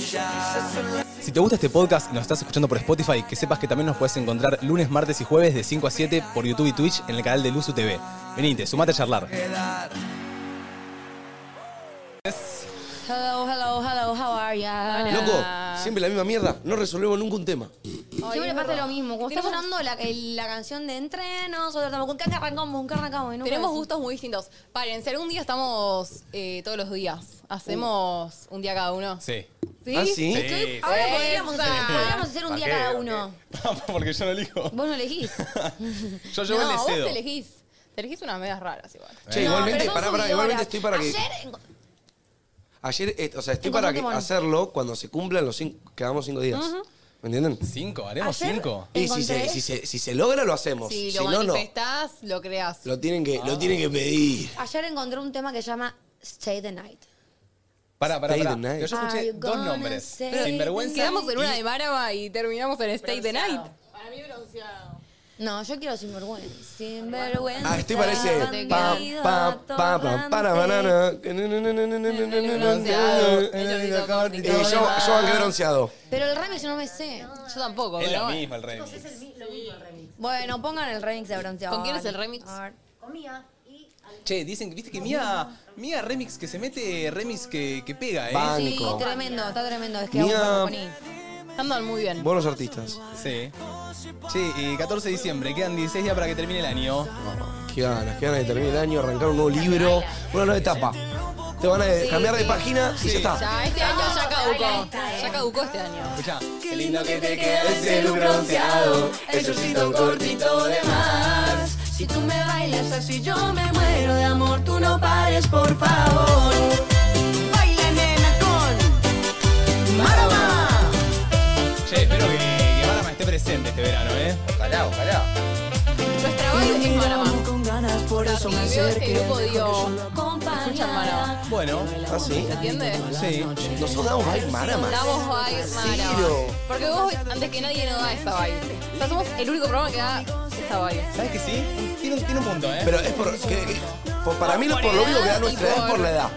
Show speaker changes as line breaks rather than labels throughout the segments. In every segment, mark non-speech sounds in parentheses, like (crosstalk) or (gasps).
Si te gusta este podcast y nos estás escuchando por Spotify, que sepas que también nos puedes encontrar lunes, martes y jueves de 5 a 7 por YouTube y Twitch en el canal de Luzu TV. Venite, sumate a charlar.
Hello, hello, hello, how are ya?
Loco, siempre la misma mierda. No resolvemos nunca un tema.
Siempre pasa lo mismo. Como está sonando la, el- la canción de Entrenos, nosotros estamos con caca arrancamos, con caca arrancamos. y nunca
Tenemos
decimos.
gustos muy distintos. Párense, algún día estamos eh, todos los días.
Uh.
Hacemos un día cada uno.
Sí.
¿Sí?
¿Ah, sí?
Sí,
Ahora
Esa.
podríamos hacer, podríamos hacer un
¿Para
día
qué?
cada
¿Para
uno.
(laughs) porque yo no elijo.
Vos no
(laughs)
elegís.
Yo, yo
No,
le
vos
cedo.
te elegís. Te elegís unas medias raras igual.
Che,
No,
igualmente,
pero sos
pará, pará,
seguidora.
igualmente estoy para que.
Ayer en-
Ayer, eh, o sea, estoy
Encontrate
para que
con-
hacerlo cuando se cumplan los cinco. Quedamos cinco días. ¿Me entienden?
¿Cinco? ¿Haremos
Ayer-
cinco?
Y si
Encontré-
se, si, se, si se logra, lo hacemos.
Si
Si,
lo
no, no.
manifestás, lo creás.
Lo tienen que,
Ah.
lo tienen que pedir.
ayer encontré un tema que se llama Stay the Night.
Pará, pará,
Stay
pará.
the night.
Pero yo escuché
Are you
dos
gonna
nombres.
say
Sinvergüenza.
Quedamos en una
y-
de Maraba y terminamos en State the Night.
No, yo quiero sinvergüenza. Sinvergüenza.
Ah, estoy parece.
bandida,
Pam, pam, pam, pam, para,
torrante.
banana. Eh, yo, yo banqué bronceado.
Pero el remix yo no me sé.
Yo tampoco,
Es
pero
lo
bueno.
mismo el remix.
Bueno, pongan el remix de bronceado.
¿Con quién es el remix?
A ver.
Che, dicen, viste que Mía, Mía remix que se mete, remix que, que pega, ¿eh?
Van.
Sí,
Pánico.
tremendo, está tremendo. Es que
Mía.
aún no lo poní.
Andan muy bien.
Buenos artistas.
Sí. Che, eh, 14 de diciembre, quedan 16 días para que termine el año.
Qué ganas, qué ganas de terminar el año, arrancar un nuevo libro, una nueva etapa. Te van a cambiar de página y ya está.
Ya, este año ya caducó. Ya caducó este año.
Escuchá.
Qué lindo que te queda el celu bronceado, el shortcito cortito de más.
Si tú me bailas así yo me muero de amor, tú no pares, por favor. Baila nena con Marama.
Che, espero que, que Barama esté presente este verano, ¿eh?
Ojalá, ojalá.
Nuestra base es Maraba.
Vamos con ganas, por eso me
Cambió este
acerqué.
grupo, digo, escuchan
Acompañada.
Maraba.
Bueno,
¿Ah, sí?
¿Entiendes?
sí.
Nosotros damos vibe marama.
Damos vibe Maraba.
Ciro.
Porque vos, antes que nadie, no da esa vibe. O sea, somos el único programa que da esa vibe.
¿Sabes que sí? Tiene un, tiene un punto, ¿eh?
Pero es por, que- que- por- Para mí, lo, por lo único que da nuestra edad es por la edad.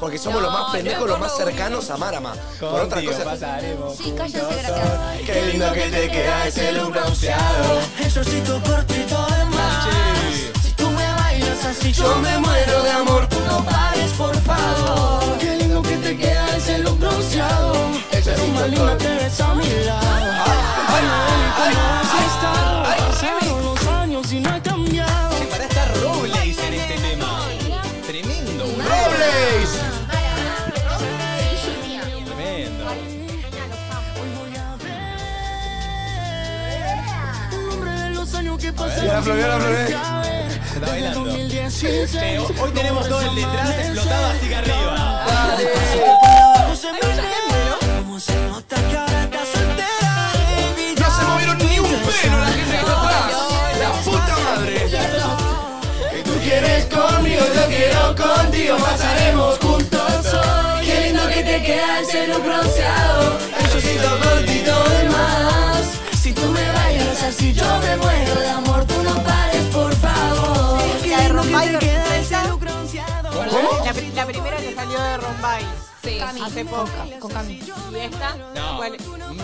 Porque somos los más
No,
pendejos,
no,
los
por
más
lo
cercanos a Marama. Por otra
Contigo
cosa.
pasaremos
Sí, cállense,
juntos
gracias.
hoy.
Qué lindo que te queda ese look bronceado.
El solcito cortito de más.
Che.
Si tú me bailas así yo me muero de amor, tú no pares, por favor. Qué lindo que te queda ese look bronceado.
El solcito
Tú más linda te ves a mi lado. Así está, pasaron los años y no he cambiado.
Che, pará, está Robles en este tema. Tremendo, boludo.
¡Robles!
Tremendo.
Un hombre de los años que pasaron.
Y ahora Flor, y ahora Flor, eh.
Se está bailando. Che,
Che,
hoy tenemos todo el detrás explotado así que arriba.
¿Cómo se nota que ahora estás soltera, baby?
No se movieron ni un pelo la gente que está atrás. La puta madre. Que tú quieres conmigo, yo quiero contigo. Pasaremos juntos hoy.
Qué lindo que te queda el cielo bronceado. El chocito cortito de más. Si tú me bailas así, yo me muero de amor. Tú no pares, por favor. Qué lindo que te queda el cielo bronceado.
La, pri- la primera que salió de Rombay
Sí.
hace poco.
Con Cami.
¿Y esta?
No.
¿Cuál?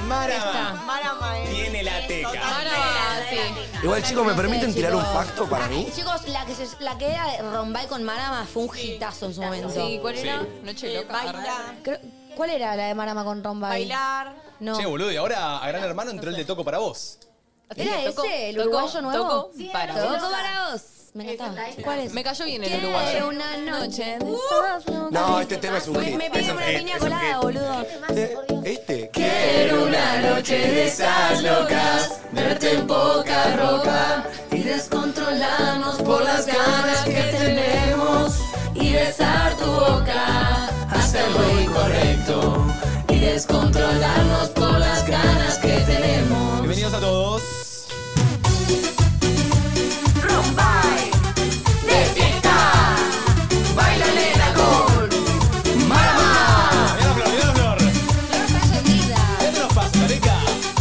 Marama
Marama es.
tiene la teca.
Maraba, sí.
Igual, chicos, ¿me permiten
Sí,
tirar un
chicos.
facto para mí?
Chicos, la que, se- la que era de Rombay con Marama fue un hitazo en su momento. Eh,
Sí, ¿cuál era?
Sí.
Noche loca.
Baila.
Creo- ¿Cuál era la de Marama con Rombay?
Bailar.
No.
Che, boludo, y ahora a Gran Hermano entró el de Toco para vos.
¿Era ese?
Toco,
¿El
toco,
uruguayo nuevo?
toco, para.
Toco para vos. Me encantaba. ¿Cuál es?
Me cayó bien el
Quiero
uruguayo.
una noche de sol.
No, este tema
Ah,
es un
pues
Me,
hit.
me piden una piña colada, boludo.
Este.
Quiero una noche de esas locas, verte en poca ropa y descontrolarnos por las ganas que tenemos y besar tu boca, hacer lo incorrecto y descontrolarnos por las ganas que tenemos.
Bienvenidos a todos.
Rombay, de fiesta, baila Elena con Marama.
Mirá la flor, mirá la flor. Ya te los paso, Areca.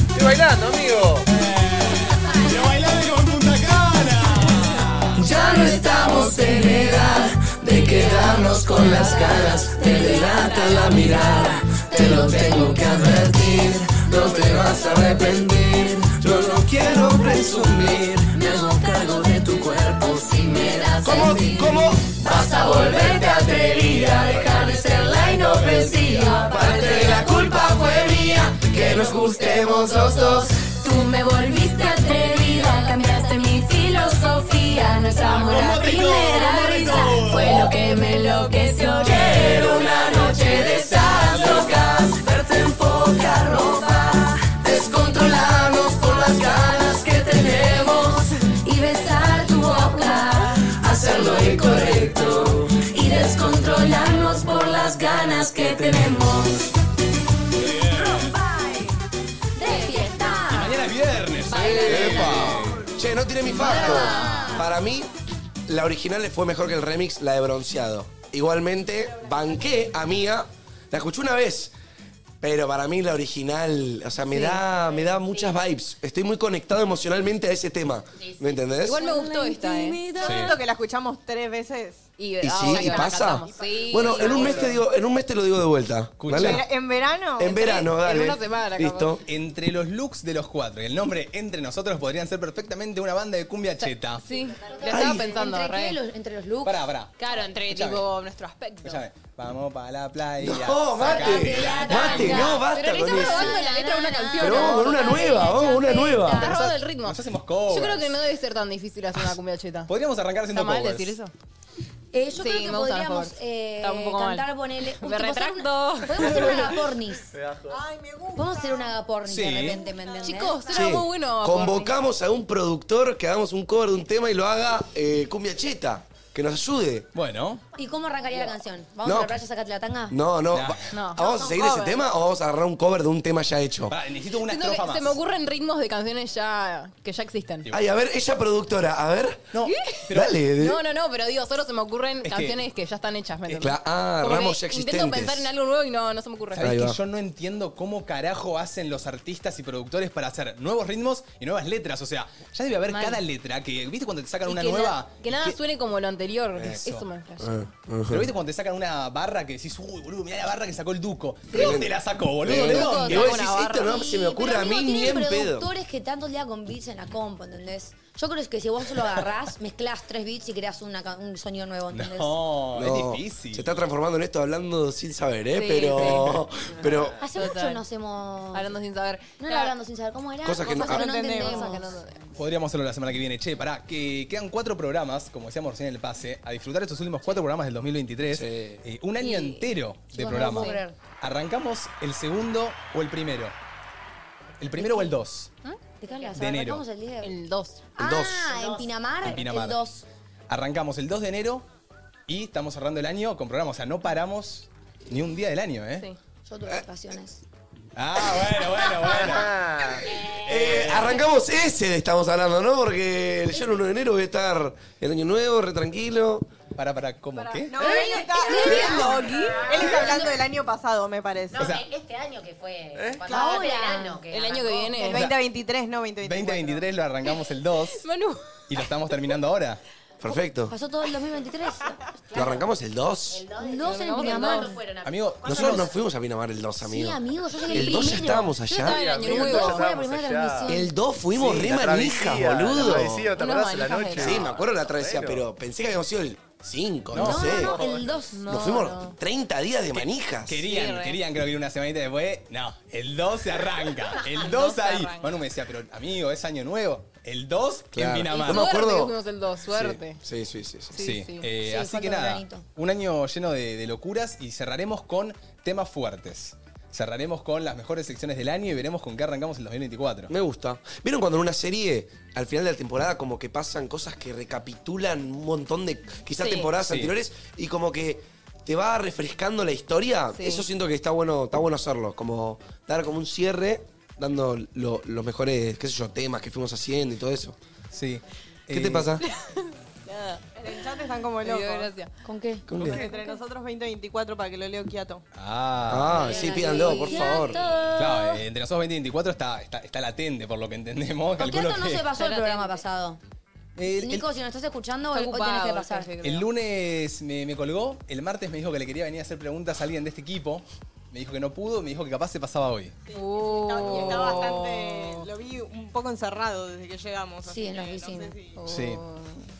Estoy bailando, amigo.
Pero bailame con Punta Cana.
Ya no estamos en edad de quedarnos con las ganas, te delata la mirada, te lo tengo que vas a arrepentir. Yo no quiero presumir. Me hago cargo de tu cuerpo si me das
¿Cómo?
el sí.
¿Cómo?
Vas a volverte atrevida, dejar de ser la inofensiva. Parte de la culpa fue mía, que nos gustemos los dos. Tú me volviste atrevida, cambiaste mi filosofía. Nuestro amor a
Romántico,
primera
romántico.
risa fue lo que me enloqueció. Quiero una noche de esas locas, verte en poca ropa, descontrolarnos por las ganas que tenemos y besar tu boca, hacer lo incorrecto y descontrolarnos por las ganas que tenemos. Rompay, de fiesta.
Mañana es viernes.
Epa. Che, no tiene mi facto. Para mí, la original fue mejor que el remix, la de bronceado. Igualmente, banqué a Mía. La escuché una vez. Pero para mí la original, o sea, me, da, me da muchas vibes. Estoy muy conectado emocionalmente a ese tema. ¿Me entendés?
Igual me gustó esta, ¿eh?
Yo siento que la escuchamos tres veces.
Y,
¿Y
ah,
sí?
bueno,
¿Y
la
pasa?
cantamos. Sí.
bueno, en un, mes te digo, en un mes te lo digo de vuelta.
Escucha.
¿Vale?
Pero en verano.
En verano,
eh, en
dale.
una semana,
Listo.
Entre los looks de los cuatro y el nombre entre nosotros podrían ser perfectamente una banda de cumbia cheta.
Sí, lo estaba pensando,
¿Entre
re.
qué? Los- ¿Entre los looks?
Pará, pará.
Claro, entre
Escuchame.
tipo nuestro aspecto.
Escuchame. Vamos para la playa.
No, mate.
Sacate la
Mate,
tanga.
no, basta
Pero le
con
estamos
eso.
robando la letra de una canción.
Pero vamos con una nueva, vamos con una
Estás
nueva.
robado el ritmo.
Nos hacemos covers.
Yo creo que no debe ser tan difícil hacer una cumbia cheta.
Podríamos arrancar
¿Está
haciendo
mal
covers.
decir eso?
Eh, yo
Sí,
creo que
me gustan los
podríamos
covers.
eh,
Está un poco mal.
cantar, ponele...
Me
Uy, tipo, hacer
retracto.
una- Podemos
(laughs)
hacer una agapornis.
Ay, me gusta.
Podemos hacer una agapornis de
Sí.
repente, ¿me entendés?
Chicos,
Che,
suena muy bueno.
convocamos a un productor que hagamos un cover de un tema y lo haga eh, cumbia cheta. Que nos ayude.
Bueno,
¿Y cómo arrancaría la canción? ¿Vamos
No.
a la playa, sacate la tanga?
No, no.
Nah.
va-
No.
¿Vamos a seguir ese
cover.
tema o vamos a agarrar un cover de un tema ya hecho?
pará, necesito una
Siento que
estrofa más.
se me ocurren ritmos de canciones ya que ya existen.
Ay, a ver, ella productora, a ver.
No, pero-
Dale. de-
No, no, no, pero digo, solo se me ocurren
que-
canciones que ya están hechas, ¿me
Eh,
entendés?
cla- ah,
Como que
ramos ya
Intento
existentes.
pensar en algo nuevo y no, no se me ocurre.
¿Sabés
Ahí
que
va.
yo no entiendo cómo carajo hacen los artistas y productores para hacer nuevos ritmos y nuevas letras? O sea, ya debe haber
Mal.
cada letra que, ¿viste cuando te sacan
Y
una
que na-
nueva?
que nada
Que-
suene como lo anterior.
Eso.
Eso, me flasha.
Eh,
Pero
ajá.
viste cuando te sacan una barra que decís, uy, boludo, mirá la barra que sacó el Duco. ¿De dónde la sacó, boludo? ¿De
Eh,
Duco
dónde?
y vos
saca
decís,
una
esto no
Sí,
se me
pero
ocurre a
amigo,
mí ni en
tienen
pedo.
productores que tanto le dan con beats en la compa, ¿entendés? Yo creo que si vos solo agarrás, mezclás tres beats y creás una ca- un sonido nuevo, ¿entendés?
No,
No,
es difícil.
Se está transformando en esto hablando sin saber, ¿eh?
Sí,
pero. Pero.
Hace mucho
Total.
no hacemos...
Hablando sin saber.
No
Claro,
era hablando sin saber cómo era.
Cosas que no-
ah.
entendemos.
cosas que no-
Podríamos hacerlo la semana que viene. Che, pará, que quedan cuatro programas, como decíamos recién en el pase, a disfrutar estos últimos cuatro programas del 2023.
Sí.
Eh, un año entero de
Chicos, no lo
programa.
puedo creer.
¿Arrancamos el segundo o el primero? ¿El primero o el dos?
¿Eh? ¿De qué hablas?
De enero.
Arrancamos el 10 de-
El 2.
El dos.
Ah, en Pinamar,
En Pinamar.
el 2.
Arrancamos el 2 de enero y estamos cerrando el año con programa. O sea, no paramos ni un día del año, ¿eh?
Sí.
Yo tuve vacaciones.
Ah, bueno, bueno,
(laughs)
bueno.
Eh, arrancamos ese, estamos hablando, ¿no? Porque yo el 1 de enero voy a estar el año nuevo, re tranquilo.
Pará, pará, ¿cómo? ¿Qué?
No, él está, él está hablando del año pasado, me parece.
No,
O sea-
de este año que fue. cuando
Ahora.
fue el verano que
El año que
arrancó.
viene.
El
(laughs)
2023, no 2024.
2023 lo arrancamos el 2
(laughs) Manu.
y lo estamos terminando ahora.
Perfecto.
Pasó todo el 2023.
Lo arrancamos el 2.
El 2 de
Dos en
diciembre.
Pinamar.
¿Cuándo fueron a-
Amigo,
Nosotros no fuimos a Pinamar el 2, amigo.
Sí, amigo, yo llegué
El 2 ya
primero.
estábamos
Yo
estaba en
allá.
año
El
nuevo.
2 fue la primera
Estábamos allá.
transmisión.
El 2 fuimos re manijas, boludo.
Travesía, ¿te
Unas
acordás de la
manijas
noche?
de-
Sí, me acuerdo la travesía,
Bueno.
pero pensé que habíamos sido el 5, no,
No,
sé.
No, no, el 2.
No,
Nos fuimos
no.
30 días de manijas.
Querían,
Sí, re.
querían creo que ir una semanita después. No, el 2 se arranca.
(laughs)
El 2
dos se
ahí.
arranca.
Manu me decía, pero amigo, es año nuevo. El 2
Claro.
en Pinamar.
No me
Suerte
acuerdo.
que fuimos el 2, suerte.
Sí, sí, sí. sí, sí.
Sí,
Sí, sí.
eh,
Sí,
así
falta
que
un
nada,
veranito.
un año lleno de, de locuras y cerraremos con temas fuertes. Cerraremos con las mejores secciones del año y veremos con qué arrancamos el 2024.
Me gusta. ¿Vieron cuando en una serie, al final de la temporada, como que pasan cosas que recapitulan un montón de quizás
Sí.
temporadas
Sí.
anteriores y como que te va refrescando la historia?
Sí.
Eso siento que está bueno, está bueno hacerlo. Como dar como un cierre, dando lo- los mejores, qué sé yo, temas que fuimos haciendo y todo eso.
Sí.
¿Qué
Eh,
te pasa?
En el chat están como
Te digo
locos.
gracias.
¿Con qué?
¿Con qué?
Entre nosotros 2024 para que lo leo quieto.
Ah,
Ah, sí, pídanlo, por favor.
claro, eh, entre nosotros 20 y 24 está, está, está latente, por lo que entendemos.
Por
Calculo
cierto, no
que-
se pasó el
Espérate.
programa pasado.
el, el-
Nico, si nos estás escuchando,
Está
hoy, hoy tenés que
ocupado,
pasar.
el jefe.
el lunes me, me colgó, el martes me dijo que le quería venir a hacer preguntas a alguien de este equipo. Me dijo que no pudo, me dijo que capaz se pasaba hoy.
Y está bastante. Lo vi un poco encerrado desde que llegamos. así
Sí, en la
que no
oficina.
sé si-
Sí.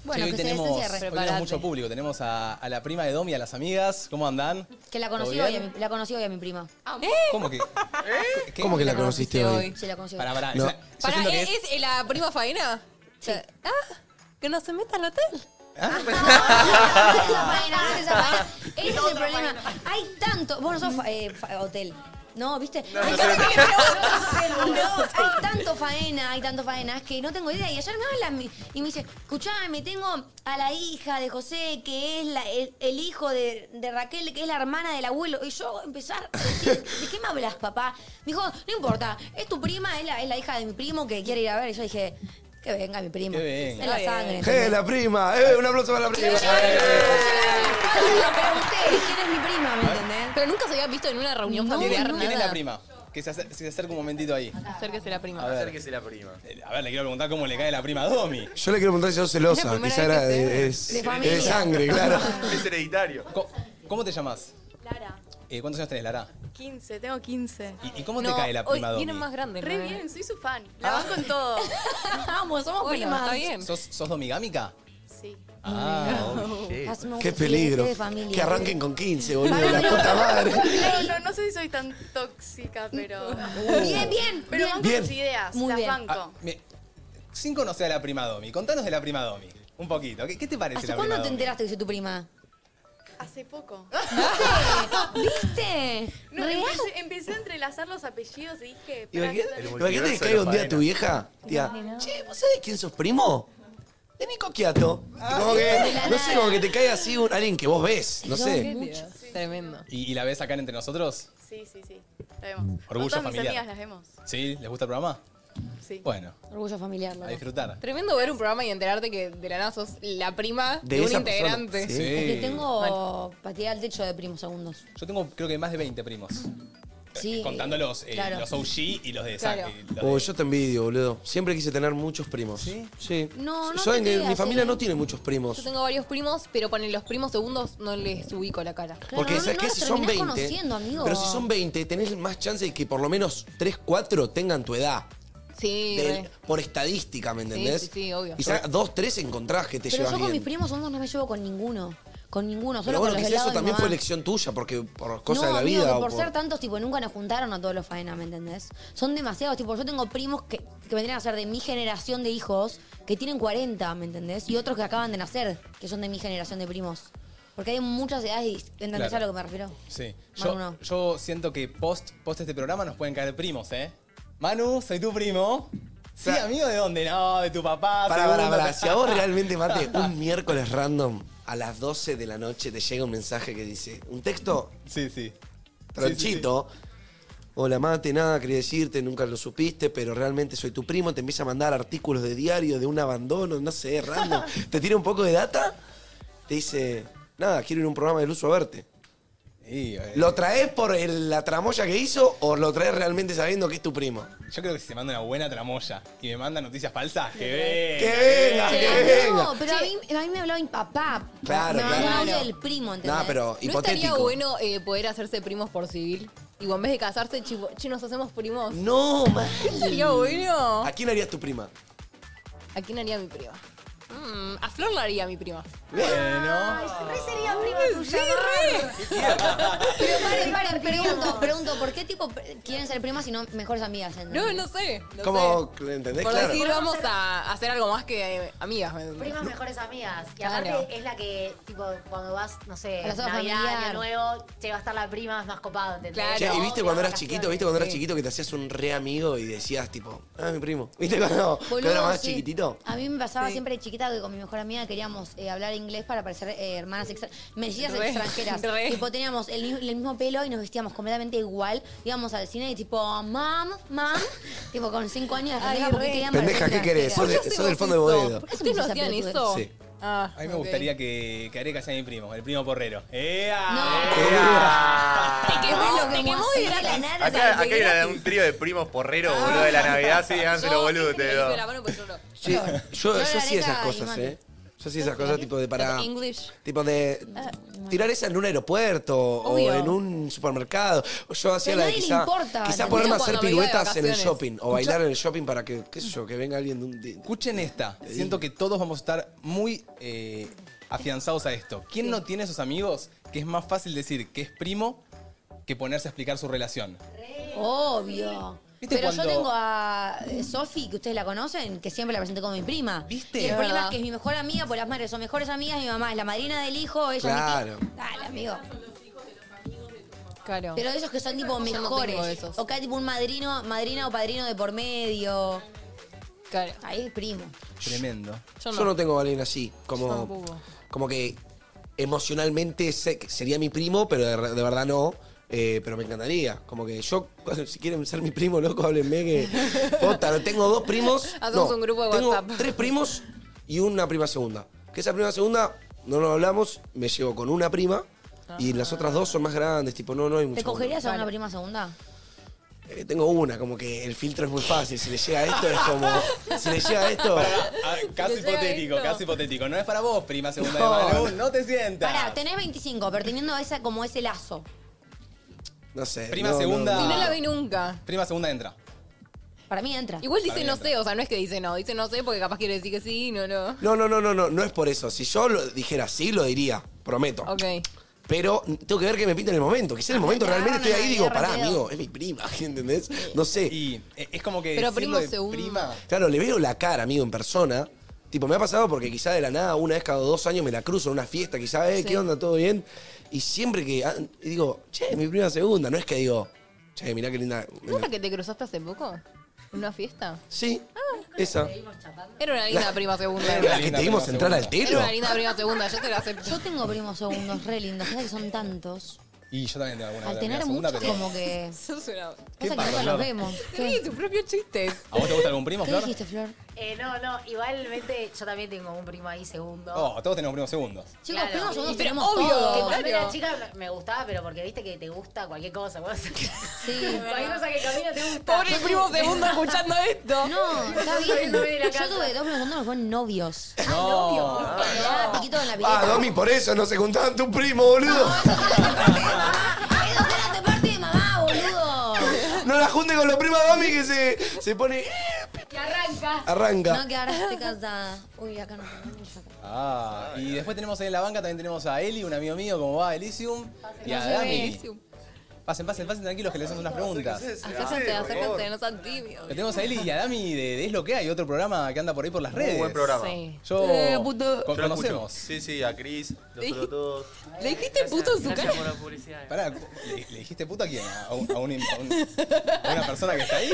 Bueno,
Che, hoy
que se
tenemos,
desencierre.
hoy tenemos
Preparate.
mucho público. Tenemos a, a la prima de Domi, a las amigas. ¿Cómo andan?
Que la conocí
¿Todo
hoy, a
bien?
mi, la conocí hoy a mi prima. ¿Eh?
¿Cómo
¿Eh?
que? ¿Qué?
¿Cómo que la conociste hoy?
Sí, la conocí hoy. ¿e-
Pará, pará.
No.
esa- yo
Pará,
siento que
¿es,
es-
es la prima Faina?
Sí.
Ah, que no se meta
(laughs)
al hotel.
Esa faena, no es esa faena. Ese es el problema. Hay tanto. Vos no sos fa- eh, fa- hotel. No, ¿viste? hay, tanto, No, hay tanto faena, hay tanto faena, es que no tengo idea. Y ayer me hablan mi- y me dice, escuchame, tengo a la hija de José, que es la- el, el hijo de, de Raquel, que es la hermana del abuelo. Y yo empezar, a decir, ¿de qué me hablas, papá? Me dijo, no importa, es tu prima, es la, es la hija de mi primo que quiere ir a ver. Y yo dije, que venga mi primo.
Que venga.
Es la sangre.
¡Eh, la prima! ¡Eh, un aplauso para la prima!
Le pregunté, ¿quién es mi prima? ¿Me entendés?
Pero nunca se había visto en una reunión
No,
¿Quién,
familiar.
es- quién es la
nada.
prima? Que se, acer- se acerca un momentito ahí.
Acérquese la prima.
A ver,
Acérquese la prima.
eh, a ver, le quiero preguntar cómo le cae la prima a Domi.
Yo le quiero preguntar si sos
Es la
celosa.
primera
Quizá
vez
era
que se
de,
ve.
es-
De
es
familia. (laughs)
sangre, claro.
(laughs) Es hereditario.
Co- ¿Cómo te llamas?
Lara,
Eh, ¿Cuántos años tenés, Lara?
15, tengo 15.
¿Y, y cómo te cae la prima Domi?
hoy
Ah.
viene más grande.
Re
¿no?
bien, soy su fan. La banco en todo.
(laughs) Vamos, somos
Bueno,
primas.
está bien.
¿Sos, ¿Sos domigámica?
Sí.
Ah,
Hacemos
¡Qué
un-
peligro!
sí, de familia.
Que arranquen con 15, boludo. ¡La
(laughs)
puta madre!
No, no, no sé si soy tan tóxica, pero.
Uh. Bien, bien.
Pero
bien.
banco
Bien.
tus ideas,
Muy
las
bien.
Uh. Ah,
banco.
me- sin conocer a la prima Domi, contanos de la prima Domi. Un poquito. ¿Qué, qué te parece
¿Hace
la prima
cuándo te
Domi?
enteraste que soy tu prima?
Hace poco.
¿Viste? ¿Viste?
No,
Real.
empecé, empecé a entrelazar los apellidos y dije. pará,
Imagínate
que-
imagínate que caiga un día tu vieja, tía. Che, ¿vos sabés quién sos primo? De Nico Quiato. Como
Ah,
que, no sé, (laughs) como que te cae así un, alguien que vos ves, no sé.
Tremendo.
¿Y, y la ves acá entre nosotros?
Sí, sí, sí. La vemos.
Orgullo
Con todas
familiar.
mis amigas las vemos.
¿Sí? ¿Les gusta el programa?
Sí.
Bueno,
Orgullo familiar,
a
loco. Es
disfrutar.
Tremendo ver un programa y enterarte que de la nada sos la prima
De
de, un
esa
integrante.
persona, sí.
que tengo pateada al techo de primos segundos.
Yo tengo creo que más de 20 primos.
Sí.
Contándolos, eh,
claro.
los OG y los de eh,
Claro.
sangre. los de-
Oh, yo te envidio, boludo. Siempre quise tener muchos primos. ¿Sí? Sí.
No, no
Saben
te
que
creas,
mi familia
eh.
no tiene muchos primos.
Yo tengo varios primos, pero ponen los primos segundos no les ubico la cara.
no,
Porque,
no
¿sabes qué?
los
Si son
terminás
20.
conociendo, amigo.
Pero si son 20, tenés más chance de que por lo menos 3, 4 tengan tu edad.
Sí,
Del-
re.
por estadística, ¿me entendés?
sí, sí, obvio.
Quizá 2, 3 encontrás que te
Pero yo
llevas
con mis
bien.
primos segundos no me llevo con ninguno. Con ninguno, solo
Pero bueno,
con los
quizá
del lado de
eso
mi
también fue
mamá.
elección tuya, porque por cosas
no,
de la
amigo,
vida.
que
o
por
por-
ser tantos, tipo, nunca nos juntaron a todos los faena, ¿me entendés? Son demasiados, tipo, yo tengo primos que, que vendrían a ser de mi generación de hijos, que tienen 40, ¿me entendés? Y otros que acaban de nacer, que son de mi generación de primos. Porque hay muchas edades, dis- ¿entendés
Claro.
a lo que me refiero?
Sí.
Manu,
Yo,
no.
yo siento que post, post este programa nos pueden caer primos, ¿eh? Manu, soy tu primo. Sí,
Claro.
amigo, ¿de dónde? No, de tu papá.
Pará, pará,
segundo.
pará.
(laughs)
Si a vos
(laughs)
realmente, Mate, un miércoles random a las 12 de la noche te llega un mensaje que dice, un texto
Sí, sí.
tronchito. Hola Mate, nada quería decirte, nunca lo supiste, pero realmente soy tu primo, te empieza a mandar artículos de diario, de un abandono, no sé, random.
(laughs)
te tira un poco de data, te dice, nada, quiero ir a un programa de uso a verte.
Sí, eh,
¿Lo traes por el- la tramoya que hizo o lo traes realmente sabiendo que es tu primo?
Yo creo que si se manda una buena tramoya y me manda noticias falsas, que ve.
¡Que venga,
Ah,
que venga!
No, pero a mí, a mí me hablaba mi papá.
Claro,
me
claro.
hablaba del primo, ¿entendés?
No, pero
¿No estaría
hipotético.
bueno eh, poder hacerse primos por civil? Digo, en vez de casarse, chivo, che, nos hacemos primos.
No, mal.
¿Estaría bueno?
¿A quién harías tu prima?
¿A quién haría mi prima? Mm, a Flor la haría mi prima.
Bueno.
sería prima tuya.
Pero paren, paren, pregunto, pregunto, ¿por qué tipo pre- quieren ser primas y no mejores amigas? ¿entendés?
No, no sé. no sé.
¿Cómo? ¿Entendés?
Por
claro.
decir, vamos a hacer algo más que eh, amigas. ¿me entendés?
Primas mejores amigas. Y
Claro.
aparte es la que, tipo, cuando vas, no sé,
A la sopa
Navidad,
familiar.
Año Nuevo, che, va a estar la prima, es más copado, ¿entendés?
Claro.
Che, ¿y viste cuando eras
Vacaciones.
chiquito? ¿Viste cuando eras chiquito que te hacías un re amigo y decías tipo, ah, mi primo? (laughs) ¿Viste cuando, cuando
Boludo,
eras más
sí. Ah,
chiquitito?
A mí me pasaba siempre de chiquita que con mi mejor amiga queríamos eh, hablar inglés para parecer eh, hermanas extra- mellizas
Re,
extranjeras.
re.
Tipo, teníamos el, mi- el mismo pelo y nos vestíamos completamente igual. Íbamos al cine y tipo, mam, mam. (laughs) tipo, con cinco años. las
Ay,
pendejas, ¿por qué
re.
querían
Pendeja,
parecer
¿qué querés? Sos,
extranjeras?
¿Por
de-
qué
sos del
hacemos
fondo de
eso?
bodedo.
¿Por qué
¿Ustedes no
hacemos esa
hacían
pelotudez?
eso?
Sí.
Ah,
A mí me
ok.
gustaría que, que Areca sea mi primo, el primo porrero. ¡Ea!
No.
Te quemó,
No,
te
como
quemó
así,
de
de la
gratis.
nada,
O
Acá,
sea,
acá
de
hay una-
gratis.
un trío de primos porreros, boludo, de la Navidad. Sí,
Yo,
háganselo, boludo.
siempre
te
le
digo.
meto la mano porque yo no.
Che, yo,
Flor,
yo sí
Areca
esas
y
cosas,
Mati.
¿eh? Yo sí esas cosas tipo de
Ah.
para...
English.
Tipo de tirar esa en un aeropuerto
Obvio.
o en un supermercado. Yo hacía
Pero
la
a
de
nadie le
quizá,
importa,
quizá
¿no?
ponerme a
Yo
hacer
cuando me iba de
piruetas en el
vacaciones.
shopping o
Escuchá.
bailar en el shopping para que, qué sé yo, que venga alguien de un... de-
Escuchen esta. Siento que todos vamos a estar muy eh, afianzados a esto. ¿Quién no tiene esos amigos que es más fácil decir que es primo que ponerse a explicar su relación?
Obvio.
¿Viste
Pero yo
cuando-
tengo a eh, Sofi, que ustedes la conocen, que siempre la presenté como mi prima.
¿Viste?
Y el
Es
problema
verdad.
es que es mi mejor amiga, pues las madres son mejores amigas, mi mamá es la madrina del hijo, ella es mi
Claro.
tía. Dale, amigo.
Claro.
Pero esos que son tipo
Yo no tengo
mejores.
esos.
O que hay tipo un madrino, madrina o padrino de por medio.
claro.
Ahí es primo.
Tremendo.
Yo no.
Yo no tengo a alguien así,
Oh.
Yo
como,
tampoco.
como que emocionalmente sé que sería mi primo, pero de, de verdad no. eh, pero me encantaría. Como que yo, si quieren ser mi primo, loco, háblenme que.
(laughs)
Posta, no, tengo dos primos.
Hacemos
no,
Ah, un grupo de
tengo
WhatsApp.
Tres primos y una prima segunda. Que esa prima segunda no nos hablamos, me llevo con una prima y las otras dos son más grandes, tipo, no, no hay mucho.
¿Te cogerías a una
Vale.
prima segunda?
Ah.
Eh, tengo una, como que el filtro es muy fácil. Si le llega esto, es como. Si le llega esto.
Ah, casi
¿Te llega
hipotético,
esto?
casi hipotético. No es para vos, prima segunda
No.
de Manu. No te sientas.
Pará, tenés 25, pero teniendo esa, como ese lazo.
No sé.
Prima
no, no,
segunda.
Y
no.
no la vi nunca.
Prima segunda entra.
Para mí entra.
Igual dice
bien,
no
pero-
sé, o sea, no es que dice no, dice no sé porque capaz quiere decir que sí, no, no.
No, no, no, no, no, no es por eso. Si yo lo dijera sí, lo diría, prometo.
Ok. Ah,
Pero tengo que ver qué me pinta en el momento. Quizá en el momento
te
realmente estoy
agarran
ahí y
ahí
digo, pará,
arrepiado.
amigo, es mi prima, (laughs) ¿entendés? No sé.
Y eh, es como que.
Pero
decirlo
primo
de
segundo.
Prima.
Claro, le veo la cara, amigo, en persona. Tipo, me ha pasado porque quizá de la nada, una vez cada dos años me la cruzo en una fiesta, quizá, eh, ¿qué onda? ¿Todo bien? Y siempre que. ah, y digo, che, mi prima segunda. No es que digo, che, mirá qué linda.
¿No es la que te cruzaste hace poco? ¿En una fiesta? Ah,
Sí, esa.
Era una
(laughs)
linda prima segunda.
La que
linda
te dimos
prima
entrar
segunda.
al
Era
telo.
una linda prima segunda, yo te la acepto.
Yo tengo primos segundos re lindos, pasa que son tantos.
Y yo también tengo alguna.
Al
de prima
tener
segunda,
muchos,
pero-
como
(laughs)
que.
Sos una...
¿Qué
Pasa que
pasa,
nunca
Flor?
los vemos.
Sí,
¿Qué,
tu propio chiste.
¿A vos te gusta algún primo,
¿Qué
Flor?
dijiste, Flor?
Eh, no, no, igualmente yo también tengo un primo ahí segundo.
Oh, todos tenemos primos segundos.
Chicos,
Claro.
primos segundos
Pero
tenemos
obvio.
Que
todo.
cuando era
claro.
chica me gustaba, pero porque viste que te gusta cualquier cosa. (laughs) vos.
Sí.
cualquier cosa que camina te gusta.
Pobre primo
(laughs)
segundo escuchando esto.
No, está bien.
No viene la
Yo
casa.
tuve dos primos segundos que fueron novios.
No.
Ah, piquito en la pileta.
Ah, Domi, por eso no se juntaban tu primo, boludo.
Eso era de parte de mamá, boludo.
No la junte con los primos de Domi que se, se pone. eh,
Que arranca.
Arranca.
No, que ahora estoy casada. Uy, acá no tenemos acá.
Ah, y después tenemos ahí en la banca, también tenemos a Eli, un amigo mío, como va Elysium. Y a Dami. Pasen, pasen, pasen tranquilos que le hacemos unas preguntas.
Acérquense, acérquense, no sean tímidos.
Que tenemos a Eli y a Dami de, de Es lo que hay, otro programa que anda por ahí por las redes.
Muy buen programa.
Sí.
Yo
Eh, puto.
con-
Yo lo escucho.
conocemos.
Sí, sí, a Cris, nosotros todos.
¿Le dijiste puto en su cara?
por la publicidad.
Pará, ¿le, le dijiste puta a quién? ¿A, un- a un- a un- a una persona que está ahí?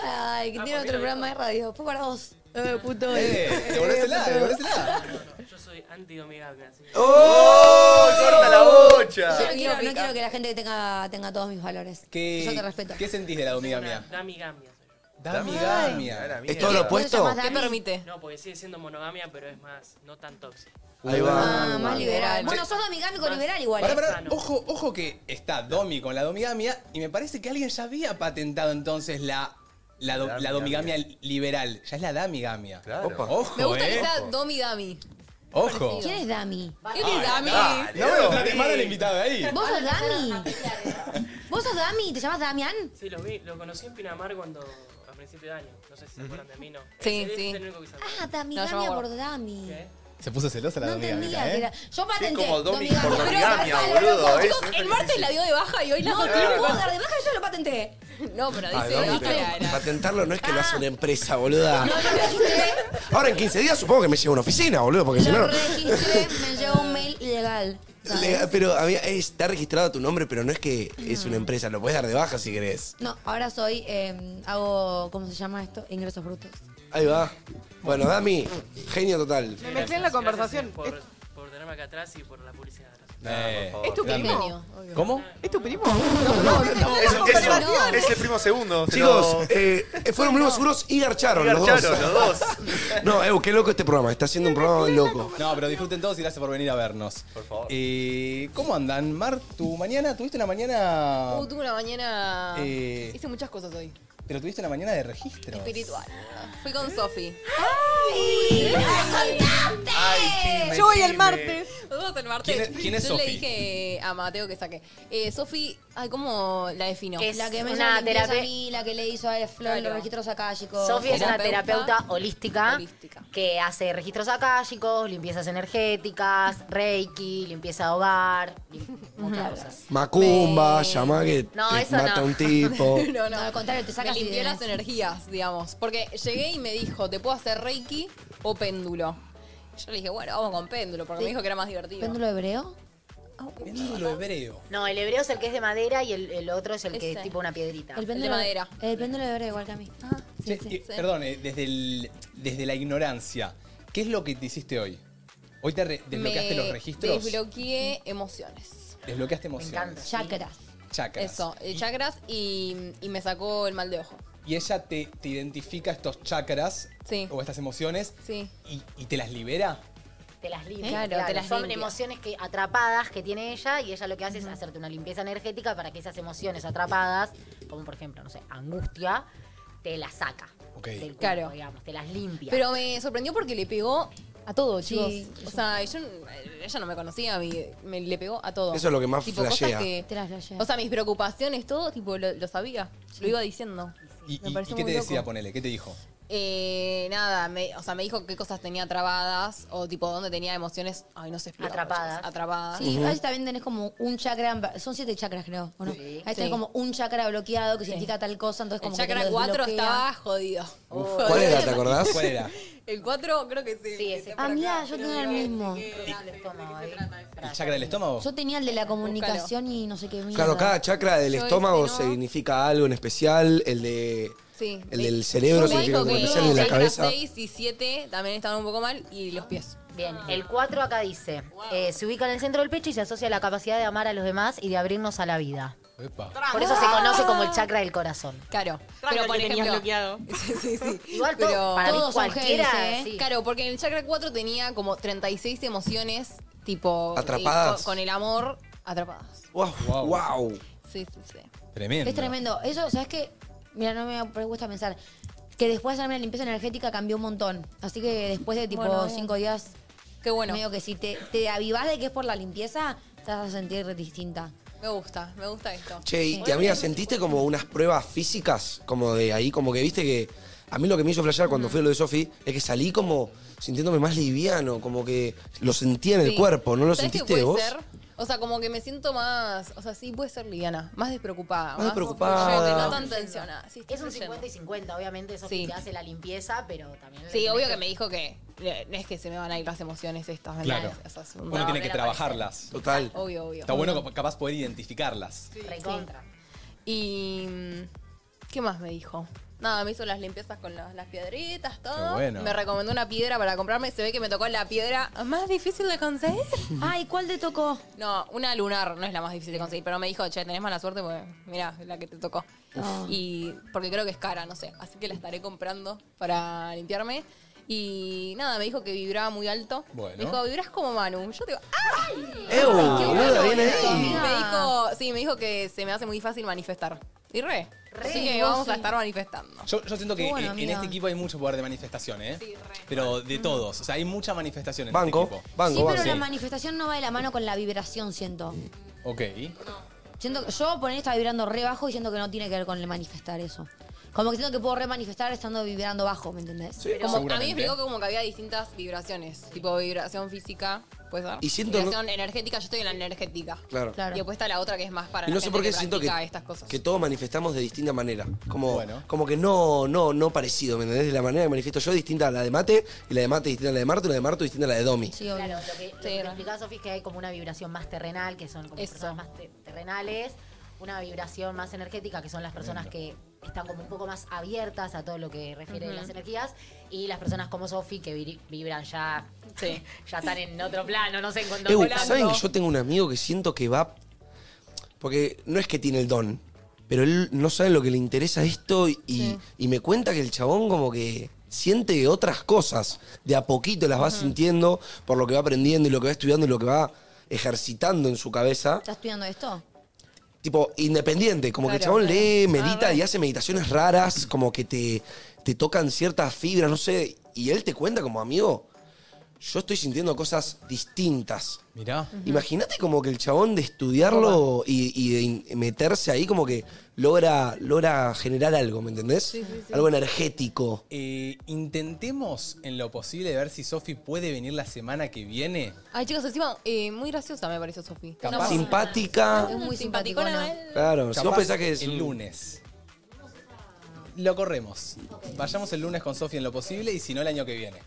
Ay,
Ah,
que tiene otro programa de radio. Después para vos. Eh, puto.
Eh, devolvésela, devolvésela.
Yo soy anti-amigable, así que
¡Oh! ¡Corta la
Yo no
bocha!
quiero, no quiero que la gente tenga, tenga todos mis valores.
¿Qué,
Yo te respeto.
¿Qué sentís de la domiga
una
mía?
damigamia soy yo.
Dami
Era
Gamia.
mía.
¿Es todo lo opuesto?
¿Qué
¿Qué permite?
No, porque sigue siendo monogamia, pero es más, no tan tóxico.
Ahí
Ah,
va.
más liberal.
Sí.
Bueno, sos amigámico liberal igual.
Pará,
¿eh?
pará, ojo, ojo que está Domi con la domigamia y me parece que alguien ya había patentado entonces la, la, do- la domigamia liberal. Ya es la damigamia.
Claro.
Opa.
Ojo,
Me gusta
eh.
que sea Domi Dami.
Ojo.
¿Quién es Dami?
¿Quién es Dami?
Dale,
No me lo
Domi.
trates mal al invitado de ahí.
¿Vos sos Dami? ¿Vos sos Dami? ¿Te llamas Damián?
Sí, lo vi, lo conocí en Pinamar cuando, a principio de año. No sé si se acuerdan de mí, no.
Sí,
Ese- ese
sí.
Es el único que se acuerda.
Ah, Dami,
No, yo me
Dami
acuerdo.
por Dami.
¿Qué?
Se puso celosa la
No
domigamia,
entendía que
¿eh?
era. Yo patenté.
como Domi por
Damián.
domigamia,
Pero-
boludo. ¿eh?
Chicos, el martes la dio de baja y hoy la
No,
no,
te lo puedo dar de baja, yo lo patenté.
No, pero
Ah,
dice de
Domi,
baja
pero
la era.
patentarlo no es que lo hace una empresa, boluda. Ahora en 15 días supongo que me llevo a una oficina, boludo, porque si
Lo
no.
registré, me llegó un mail ilegal. ¿sabes?
Legal, pero había- está registrado tu nombre, pero no es que es una empresa. Lo puedes dar de baja si querés.
No, ahora soy, eh, hago, ¿cómo se llama esto? Ingresos brutos.
Ahí va. Bueno, Dami, genio total.
Me mezclé en la conversación.
Gracias
¿Es,
Por, por tenerme acá atrás y por la publicidad. gracias.
Eh,
es tu primo?
Genio.
¿Cómo?
¿Es tu primo? No, no, no.
Es, es-
No.
es el primo segundo. se
Chicos,
lo- (laughs)
eh, fueron unos seguros y garcharon los dos.
garcharon los dos.
(laughs) No, Evo, qué loco este programa. Está siendo un programa muy loco.
No, pero disfruten todos y gracias por venir a vernos.
Por favor.
Eh, ¿Cómo andan, Mar? ¿Tu mañana? ¿Tuviste una mañana...?
Uh, tuve una mañana.
Eh.
Hice muchas cosas hoy.
Pero tuviste una mañana de registro.
Espiritual. Fui con Sofi.
¡Ay! ¡Me contaste!
¡Ay,
Yo voy el martes.
Vamos el martes.
¿Quién es- quién es
Yo le
Sofi?
dije a Mateo que saque. Eh, Sofi, ay, ¿cómo la defino?
Es
La que me hizo
una
la limpieza
terape-
a mí, la que le hizo a Flor
Claro.
los registros acá, chicos.
Sofía es una terapeuta holística, que hace registros akáshicos, limpiezas energéticas, reiki, limpieza de hogar, lim- muchas cosas.
Macumba, llama que
No,
te
eso
mata
no.
a un tipo.
(laughs) no, no, al
contrario, te sacas
Me limpió
ideas.
las energías, digamos. Porque llegué y me dijo, ¿te puedo hacer reiki o péndulo? Yo le dije, bueno, vamos con péndulo, porque me dijo que era más divertido.
¿Péndulo hebreo?
Péndulo hebreo.
No, el hebreo es el que es de madera y el, el otro es el que
Ese.
es tipo una piedrita.
El péndulo El péndulo hebreo igual que a mí. Ah, sí, sí.
Y, Perdón, eh, desde, el- desde la ignorancia, ¿qué es lo que te hiciste hoy? ¿Hoy te re- desbloqueaste
Me
los registros?
Desbloqueé emociones.
desbloqueaste emociones.
Chakras.
Chakras.
Eso, eh, chakras y, y me sacó el mal de ojo.
Y ella te, te identifica estos chakras
Sí.
o estas emociones
Sí.
y, y te las libera.
Te las limpia.
Claro, te las
Son
limpia.
emociones que, atrapadas que tiene ella y ella lo que hace es hacerte una limpieza energética para que esas emociones atrapadas, como por ejemplo, no sé, angustia, te las saca. Del cuerpo,
Claro.
digamos, te las limpia.
Pero me sorprendió porque le pegó a todo, chicos.
Sí,
o sea, yo, eh, ella no me conocía, a mí, me, le pegó a todo.
Eso es lo que más
tipo, cosas
flashea.
que- O sea, mis preocupaciones, todo, tipo, lo, lo sabía. Lo iba diciendo.
¿Y, y-
Me pareció
y qué
muy
te
loco.
decía, ponele? ¿Qué te dijo?
Eh, nada, me, o sea, me dijo qué cosas tenía trabadas o tipo dónde tenía emociones, ay, no sé, explicar,
Atrapadas.
chicos, atrapadas.
Sí, ahí también tenés como un chakra, en- son siete chakras creo, ¿o no? Ahí tenés
Sí.
como un chakra bloqueado que significa tal cosa, entonces
El
como que te
chakra
lo
4
desbloquea.
estaba jodido.
¿Cuál era, te
(laughs)
acordás?
¿Cuál era?
El 4 creo que sí. Sí, ese.
Amiga, Ah, yo tenía el mismo.
¿El chakra del estómago?
Yo tenía el de la comunicación y no sé qué mierda.
Claro, cada chakra del
Yo
estómago
ese no.
significa algo en especial. El de.
Sí.
El del cerebro
Yo me dijo
significa como
que
especial y de la
chakra
cabeza.
6 y 7 también estaban un poco mal y los pies. Ah.
Bien, el 4 acá dice, eh, se ubica en el centro del pecho y se asocia a la capacidad de amar a los demás y de abrirnos a la vida. Por eso se conoce como el chakra del corazón.
Claro,
Tranca,
pero por
que tenías
ejemplo,
bloqueado.
(laughs) Sí, sí, sí.
Igual todo-
pero
para mí
todos son
cualquiera,
heavy, ¿eh?
sí.
Claro, porque en el chakra 4 tenía como 36 emociones tipo eh,
Atrapadas.
con, con el amor atrapadas.
¡Wow! ¡Wow!
Sí, sí, sí.
Tremendo.
Es tremendo. Eso, ¿sabes qué? Mira, no me gusta pensar. Que después de hacerme la limpieza energética cambió un montón. Así que después de tipo
Bueno, bien.
cinco días.
Qué bueno.
Medio que si te, te avivás de que es por la limpieza, te vas a sentir distinta.
Me gusta, me gusta esto.
Che, y y, amiga, ¿sentiste como unas pruebas físicas? Como de ahí, como que viste que. A mí lo que me hizo flashear cuando fui a lo de Sofi es que salí como sintiéndome más liviano, como que lo sentía en el
Sí.
cuerpo, ¿no lo
¿Sabés qué
sentiste
puede
vos?
ser? O sea, como que me siento más, o sea, sí puede ser liviana, más despreocupada,
Más
más,
despreocupada.
fluyente,
Ah.
no tan tensionada. Sí,
Es un 50 y 50, obviamente, eso
Sí.
te hace la limpieza, pero también...
Sí, obvio que me dijo que eh, no es que se me van a ir las emociones estas, ¿me
Claro.
entendés? O sea, es un-
Uno tiene que trabajarlas.
Total.
Obvio, obvio.
Está bueno como capaz poder identificarlas.
Recontra.
Y. mm, ¿Qué más me dijo? Nada, me hizo las limpiezas con las, las piedritas, todo.
Qué bueno.
Me recomendó una piedra para comprarme. Se ve que me tocó la piedra más difícil de conseguir.
(laughs) Ay, ¿cuál te tocó?
No, una lunar no es la más difícil de conseguir, pero me dijo, che, tenés mala suerte porque mirá, la que te tocó.
Ah.
Y porque creo que es cara, no sé. Así que la estaré comprando para limpiarme. Y nada, me dijo que vibraba muy alto.
Bueno.
Me dijo, vibrás como Manu. Yo digo, ¡ay!
¡Ew!
Qué bueno
Boluda, viene
eso.
ahí.
Me dijo, sí, me dijo que se me hace muy fácil manifestar. Y re. Así que
vos
vamos a
sí.
estar manifestando.
Yo, yo siento que
Qué
eh,
bueno,
en,
amiga.
este equipo hay mucho poder de manifestación, ¿eh? Pero de todos. O sea, hay mucha manifestación en
Banco,
este equipo.
banco,
sí, pero la manifestación no va de la mano con la vibración, siento.
Ok.
Siento que yo por ahí estaba vibrando re bajo y siento que no tiene que ver con el manifestar eso. Como que siento que puedo remanifestar estando vibrando bajo, ¿me entendés?
Como- a mí me
seguramente.
explicó como que había distintas vibraciones. Tipo vibración física, puede ser.
Y siento-
Vibración energética, yo estoy en la energética.
Claro.
Y después está la otra que es más para
Y
la
no sé
gente
por qué
que
siento que,
practica estas cosas.
que todos manifestamos de distinta manera. Como, como que no, no, no parecido, ¿me entendés? La manera que manifiesto yo es distinta a la de Mate, y la de Mate distinta a la de Marto, y la de Marto distinta a la de Domi.
Claro, lo que, lo que te explicaba Sofi es que hay como una vibración más terrenal, que son como
Eso.
personas más te- terrenales, una vibración más energética, que son las personas que están como un poco más abiertas a todo lo que refiere
Ujú.
las energías, y las personas como Sofi que viri- vibran ya,
Sí.
(laughs) ya están en otro plano, no sé, cuando
Ew,
volando.
¿Saben que yo tengo un amigo que siento que va. Porque no es que tiene el don, pero él no sabe lo que le interesa esto y, y me cuenta que el chabón como que siente otras cosas. De a poquito las va sintiendo por lo que va aprendiendo y lo que va estudiando y lo que va ejercitando en su cabeza.
¿Estás estudiando esto?
tipo, independiente. Como que el
Claro,
chabón
claro.
lee,
Ah,
medita
re.
y hace meditaciones raras, como que te, te tocan ciertas fibras, no sé. Y él te cuenta como, amigo, yo estoy sintiendo cosas distintas.
Mirá.
Imagínate como que el chabón de estudiarlo y, y de in- meterse ahí como que logra, logra generar algo, ¿me entendés? Algo energético.
Eh, intentemos en lo posible ver si Sofi puede venir la semana que viene.
Ay, chicos, encima, eh, muy graciosa me pareció Sofi.
Capaz.
Una-
Simpática.
Es muy
simpaticona.
Claro, si
Capaz
vos pensás que es
El
un-
lunes. Lo corremos. Vayamos el lunes con Sofi en lo posible y si no, el año que viene.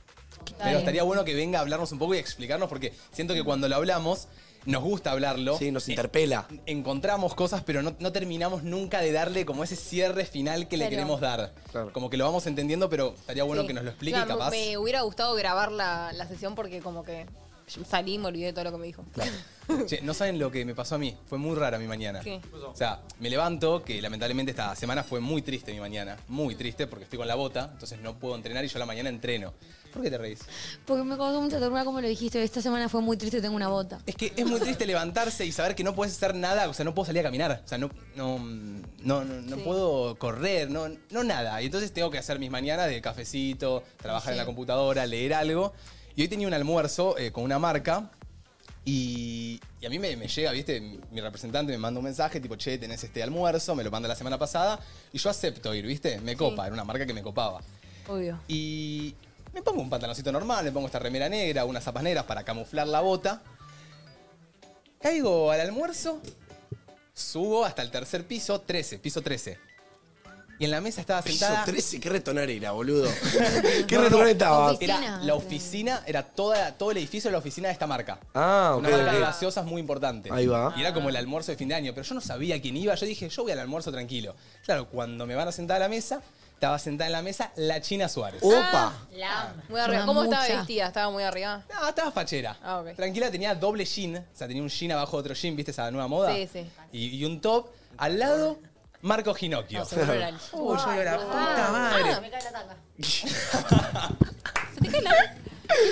Pero
Dale.
estaría bueno que venga a hablarnos un poco y explicarnos porque siento que cuando lo hablamos, nos gusta hablarlo. Sí, nos
interpela.
encontramos cosas, pero no, no terminamos nunca de darle como ese cierre final que le
Claro.
queremos dar. Como que lo vamos entendiendo, pero estaría bueno
Sí.
que nos lo explique
Yo,
y capaz.
Me hubiera gustado grabar la, la sesión porque como que yo salí y me olvidé de todo lo que me dijo.
Che, no saben lo que me pasó a mí. Fue muy rara mi mañana.
(laughs) ¿Qué?
O sea, me levanto, que lamentablemente esta semana fue muy triste mi mañana. Muy triste porque estoy con la bota, entonces no puedo entrenar y yo a la mañana entreno. ¿Por qué te reís?
Porque me costó mucho terminar como lo dijiste. Esta semana fue muy triste, tengo una bota.
Es que es muy triste levantarse y saber que no puedes hacer nada, o sea, no puedo salir a caminar, o sea, no, no, no, no, no puedo correr, no, no nada. Y entonces tengo que hacer mis mañanas de cafecito, trabajar en
Sí.
la computadora, leer algo. Y hoy tenía un almuerzo eh, con una marca y, y a mí me, me llega, viste, mi mi representante me manda un mensaje tipo, che, tenés este almuerzo, me lo manda la semana pasada y yo acepto ir, viste, me copa, era una marca que me copaba.
Obvio.
Y me pongo un pantaloncito normal, me pongo esta remera negra, unas zapas negras para camuflar la bota. Caigo al almuerzo, subo hasta el tercer piso, 13, piso 13. Y en la mesa estaba
Piso
sentada.
13, qué retonera era, boludo. qué
No, no,
retonera estaba.
Era la oficina, era toda, todo el edificio de la oficina de esta marca.
Ah, ok.
Una marca de
ok.
gaseosas muy importante.
Ahí va.
Y era como el almuerzo de fin de año, pero yo no sabía quién iba. Yo dije, yo voy al almuerzo tranquilo. Claro, cuando me van a sentar a la mesa, estaba sentada en la mesa la China Suárez. Ah.
¡Opa!
Ah, La muy arriba. ¿Cómo
Mamucha.
estaba vestida? ¿Estaba muy arriba?
No, estaba fachera.
Ah, ok.
Tranquila, tenía doble jean. O sea, tenía un jean abajo de otro jean, ¿viste esa nueva moda?
Sí, sí.
Y, y un top. Al lado, Marco Ginocchio.
No, seguro era el-
(laughs) Uy, yo era la puta madre.
Me cae la taca.
¿Se te cae la...
(laughs)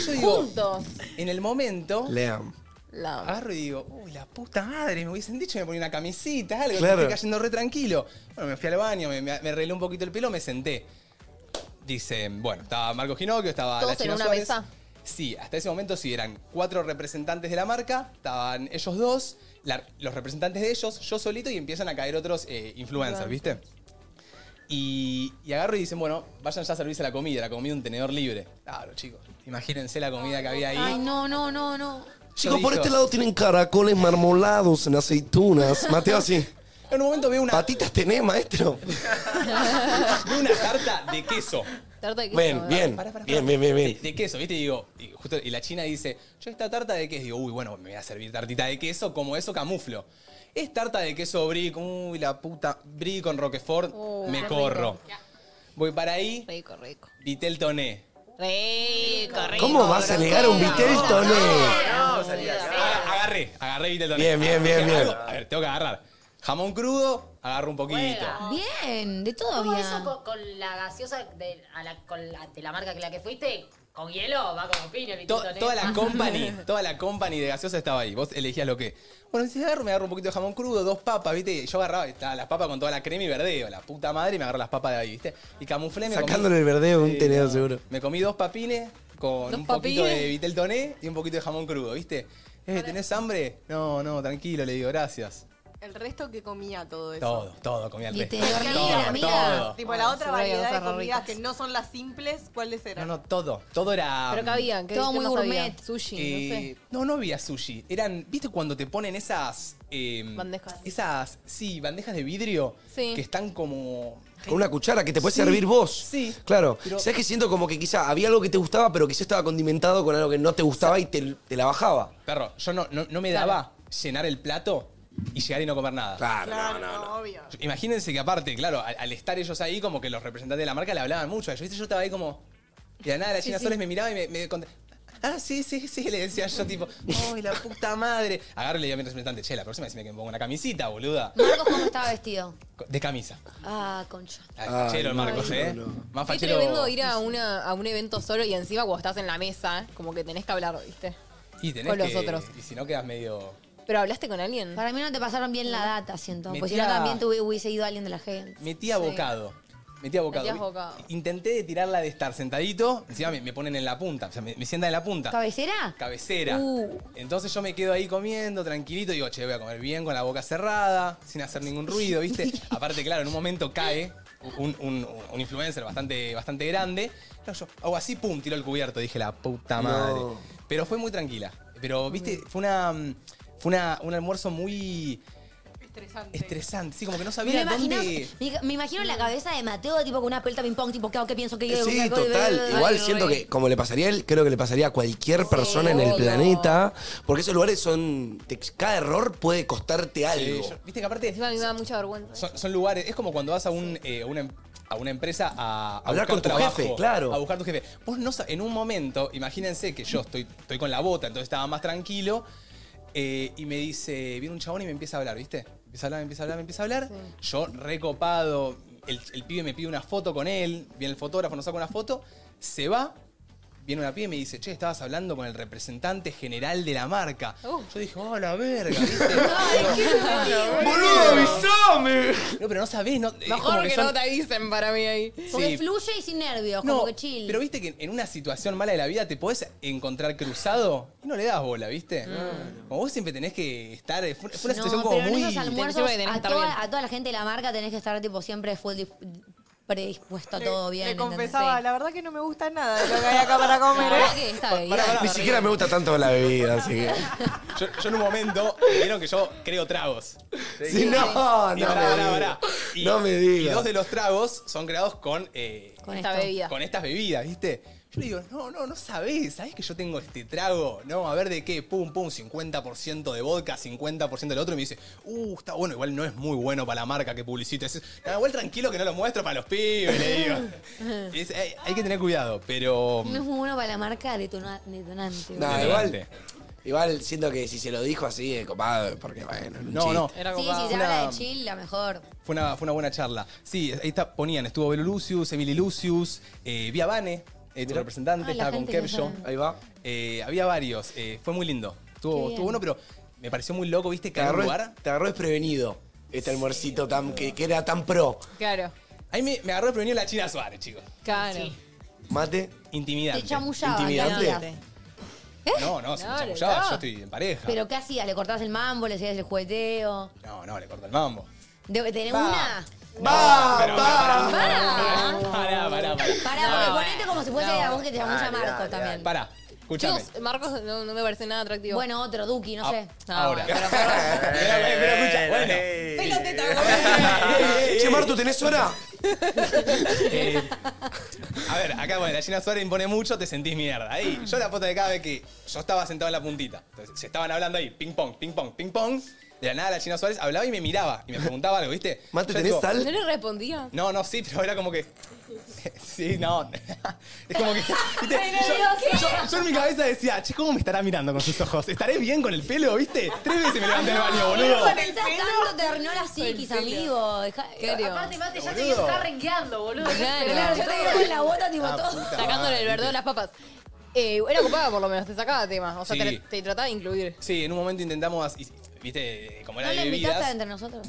yo digo-
Juntos.
En el momento,
Leam.
La...
agarro y digo, uy, la puta madre, me hubiesen dicho que me ponía una camisita, algo,
Claro.
que estoy cayendo re tranquilo. Bueno, me fui al baño, me, me- me arreglé un poquito el pelo, me senté. Dice, bueno, estaba Marco Ginocchio, estaba la
¿Todos en
China
una
Suárez.
mesa?
Sí, hasta ese momento sí, eran cuatro representantes de la marca, estaban ellos dos, la- los representantes de ellos, yo solito y empiezan a caer otros eh, influencers, ¿viste? Y, y agarro y dicen, bueno, vayan ya a servirse la comida, la comida un tenedor libre. Claro, chicos, imagínense la comida que había ahí.
Ay, no, no, no, no.
Chicos, por
Chorizo.
este lado tienen caracoles marmolados en aceitunas. Mateo así.
En un momento veo una...
Patitas tenés, maestro.
Veo una tarta de queso.
Tarta de queso.
Bien,
¿verdad?
bien.
Pará, pará,
Bien, bien, bien, bien.
De, de queso, ¿viste? Y digo, y, justo- y la china dice, yo esta tarta de queso, digo, uy, bueno, me voy a servir tartita de queso, como eso camuflo. Es tarta de queso brie, uy, la puta, brie con roquefort,
Uh,
me
qué
corro.
rico.
Voy para ahí,
Rico, rico.
vitel toné.
Rico, rico.
¿Cómo vas a negar un vitel toné?
No, salí acá.
Aga- Agarré, agarré vitel toné.
Bien, bien, bien,
Dije,
bien.
algo- A ver, tengo que agarrar. Jamón crudo, agarro un poquito.
Bien, de todo
¿Cómo
bien.
eso con, con la gaseosa de, a la, con la, de la marca que la que fuiste? Con hielo, va como piña, el
To-
pitito, ¿no?
toda la
(laughs)
company, toda la company de gaseosa estaba ahí. Vos elegías lo que. Bueno, si agarro, me agarro un poquito de jamón crudo, dos papas, ¿viste? Y Yo agarraba estaba las papas con toda la crema y verdeo, la puta madre, y me agarro las papas de ahí, ¿viste? Y camuflé, me
Sacándole
comí,
el verdeo un tenedor seguro.
me comí dos papines con
Dos
un poquito
papines.
de vitel toné y un poquito de jamón crudo, ¿viste? Eh, ¿tenés hambre? No, no, tranquilo, le digo, gracias.
El resto que comía todo eso.
Todo, todo, comí al
Y te
resto.
dormí,
Todo,
amiga.
todo.
Tipo, la otra
Seguro hay
variedad de
cosas
comidas
ricas.
que no son las simples, ¿cuáles
No,
eran?
no, todo. Todo era.
Pero cabían, que
Todo muy gourmet.
Sushi, no
Eh,
sé.
no, no había sushi. Eran, ¿viste cuando te ponen esas. eh,
Bandejas.
Esas, sí, bandejas de vidrio
Sí.
que están como.
Con una cuchara que te puedes
Sí,
servir vos.
sí.
Claro.
Pero-
¿Sabes que siento como que quizá había algo que te gustaba, pero quizá estaba condimentado con algo que no te gustaba y te, te la bajaba?
Perro, yo no, no, no me daba llenar el plato y llegar y no comer nada.
Claro,
Claro,
no, no, no.
obvio.
Imagínense que aparte, claro, al, al estar ellos ahí, como que los representantes de la marca le hablaban mucho a ellos. ¿Viste? Yo estaba ahí como. Y de la nada, la China Soles me miraba y me, me cont- Ah, sí, (laughs) sí, sí, le decía yo, tipo, ¡ay, la puta madre! Agarro y le digo a mi representante, che, la próxima decime que me pongo una camisita, boluda.
Marcos, ¿cómo estaba vestido?
De camisa.
Ah, concha.
Ay,
Ay,
fachero el
no,
Marcos,
no,
¿eh?
no.
Más
Es
fachero.
tremendo ir a, una, a un evento solo y encima cuando estás en la mesa, como que tenés que hablar, ¿viste?
y tenés
con los
que-
otros.
Y si no quedas medio.
Pero hablaste con alguien.
Para mí no te pasaron bien la data, siento.
Mi
Pues si no,
tía-
también te hubi- hubiese ido alguien de la gente.
Metía
Sí.
bocado. Metía bocado.
Metías bocado.
Intenté de tirarla de estar sentadito. Encima me, me ponen en la punta. O sea, me, me sientan en la punta.
¿Cabecera?
Cabecera.
Uh.
Entonces yo me quedo ahí comiendo, tranquilito. Digo, che, voy a comer bien con la boca cerrada, sin hacer ningún ruido, ¿viste? Aparte, claro, en un momento cae un, un- un influencer bastante, bastante grande. No, yo hago así, pum, tiró el cubierto. Dije, la puta madre.
No.
Pero fue muy tranquila. Pero, ¿viste? Fue una. Fue una- un almuerzo muy
Estresante.
estresante. Sí, como que no
Me, lo
sabía
imagino,
dónde.
me- me imagino la cabeza de Mateo, tipo con una pelota ping-pong, tipo, ¿qué, hago? ¿qué pienso? ¿Qué digo?
Sí,
¿Qué-
(laughs) total.
qué-
Igual
qué-
siento que como le pasaría a él, creo que le pasaría a cualquier persona en el
boludo.
planeta. Porque esos lugares son. te- cada error puede costarte algo.
yo- Viste que aparte.
Encima a mí me da mucha vergüenza.
Son, son lugares, es como cuando vas a, un, eh, una, em- a una empresa a, a buscar
Hablar con tu
trabajo,
jefe, claro.
A buscar tu jefe. Vos no sa- en un momento, imagínense que yo estoy, estoy con la bota, entonces estaba más tranquilo, eh, y me dice, viene un chabón y me empieza a hablar, ¿viste? Empieza a hablar, me empieza a hablar, me empieza a hablar. Yo recopado, el, el pibe me pide una foto con él, viene el fotógrafo, nos saca una foto, se va. Viene una pibe y me dice, che, estabas hablando con el representante general de la marca. Yo dije, oh, la verga, ¿viste? (laughs)
¡Boludo,
avisame! No, pero no sabés, no. es como
Mejor que,
son-
no te avisen para mí ahí.
Porque
Sí.
fluye y sin nervios,
No,
como que chill.
pero viste que en una situación mala de la vida te podés encontrar cruzado y no le das bola, ¿viste? Como vos siempre tenés que estar. Fue, fue una
Mm. No,
situación como
pero
muy.
en esos almuerzos, a toda, a toda la gente de la marca tenés que estar tipo siempre full dis- predispuesto a todo bien.
Le
¿entendés?
confesaba,
Sí.
la verdad que no me gusta nada de lo que hay acá para comer,
(laughs)
¿eh?
La verdad que esta bebida
Pará, pará.
Ni siquiera me gusta tanto la bebida,
(laughs)
así que.
Yo, yo en un momento, vieron que yo creo tragos. Y
Sí, no, no
pará,
me
pará,
digas.
pará. Y-
No me
Y
digas.
dos de los tragos son creados con. eh,
Con esta esto. bebida.
Con estas bebidas, ¿viste? Yo le digo, no, no, no sabés, ¿sabés que yo tengo este trago? No, a ver de qué, pum, pum, 50% de vodka, 50% del otro. Y me dice, uh, está bueno, igual no es muy bueno para la marca que publicites. No, igual tranquilo que no lo muestro para los pibes, le
(laughs)
digo. Es- hay, hay que tener cuidado, pero.
No es muy bueno para la marca detona- detonante.
No,
boludo.
igual. Igual siento que si se lo dijo así, es copado, porque bueno. era un
No, no.
chiste.
Sí, si se
Una-
habla de chill, la mejor.
Fue una, fue una buena charla. Sí, ahí está, ponían, estuvo Belu Lucius, Emily Lucius, eh, Vía Vane, eh, tu representante,
Ah, la
estaba con
gente que
Kershaw.
sabe.
Ahí va.
había varios, eh, fue muy lindo.
Qué
Estuvo,
bien.
estuvo bueno, pero me pareció muy loco, ¿viste?
Te
Cada
agarró,
lugar.
te agarró desprevenido este almuercito tan, que, que era tan pro.
Claro.
Ahí me, me agarró desprevenido la China Suárez, chicos.
Claro.
Mate.
Intimidante.
Te chamullaba,
(laughs)
te
Intimidante.
hacías.
No, no, se me
¿Eh? No, le
chamullaba,
da.
yo estoy en pareja.
Pero ¿qué hacías? ¿Le cortabas el mambo? ¿Le hacías el jugueteo?
No, no, le corto el mambo.
Debe
(laughs)
tener una.
¡Va!
Va.
Pará, pará, pará.
Pará, porque ponete como si fuese
No.
la voz que te llamó
Ah, Dale,
Marco
dale,
también.
Pará, escúchame. Ah,
Chicos, Marcos no, no me parece nada atractivo. Ah,
Bueno, otro, Duki, no sé.
Ahora. Pero, pero escucha, bueno.
Eh, Che, Martu, ¿tenés hora?
Eh, a ver, acá, bueno, la Gina Suárez impone mucho, te sentís mierda. Ahí, yo la posta de cada vez que yo estaba sentado en la puntita. Entonces, se estaban hablando ahí, ping pong, ping pong, ping pong. De la nada la China Suárez hablaba y me miraba y me preguntaba algo, ¿viste?
Mate,
Yo
¿tenés
digo,
¿No le respondía?
No, no, sí, pero era como que. (laughs) Sí, no. Es como que. ¿viste?
Ay, no,
Yo,
Dios,
yo-
¿qué?
yo en mi cabeza decía, che, ¿cómo me estará mirando con sus ojos? ¿Estaré bien con el pelo, viste? Tres veces me levanté del baño,
(laughs)
boludo.
No pensás tanto, te arruinó la psiquis, amigo. Deja-
Aparte, Mate, ya te
Boludo.
estar rengueando, boludo.
Claro, yo te con la bota, tipo
La
todo.
puta
Sacándole
madre.
el verdeo a las papas. Eh, era ocupada por lo menos, te sacaba temas. O sea,
Sí.
te, te trataba de incluir.
Sí, en un momento intentamos, as- y- viste, como era
¿No
de
le invitaste
bebidas.
entre nosotros?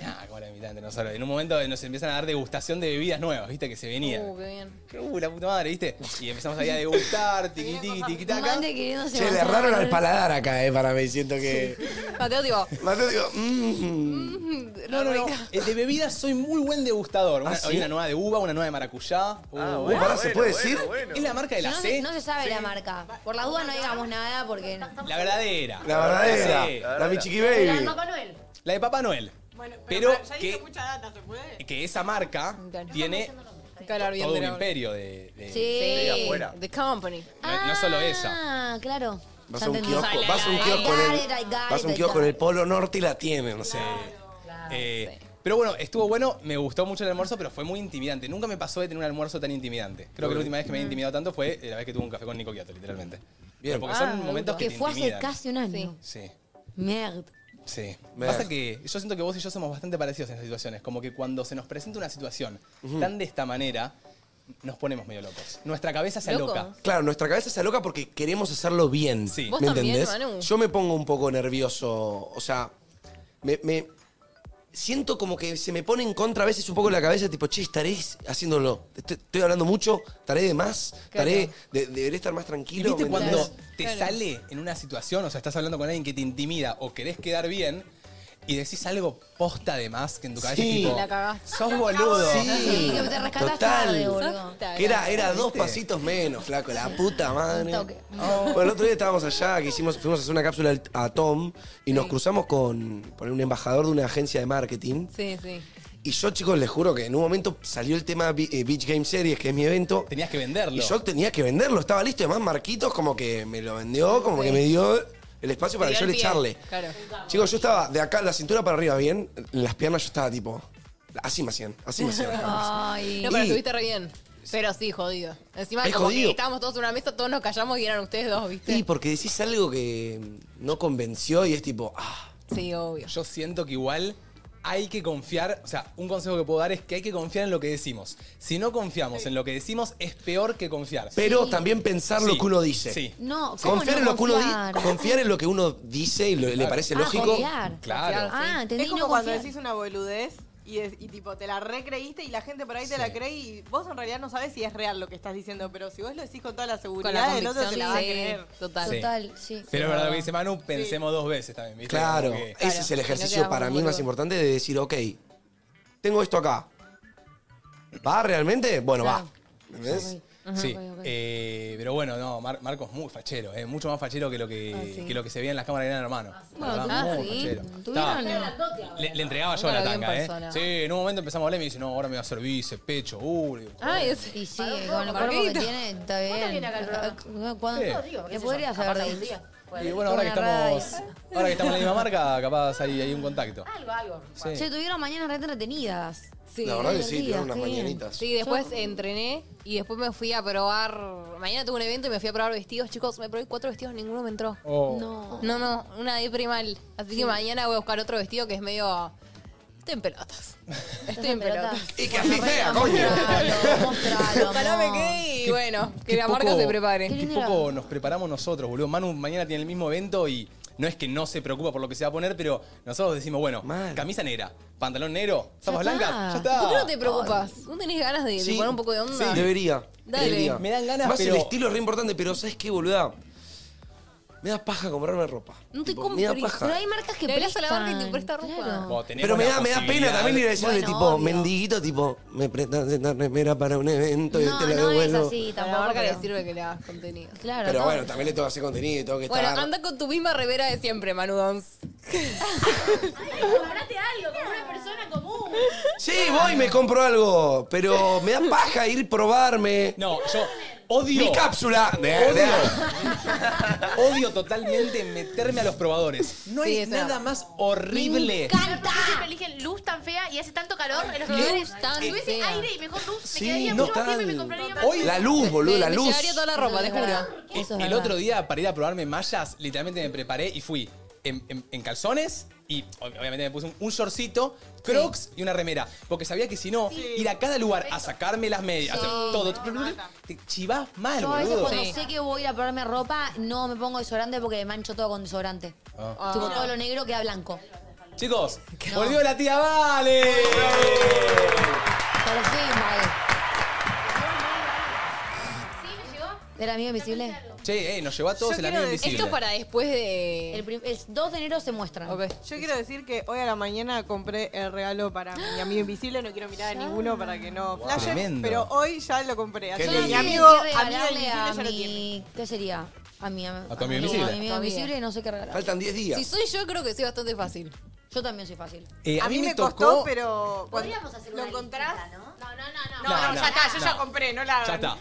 Ah, como la mitad entre nosotros. En un momento nos empiezan a dar degustación de bebidas nuevas, viste, que se venían.
Uh, qué bien.
Que, Uh, la puta madre, viste. Y empezamos ahí a degustar, tiqui, tiqui, tiqui, taca.
Mande queriéndose
Che, le
matar.
erraron al paladar acá, eh, para mí. Siento que.
Mateo, tipo.
Mateo, digo. mm.
No,
(laughs)
no, no. Eh, De bebidas soy muy buen degustador. Una,
¿Ah, sí?
Hay una nueva de uva, una nueva de maracuyá. Uh,
Uy, pará, ¿se puede decir?
Es la marca de la
no,
C.
se, no se sabe la marca. Por la duda no digamos nada porque... no.
La verdadera.
La verdadera.
Sí.
La, Michiqui
Era el
Baby.
Papá Noel.
La de Papá Noel.
Bueno,
Pero
pero, pará, ya
que-
diste mucha data, ¿se puede?
Que esa marca tiene
Calar bien
todo
de
un
la-
imperio de. de-
Sí.
The Company.
no- no solo esa.
Ah, claro.
Vas
Ya
a un
entendí.
kiosco, vas a un
I
kiosco en
got it, I
el.
got it,
Vas a un
I
kiosco
got it.
en el polo norte y la tienen, no sé.
Eh, Pero bueno, estuvo bueno, me gustó mucho el almuerzo, pero fue muy intimidante. Nunca me pasó de tener un almuerzo tan intimidante. Creo que la última vez que me
Mm.
había intimidado tanto fue la vez que tuve un café con Nico Quiato, literalmente. Pero porque
Ah,
son momentos que,
Que
te
fue hace
intimidan.
casi un año.
Sí,
Mierda.
sí.
Ver.
Pasa que yo siento que vos y yo somos bastante parecidos en esas situaciones. Como que cuando se nos presenta una situación tan de esta manera, nos ponemos medio locos. Nuestra cabeza se
¿Locos?
aloca.
Claro, nuestra cabeza se aloca porque queremos hacerlo bien.
¿Vos
¿Me
también,
entendés?
Manu?
Yo me pongo un poco nervioso. O sea, me, me- siento como que se me pone en contra a veces un poco la cabeza, tipo, che, estaré haciéndolo. Est- Estoy hablando mucho, estaré de más, estaré. de- deberé estar más
Y
tranquilo.
viste
¿me
cuando
entendés?
te sale en una situación, o sea, estás hablando con alguien que te intimida o querés quedar bien y decís algo posta de más que en tu cabeza
Sí.
tipo,
La
cagaste.
sos boludo.
Sí. Sí, que te rescatás tarde,
boludo.
"Oh, Que era, era dos pasitos menos, flaco, la puta madre. Bueno, el otro día estábamos allá, que hicimos, fuimos a hacer una cápsula al- a Tom y nos cruzamos con, con un embajador de una agencia de marketing.
Sí, sí.
Y yo, chicos, les juro que en un momento salió el tema Bi- eh, Beach Game Series, que es mi evento.
Tenías que venderlo.
Y yo tenía que venderlo, estaba listo. Además, Marquitos como que me lo vendió, como que me dio el espacio para que yo le echarle.
Claro.
Chicos, yo estaba de acá, la cintura para arriba, bien. En las piernas yo estaba tipo. Así me hacían, así me hacían.
(laughs) Ay. No, pero
Y-
estuviste re bien. Pero sí, jodido. Encima,
Es
como
jodido.
que estábamos todos en una mesa, todos nos callamos y eran ustedes dos, ¿viste?
Sí, porque decís algo que no convenció y es tipo, ah.
Sí, obvio.
Yo siento que igual hay que confiar, o sea, un consejo que puedo dar es que hay que confiar en lo que decimos. Si no confiamos en lo que decimos, es peor que confiar.
Pero también pensar lo
Sí.
que uno dice.
Sí.
No, ¿cómo
Confiar,
no
en lo que uno di-
confiar?
confiar en lo que uno dice y lo- le parece
Ah,
lógico.
confiar.
Claro.
Ah, entendí,
Es como
no
cuando
confiar.
decís una boludez y, es- y tipo, te la recreíste y la gente por ahí te
Sí.
la cree y vos en realidad no sabes si es real lo que estás diciendo, pero si vos lo decís con toda la seguridad,
Con la
el otro
convicción,
se la va a
sí.
creer.
Total.
Sí.
Total, sí.
Pero es verdad lo que dice Manu, pensemos dos veces también, ¿viste?
Claro,
Como que-
ese es el
Si no
ejercicio
quedamos
para mí
boludos.
más importante de decir, ok, tengo esto acá. ¿Va realmente? Bueno, va. ¿Entendés?
Sí, eh, pero bueno, no, Mar- Marco es muy fachero, es mucho más fachero que lo que,
Ah, sí.
que lo que se veía en las cámaras de Gran Hermano. La
Bueno,
verdad,
tú-
muy
ah, sí.
fachero.
Tuvieron-
Estaba- Le, le entregaba yo
Nunca
la
lo vi en
tanga, ¿eh?
persona.
Sí, en un momento empezamos a hablar y me dice, no, ahora me va a hacer bíceps, pecho, uh. le digo,
Ay,
Y sí, con el cuerpo que tiene, está bien. Eh, ¿Cuándo?
Sí.
¿Cuándo?
Digo,
¿Qué podrías haber
un día.
Y bueno, ahora que estamos. Ahora que estamos en la misma marca, capaz hay, hay un contacto.
Algo, algo.
Sí.
Se tuvieron mañanas re entretenidas.
Sí.
La verdad que sí, tuvieron unas
qué bien.
mañanitas.
Sí, después
Yo-
entrené y después me fui a probar. Mañana tuve un evento y me fui a probar vestidos. Chicos, me probé cuatro vestidos, ninguno me entró.
oh.
No.
No, no, una depre mal. Así que mañana voy a buscar otro vestido que es medio. Estoy en pelotas. Estoy en pelotas.
Y que así sea, coño. (laughs)
Ojalá me quede y
Qué-
bueno, que
qué
la marca
poco-
se prepare.
Qué poco nos preparamos nosotros, boludo. Manu mañana tiene el mismo evento y no es que no se preocupa por lo que se va a poner, pero nosotros decimos, bueno, camisa negra, pantalón negro, zapas blancas, ya está.
¿Por qué no te preocupas? ¿No tenés ganas de, de
Sí.
poner un poco de
Sí,
onda?
debería.
Dale.
debería.
Me dan ganas,
Más
pero-
el estilo es re importante, pero ¿sabes qué, boluda? Me da paja comprarme ropa.
No te
Tipo, Me da
compres.
paja.
Pero hay marcas que prestan. a la marca y te presta ropa.
Vos tenés
Pero me
una
da, me da pena
posibilidad.
también ir a decirle,
Bueno,
tipo,
obvio.
mendiguito, tipo, me prestas esta remera para un evento y
No,
te la
no es
devuelvo.
así,
tampoco,
A la marca
pero-
le sirve que le hagas contenido.
Claro.
Pero bueno, también le tengo que hacer contenido y tengo que estar.
Bueno, anda con tu misma remera de siempre, Manudons.
Comprate algo, como una persona común.
Sí, voy y me compro algo, pero me da paja ir probarme.
No, yo odio.
Mi cápsula. De- de-
Odio, odio totalmente meterme a los probadores. No
Sí,
hay
es
nada
verdad.
más horrible.
¡Canta! Siempre eligen luz tan fea y hace tanto calor en los
Luz
lugares.
tan
Si hubiese
fea.
aire y mejor luz, me
Sí,
quedaría
no,
mucho más tiempo y me
tal.
compraría más.
Hoy-
La luz, boludo,
Me-
la
me
luz.
llevaría toda la ropa, te juro.
el otro día, para ir a probarme mallas, literalmente me preparé y fui en, en- en calzones y ob- obviamente me puse un, un shortcito, crocs y una remera. Porque sabía que si no, ir a cada lugar a sacarme las medias,
Sí.
hacer todo. te chivás mal,
Yo a veces
Ah, boludo.
cuando sé que voy a ir a probarme ropa, no me pongo desodorante porque me mancho todo con desodorante.
Ah.
Tipo, todo lo negro queda blanco.
Chicos, volvió la tía Vale.
Por fin, vale. ¿Era amigo invisible?
Che, eh, nos llevó a todos
Yo
el
quiero
amigo
decir-
invisible.
Esto es para
después de.
El, prim- el 2 de enero se muestran.
Yo quiero decir que hoy a la mañana compré el regalo para mi amigo invisible, no quiero mirar a ninguno para que no flashen,
Tremendo.
pero hoy ya lo compré. Así
Qué
que mi
lindo.
amigo,
¿Qué
amigo
regalarle
invisible
a
ya lo tiene.
mi... ¿Qué sería? A mi, a,
tu amigo invisible.
A mi amigo invisible no sé qué regalar.
Faltan 10 días.
Si soy yo, creo que soy bastante fácil.
Yo también soy fácil.
Eh, a, mí, me
costó,
tocó.
pero cuando
Podríamos hacer
lo
una
encontrás...
No, no, no,
No, no,
ya está, yo
no.
ya compré, no la
Ya está.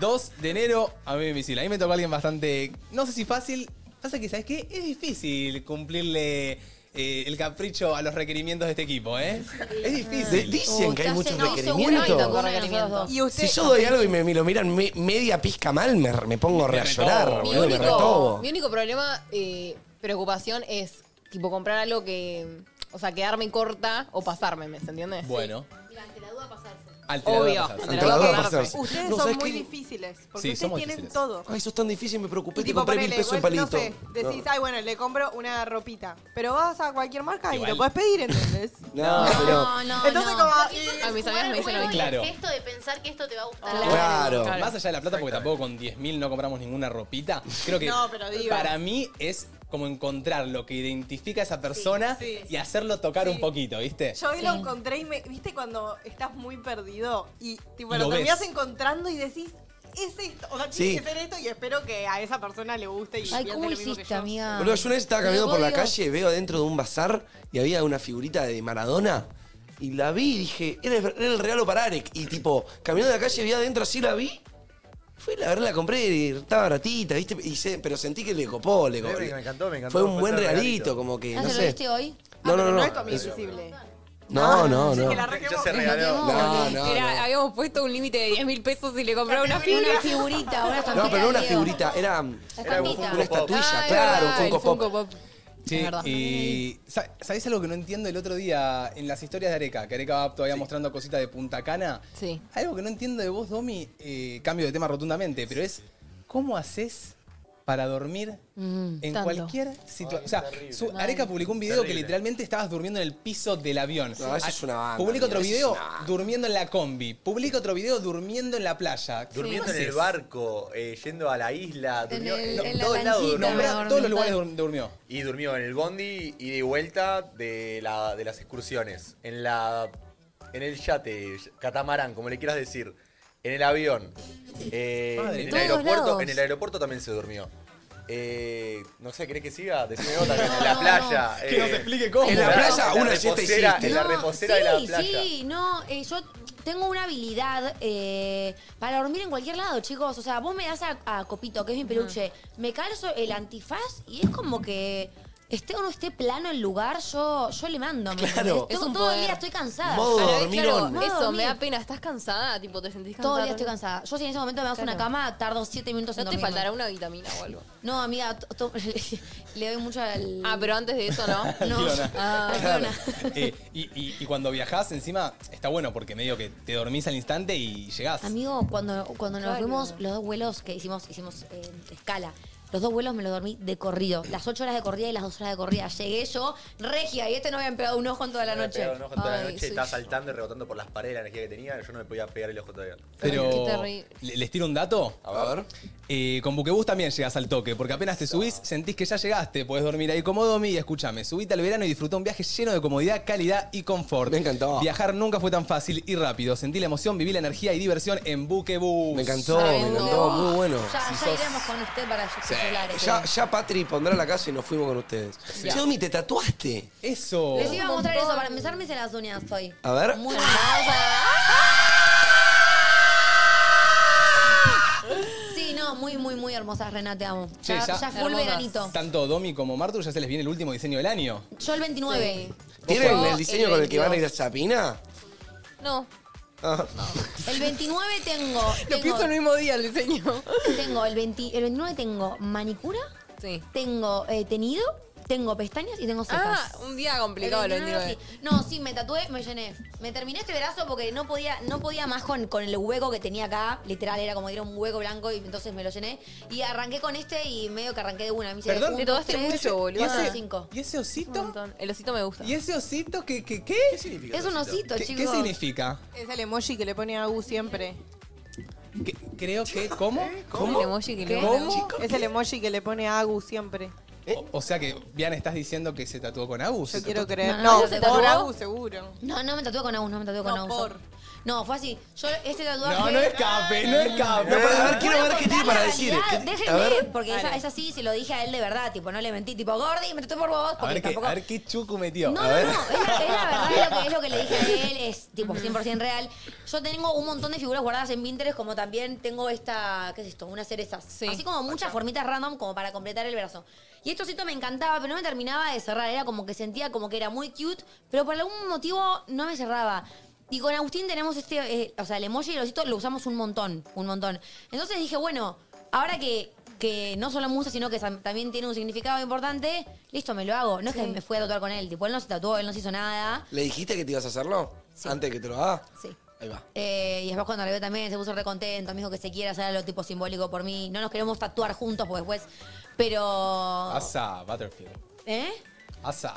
2 de enero, amigo invisible. A mí me tocó alguien bastante. No sé si fácil. Pasa que, ¿sabes qué? Es difícil cumplirle eh, el capricho a los requerimientos de este equipo, ¿eh? Es
De-
difícil.
dicen que hay muchos
con
requerimientos.
requerimientos.
Y usted,
Si yo doy algo y me, me lo miran me- media pizca mal, me, me pongo re a llorar,
Mi
boludo, me
único,
retobo.
mi único problema, eh, preocupación es tipo comprar algo que. O sea, quedarme corta o pasarme, ¿me entiendes?
Bueno.
va a pasarse.
Al tirador
Obvio,
a pasarse.
al tirador a pasarse.
Ustedes
No,
son
¿sabes
muy
qué?
difíciles, porque
Sí,
ustedes
somos
tienen
difíciles.
todo.
Ay, sos tan difícil, me preocupé.
Y
Te compré mil
ponele,
pesos en
vos, no
palito.
sé, decís, ay, bueno, le compro una ropita. Pero vas a cualquier marca y lo podés pedir, ¿entendés?
(laughs) No, pero.
no,
Entonces,
no.
como. "Eh,
A mis amigas me dicen lo mismo.
Claro.
Esto de pensar que esto te va a gustar.
Ah.
Claro. Claro.
Más allá de la plata, porque tampoco con 10.000 no compramos ninguna ropita. Creo que
No, pero digo.
para mí es como encontrar lo que identifica a esa persona
Sí, sí.
y hacerlo tocar un poquito, ¿viste?
Yo hoy lo encontré y me. ¿Viste cuando estás muy perdido? Y tipo,
Y
lo,
lo
terminás
ves.
encontrando y decís, es esto. O sea, tiene
Sí.
que ser esto y espero que a esa persona le guste y
Ay,
piense
¿cómo
lo mismo que
hiciste,
yo.
amiga?
Boludo, yo una vez estaba
Ah.
caminando
Pero
por la
obvio.
calle, veo dentro de un bazar y había una figurita de Maradona. Y la vi y dije, era el, era el regalo para Arek. Y tipo, caminando de la calle, vi adentro así, la vi. Fui, la verdad, la compré y estaba baratita, ¿viste? Y se- pero sentí que le copó, le copó.
Me encantó, me encantó.
Fue un buen
Fue un
regalito,
regalito.
como que,
Ah,
eh, no
¿se lo
sé.
viste hoy?
No, no, no.
No
No,
es tu amiga invisible.
Ah,
no, no.
Sí, que la
No,
re-
Ya se regaló.
no.
Era,
no.
habíamos puesto un límite de 10 mil pesos y le compraba una figura.
Una figurita, una estampita.
No, pero no una
Diego.
figurita, era
Era un
Estampita.
Funko
una
Pop.
estatuilla,
Ah,
claro,
verdad,
un
el
Funko Pop.
Pop. Es
Che,
verdad.
y sa- ¿sabés algo que no entiendo el otro día en las historias de Areca? Que Areca va todavía mostrando cositas de Punta Cana.
Sí.
Algo que no entiendo de vos, Domi, eh, cambio de tema rotundamente, pero es ¿cómo haces para dormir en
Mm, tanto.
cualquier situación? O sea, su-
Mal.
Areca publicó un video que
Terrible.
literalmente estabas durmiendo en el piso del avión.
No, eso
Ah,
es una banda,
Publica otro
amigo, eso
video
es una banda.
durmiendo en la combi. Publica otro video durmiendo en la playa. ¿Qué
Durmiendo en
haces?
el barco, eh, yendo a la isla, durmió
el-
en,
en la
todos lados.
lanchita.
durmió.
Nombrá
me
todos los
dormí
lugares
todo.
donde durmió.
Y durmió en el bondi y de vuelta de, la, de las excursiones. En la en el yate, catamarán, como le quieras decir. En el avión. eh,
Madre.
en, el
Todos
aeropuerto,
lados.
en el aeropuerto también se durmió. Eh, no sé, ¿querés que siga? Decime vos también. En la playa. eh,
Que nos explique cómo.
En la playa,
en
una
la
siesta
reposera,
hiciste.
en la
No,
reposera
sí,
de la playa.
Sí, no, eh, yo tengo una habilidad eh, para dormir en cualquier lado, chicos. O sea, vos me das a, a Copito, que es mi peluche, me calzo el antifaz y es como que esté o no esté plano el lugar, yo, yo le mando. ¿me
Claro.
entendés?
Es
Todo-
un
todo el
poder.
día estoy cansada.
Modo
Para mí,
dormirón.
Claro, eso,
Dormir.
me da pena. ¿Estás cansada? Tipo, ¿te sentís cansada?
Todo el día estoy cansada. Yo si en ese momento me das una
Claro.
cama, tardo siete minutos en
¿No te
dormirme.
faltará una vitamina o algo?
No, amiga, to- to- (laughs) le doy mucho al...
Ah, pero antes de eso no.
(laughs) No.
Fiona.
Ah,
Claro. Eh, y, y- y cuando viajás, encima, está bueno porque medio que te dormís al instante y llegás.
Amigo, cuando, cuando nos
Claro.
fuimos, los dos vuelos que hicimos, hicimos eh, escala, los dos vuelos me los dormí de corrido. Las ocho horas de corrida y las dos horas de corrida. Llegué yo, regia, y este no me habían pegado un ojo en toda la
Me
noche.
pegaba un ojo toda la
Ay,
noche,
soy
estaba
yo.
saltando y rebotando por las paredes la energía que tenía. Yo no me podía pegar el ojo todavía.
Pero
Qué terrible.
le- les tiro un dato.
A ver.
Eh, con Buquebus también llegás al toque, porque apenas te subís, sentís que ya llegaste, podés dormir ahí como Domi y escúchame, subite al verano y disfruta un viaje lleno de comodidad, calidad y confort.
Me encantó.
Viajar nunca fue tan fácil y rápido. Sentí la emoción, viví la energía y diversión en Buquebus.
Me encantó, me
Tremendo.
encantó, muy bueno.
Ya, ya iremos con usted para celulares.
Ya, ya Patri pondrá la casa y nos fuimos con ustedes. Che, Domi, te tatuaste.
Eso.
Les iba a mostrar eso para empezar, me hice las uñas hoy.
A ver.
Muy buena. Sí, no, muy, muy, muy hermosas, Renate, te amo.
Che,
ya,
ya-
ya full
Hermosas.
veranito.
Tanto Domi como Martu ya se les viene el último diseño del año.
Yo el 29.
¿Tienen
Ojo,
el diseño
el
con el que van a ir a
22.
Sapina?
No.
Ah,
El 29 tengo.
Lo
tengo-
pienso el mismo día el diseño.
Tengo el, 20 el 29 tengo manicura,
Sí.
tengo eh, tenido, tengo pestañas y tengo
Ah,
cejas.
un día
El
complicado el
29
29.
sí. No, sí, me tatué, me llené. Me terminé este brazo porque no podía, no podía más con, con el hueco que tenía acá. Literal, era como era un hueco blanco y entonces me lo llené. Y arranqué con este y medio que arranqué de una. Me hice
Perdón,
un,
te
dos,
tatuaste
tres,
mucho, boludo.
cuatro,
¿Y ese-
cinco.
¿Y ese
Un
osito?
montón. El osito me gusta.
¿Y ese osito que, que- qué?
¿Qué significa
Es
eso,
un osito,
¿Qué,
chicos.
qué significa?
Es el emoji que le pone a U siempre.
Que- creo que, ¿cómo?
El emoji que le
¿Cómo?
Es el emoji que le pone a Agus siempre.
O, o sea que, Bian, estás diciendo que se tatuó con Agus.
Yo quiero creer.
No, no,
No,
¿se
por
tatuó?
Agus seguro.
No, no me tatué con Agus, no me tatué con
No,
Agus.
por.
No, fue así. Yo este tatuaje.
No, no escape, no escape.
No, para ver,
Bueno,
quiero ver qué
contar
tiene
la
para decir.
realidad,
¿Qué-
Ah, Déjenme,
A ver.
porque esa- es así, se lo dije a él de verdad, tipo, no le mentí, tipo, Gordi, me trató por vos,
A
porque
ver, qué,
tampoco.
a ver qué chucu metió.
no, no,
A
no,
ver.
es la, (laughs) es la verdad es lo, que, es lo que le dije
(laughs)
a él, es tipo 100% real. Yo tengo un montón de figuras guardadas en Pinterest, como también tengo esta, ¿qué es esto? Unas cerezas.
Sí.
Así como muchas formitas random como para completar el brazo. Y esto me encantaba, pero no me terminaba de cerrar, era como que sentía como que era muy cute, pero por algún motivo no me cerraba. Y con Agustín tenemos este, eh, o sea, el emoji y el osito lo usamos un montón, un montón. Entonces dije, bueno, ahora que, que no solo me gusta, sino que sam- también tiene un significado importante, listo, me lo hago. No es que me fui a tatuar con él, tipo, él no se tatuó, él no se hizo nada.
¿Le dijiste que te ibas a hacerlo? Antes de que te lo haga.
Sí.
Ahí va.
Eh, y después cuando la veo también se puso re contento, me dijo que se quiere hacer algo tipo simbólico por mí. No nos queremos tatuar juntos porque después, pero...
Asa, Butterfield.
¿Eh?
Asa.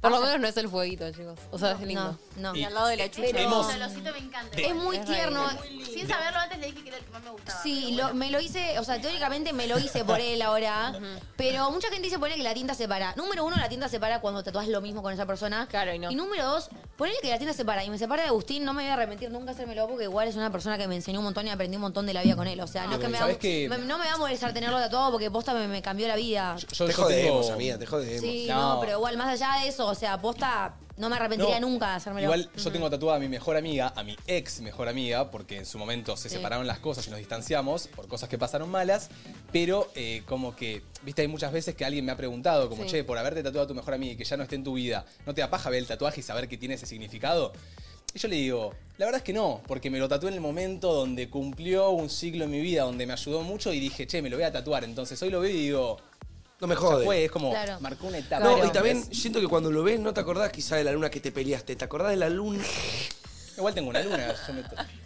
Por lo menos no es el fueguito, chicos. O sea, es lindo.
No,
Y al lado de la chucha.
Pero-
Hemos-
El
olorcito me encanta.
Es muy
Es re
tierno.
lindo.
Sin saberlo antes le dije que era el que más me gustaba.
Sí, lo- me lo hice, o sea, teóricamente me lo hice por él
Ah.
ahora, pero mucha gente dice poner que la tinta separa. Número uno, la tinta separa cuando tatuás lo mismo con esa persona. Claro, y no. Y número dos, ponerle que la tinta separa. Y me separa de Agustín, no me voy a arrepentir nunca hacérmelo porque igual es una persona que me enseñó un montón y aprendí un montón de la vida con él. O sea, no es que,
Pero,
me,
Ah, ¿sabés
va-
qué?
me- no me va a molestar tenerlo tatuado porque posta me, me cambió la vida.
Yo-
te
yo
jodemos,
tengo-
amiga, te jodemos.
sí, no. pero igual, más allá de eso, o sea, posta, no me arrepentiría
No,
nunca de hacérmelo.
Igual yo tengo tatuada a mi mejor amiga, a mi ex mejor amiga, porque en su momento se
Sí.
separaron las cosas y nos distanciamos por cosas que pasaron malas, pero eh, como que, viste, hay muchas veces que alguien me ha preguntado, como,
Sí.
che, por haberte tatuado a tu mejor amiga y que ya no esté en tu vida, ¿no te apaja ver el tatuaje y saber que tiene ese significado? Y yo le digo, la verdad es que no, porque me lo tatué en el momento donde cumplió un ciclo en mi vida, donde me ayudó mucho y dije, che, me lo voy a tatuar. Entonces hoy lo veo y digo,
no me
ya
jode.
fue, es como, marcó una etapa.
No, y también siento que cuando lo ves no te acordás quizá de la luna que te peleaste, te acordás de la luna.
Igual tengo una luna.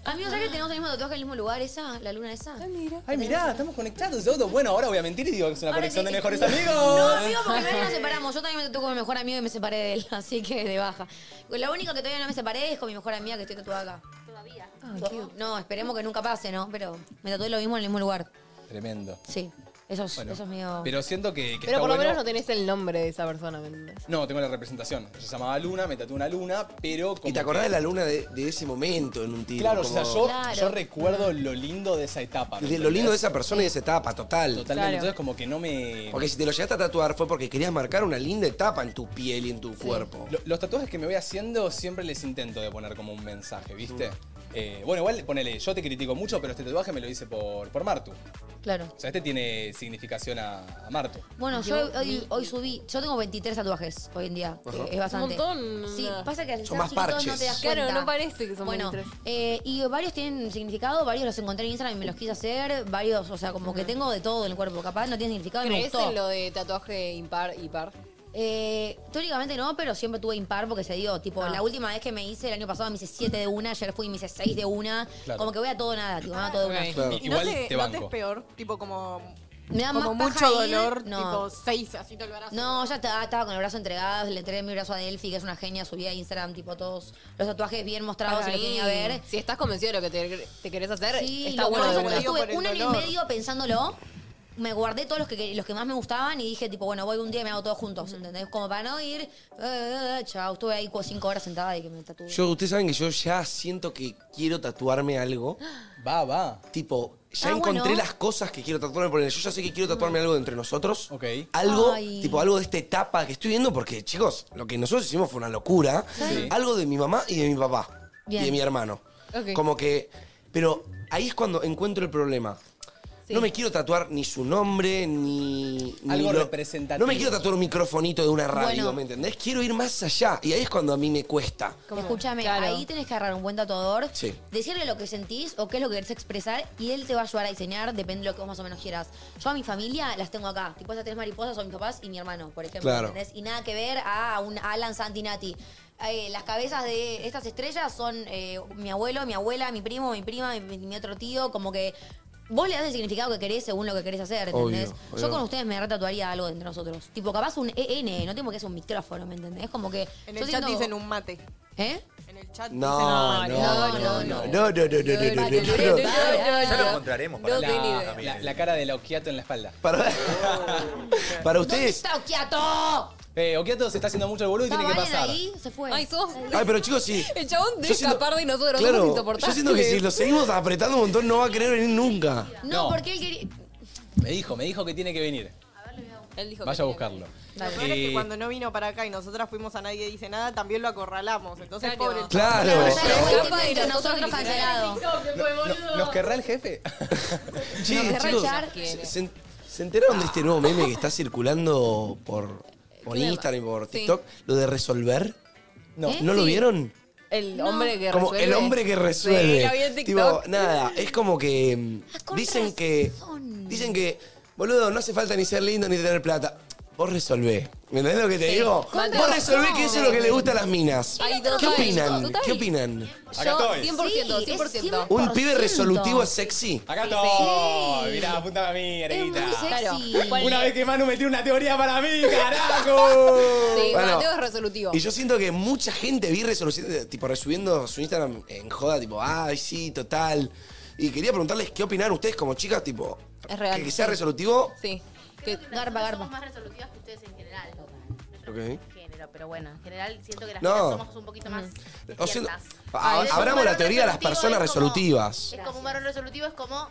Amigos, ¿sabes que tenemos el mismo tatuaje en el mismo lugar esa? ¿La luna esa? Ay, mira.
Ay, mirá, estamos conectados. Yo, Bueno, ahora voy a mentir y digo que es una
Ahora
conexión
sí.
de mejores amigos.
No, amigo,
(laughs)
porque no es que nos separamos. Yo también me tatué con mi mejor amigo y me separé de él, (laughs) así que de baja. Lo único que todavía no me separé es con mi mejor amiga que estoy tatuada acá.
Todavía.
Ah,
To- No, esperemos que nunca pase, ¿no? Pero me tatué lo mismo en el mismo lugar.
Tremendo.
Sí, eso es,
Bueno,
eso es mío.
Pero siento que, que
Pero
está
por lo
bueno.
menos no tenés el nombre de esa persona, ¿me entendés?
No, tengo la representación. Yo se llamaba Luna, me tatué una luna, pero como
Y te acordás
que-
de la luna de, de ese momento en un tiro.
Claro,
como-
o sea, yo,
Claro.
yo recuerdo lo lindo de esa etapa. ¿me
de lo lindo de
entendés?
esa persona y de esa etapa, total.
Totalmente, entonces como que no me...
Porque si te lo llegaste a tatuar fue porque querías marcar una linda etapa en tu piel y en tu cuerpo.
Lo- los tatuajes que me voy haciendo siempre les intento de poner como un mensaje, ¿viste?
Mm.
Eh, bueno, igual ponele, yo te critico mucho, pero este tatuaje me lo hice por, por Martu.
Claro.
O sea, este tiene significación a, a Martu.
Bueno, yo, hoy, hoy subí, yo tengo 23 tatuajes hoy en día, que
Ajá.
es bastante.
Un montón.
Sí, pasa que al ser
Son más
chiquitos no
parches.
te das
Claro,
cuenta.
no parece que son
Bueno,
23.
eh, y varios tienen significado, varios los encontré en Instagram y me los quise hacer, varios, o sea, como que tengo de todo en el cuerpo, capaz no tiene significado y me
¿Crees
gustó.
en lo de tatuaje impar y par?
Eh, teóricamente no, pero siempre tuve impar porque se dio. Tipo,
Ah.
la última vez que me hice el año pasado me hice 7 de una, ayer fui y me hice 6 de una.
Claro.
Como que voy a todo nada, tipo, a todo de una.
Claro.
Y no
Igual
te,
te
no te
banco.
es peor, tipo como.
Me da
como
más
mucho
paja ir,
dolor,
no.
tipo seis, así todo el brazo.
No, ya estaba, estaba con el brazo entregado, le entregué mi brazo a Delphi, que es una genia, subí a Instagram, tipo, todos los tatuajes bien mostrados y
Para
los
mí,
tenía a ver.
Si estás convencido de lo que te, te querés hacer,
Sí,
está
lo
bueno
bueno,
de
yo
una.
estuve
Por
un
el
año y
dolor.
medio pensándolo. Me guardé todos los que, los que más me gustaban y dije, tipo, bueno, voy un día y me hago todos juntos, ¿entendés? Como para no ir, eh, eh, eh, chao, estuve ahí como cinco horas sentada y que me tatué.
Yo, ustedes saben que yo ya siento que quiero tatuarme algo.
(gasps) Va, va.
Tipo, ya
Ah,
encontré
bueno.
las cosas que quiero tatuarme. Por yo ya sé que quiero tatuarme algo de entre nosotros. Algo,
Ay.
tipo, algo de esta etapa que estoy viendo, porque, chicos, lo que nosotros hicimos fue una locura.
Sí.
Algo de mi mamá y de mi papá.
Bien.
Y de mi hermano.
Ok.
Como que. Pero ahí es cuando encuentro el problema. No me quiero tatuar ni su nombre, ni. ni
Algo
lo-
representativo.
No me quiero tatuar un microfonito de una radio,
Bueno.
¿me entendés? Quiero ir más allá. Y ahí es cuando a mí me cuesta.
Escúchame,
Claro.
ahí tenés que agarrar un buen tatuador,
Sí.
decirle lo que sentís o qué es lo que querés expresar y él te va a ayudar a diseñar, depende de lo que vos más o menos quieras. Yo a mi familia las tengo acá, tipo esas tres mariposas son mis papás y mi hermano, por ejemplo,
Claro.
¿entendés? Y nada que ver a un Alan Santinati. Eh, las cabezas de estas estrellas son eh, mi abuelo, mi abuela, mi primo, mi prima, mi, mi otro tío, como que vos le das el significado que querés según lo que querés hacer, ¿entendés?
Obvio,
Yo
obvio.
con ustedes me retatuaría algo de entre nosotros. Tipo, capaz un EN, no tengo que es un micrófono, ¿me entendés? Como que...
En
yo
el chat
siento-
dicen un mate.
¿Eh?
En el chat
No,
dicen
no, no, no, no, no, no, no, no, no, no.
Ya
lo encontraremos para
la, la- la cara de Okiato en la espalda.
Para, para
¿Dónde
ustedes.
está Okiato?
Eh, Okiato se está haciendo mucho el boludo y tiene que
¿Alguien
pasar.
ahí? Se fue.
Ay, sos.
Ay, pero chicos, sí.
El chabón de
Yo siento-
escapar de nosotros, somos
Claro, yo
insoportables.
siento que si lo seguimos apretando un montón no va a querer venir nunca.
No,
No.
porque él quería.
Me dijo, me dijo que tiene que venir.
Él dijo
Vaya a buscarlo.
Lo peor es
Eh,
que cuando no vino para acá y nosotras fuimos a nadie dice nada, también lo acorralamos. Entonces,
Claro.
pobre el
Claro.
y
de
nosotros cancelado.
¿Nos querrá el jefe?
Che,
querrá
chicos,
echar.
¿se, se- se enteraron de este nuevo meme que está circulando por, por
¿Qué
Instagram y por
Sí. ¿Eh?
TikTok? Lo de resolver.
No.
¿No lo
Sí.
vieron?
El hombre que
como
resuelve.
el hombre que resuelve.
Sí, la vi en
tipo,
TikTok. Ah,
nada, es como que mm,
con
dicen que dicen que boludo, no hace falta ni ser lindo ni tener plata. Vos resolvé. ¿Me entendés lo que te
Sí.
digo?
Compra
Vos resolvés
todo.
que eso es lo que le gusta a las minas.
Hay
¿Qué
total,
opinan?
total.
¿Qué opinan?
Yo, 100%, 100%.
¿Un pibe resolutivo es sexy?
Acá estoy. Mirá, apunta a mí, Arenita.
sexy.
Claro. (laughs)
Ponle-
Una vez que Manu metió una teoría para mí, carajo.
Sí,
Bueno,
Mateo es resolutivo.
Y yo siento que mucha gente vi resoluciones, tipo resubiendo su Instagram en joda, tipo, ay, sí, total. Y quería preguntarles qué opinan ustedes como chicas, tipo,
Es real.
que, que sea
Sí.
resolutivo.
Sí.
Creo que garba,
garba.
somos más resolutivas que ustedes en general.
Ok.
Género, pero bueno, en general siento que las
No.
mujeres somos un poquito más.
O siento-
despiertas.
ah,
a-
Es un
abramos la
varón
teoría de las
resolutivo,
personas
es como-
resolutivas.
Es como un varón resolutivo, es como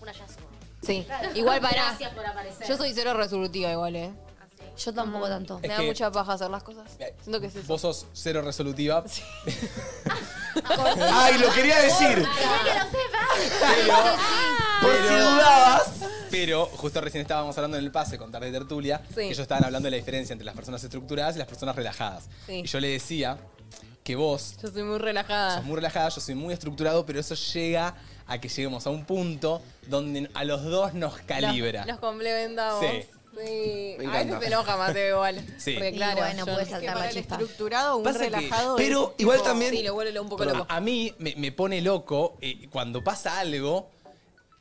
un hallazgo.
Sí. Igual para.
Gracias por aparecer.
Yo soy cero resolutiva igual, eh.
Yo tampoco tanto.
Me
Es
da
que-
mucha paja hacer las cosas. Siento
(laughs)
que es eso.
Vos sos cero
(laughs)
resolutiva.
Ay, lo quería decir.
(laughs)
Ah,
Por si dudabas.
Pero justo recién estábamos hablando en el pase con Tarde de Tertulia,
Sí.
que ellos estaban hablando de la diferencia entre las personas estructuradas y las personas relajadas.
Sí.
Y yo le decía que vos
Yo soy muy relajada.
sos muy relajada, yo soy muy estructurado, pero eso llega a que lleguemos a un punto donde a los dos nos calibra.
Nos, nos complementamos.
Sí.
Sí.
Me
A veces
encanta.
se enoja Mateo
(laughs)
igual.
Sí.
Porque
Y
claro,
bueno,
yo-
puede
es que
saltar
para
la
el
chispa.
estru-
Estructurado, un
Pasa que-
relajado.
pero
es
igual
tipo-
también-
Sí, lo vuelve un poco
Perdón,
loco.
A mí me, me pone loco eh, cuando pasa algo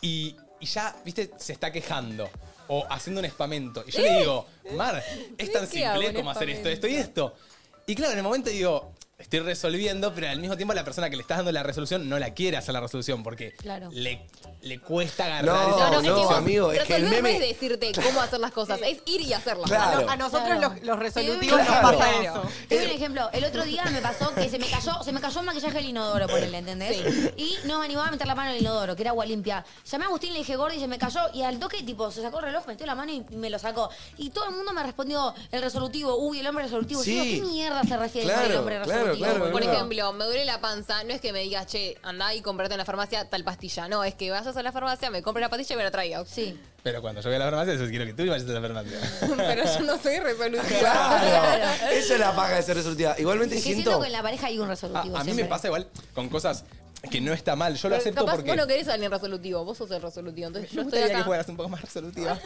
y, y ya, viste, se está quejando o haciendo un espamento. Y yo le digo, Mar, es tan
¿Qué hago,
simple
un
como hacer esto, esto y esto.
espamento?
Y claro, en el momento digo, estoy resolviendo, pero al mismo tiempo la persona que le estás dando la resolución no la quiere hacer la resolución porque
Claro.
le, le cuesta agarrar
No,
esa
no,
resolución.
amigo, es que el
Resolver no es
meme.
decirte cómo hacer las cosas, es ir y hacerlas.
Claro.
A nosotros
Claro.
los, los resolutivos
Claro.
nos pasa
Claro.
eso.
Te doy un ejemplo. El otro día me pasó que se me cayó, se me cayó un maquillaje del inodoro, ponele, ¿entendés? Y no me animaba a meter la mano en el inodoro, que era agua limpia. Llamé a Agustín, le dije, Gordi, se me cayó. Y al toque, tipo, se sacó el reloj, metió la mano y me lo sacó. Y todo el mundo me respondió, el resolutivo, uy, el hombre resolutivo. Yo
Sí.
digo, ¿qué mierda se refiere con
Claro,
el hombre
claro,
resolutivo?
claro,
Por
boludo.
ejemplo, me duele la panza, no es que me digas, che, andá y comprate en la farmacia tal pastilla. No, es que vayas a la farmacia, me compres la pastilla y me la traigas.
Sí.
Pero cuando yo voy a la farmacia, yo quiero que tú vayas a la farmacia.
Pero yo no
(laughs)
soy resolutiva.
Claro. Esa es la paja de ser resolutiva. Igualmente
Es que siento
siento.
que en la pareja hay un
A,
resolutivo
a mí me
siempre.
pasa igual con cosas que no está mal. Yo lo
Pero
acepto
capaz
porque...
vos no querés a alguien resolutivo, vos sos el resolutivo. Entonces
me
yo estoy
gustaría que
acá.
fueras un poco más resolutiva.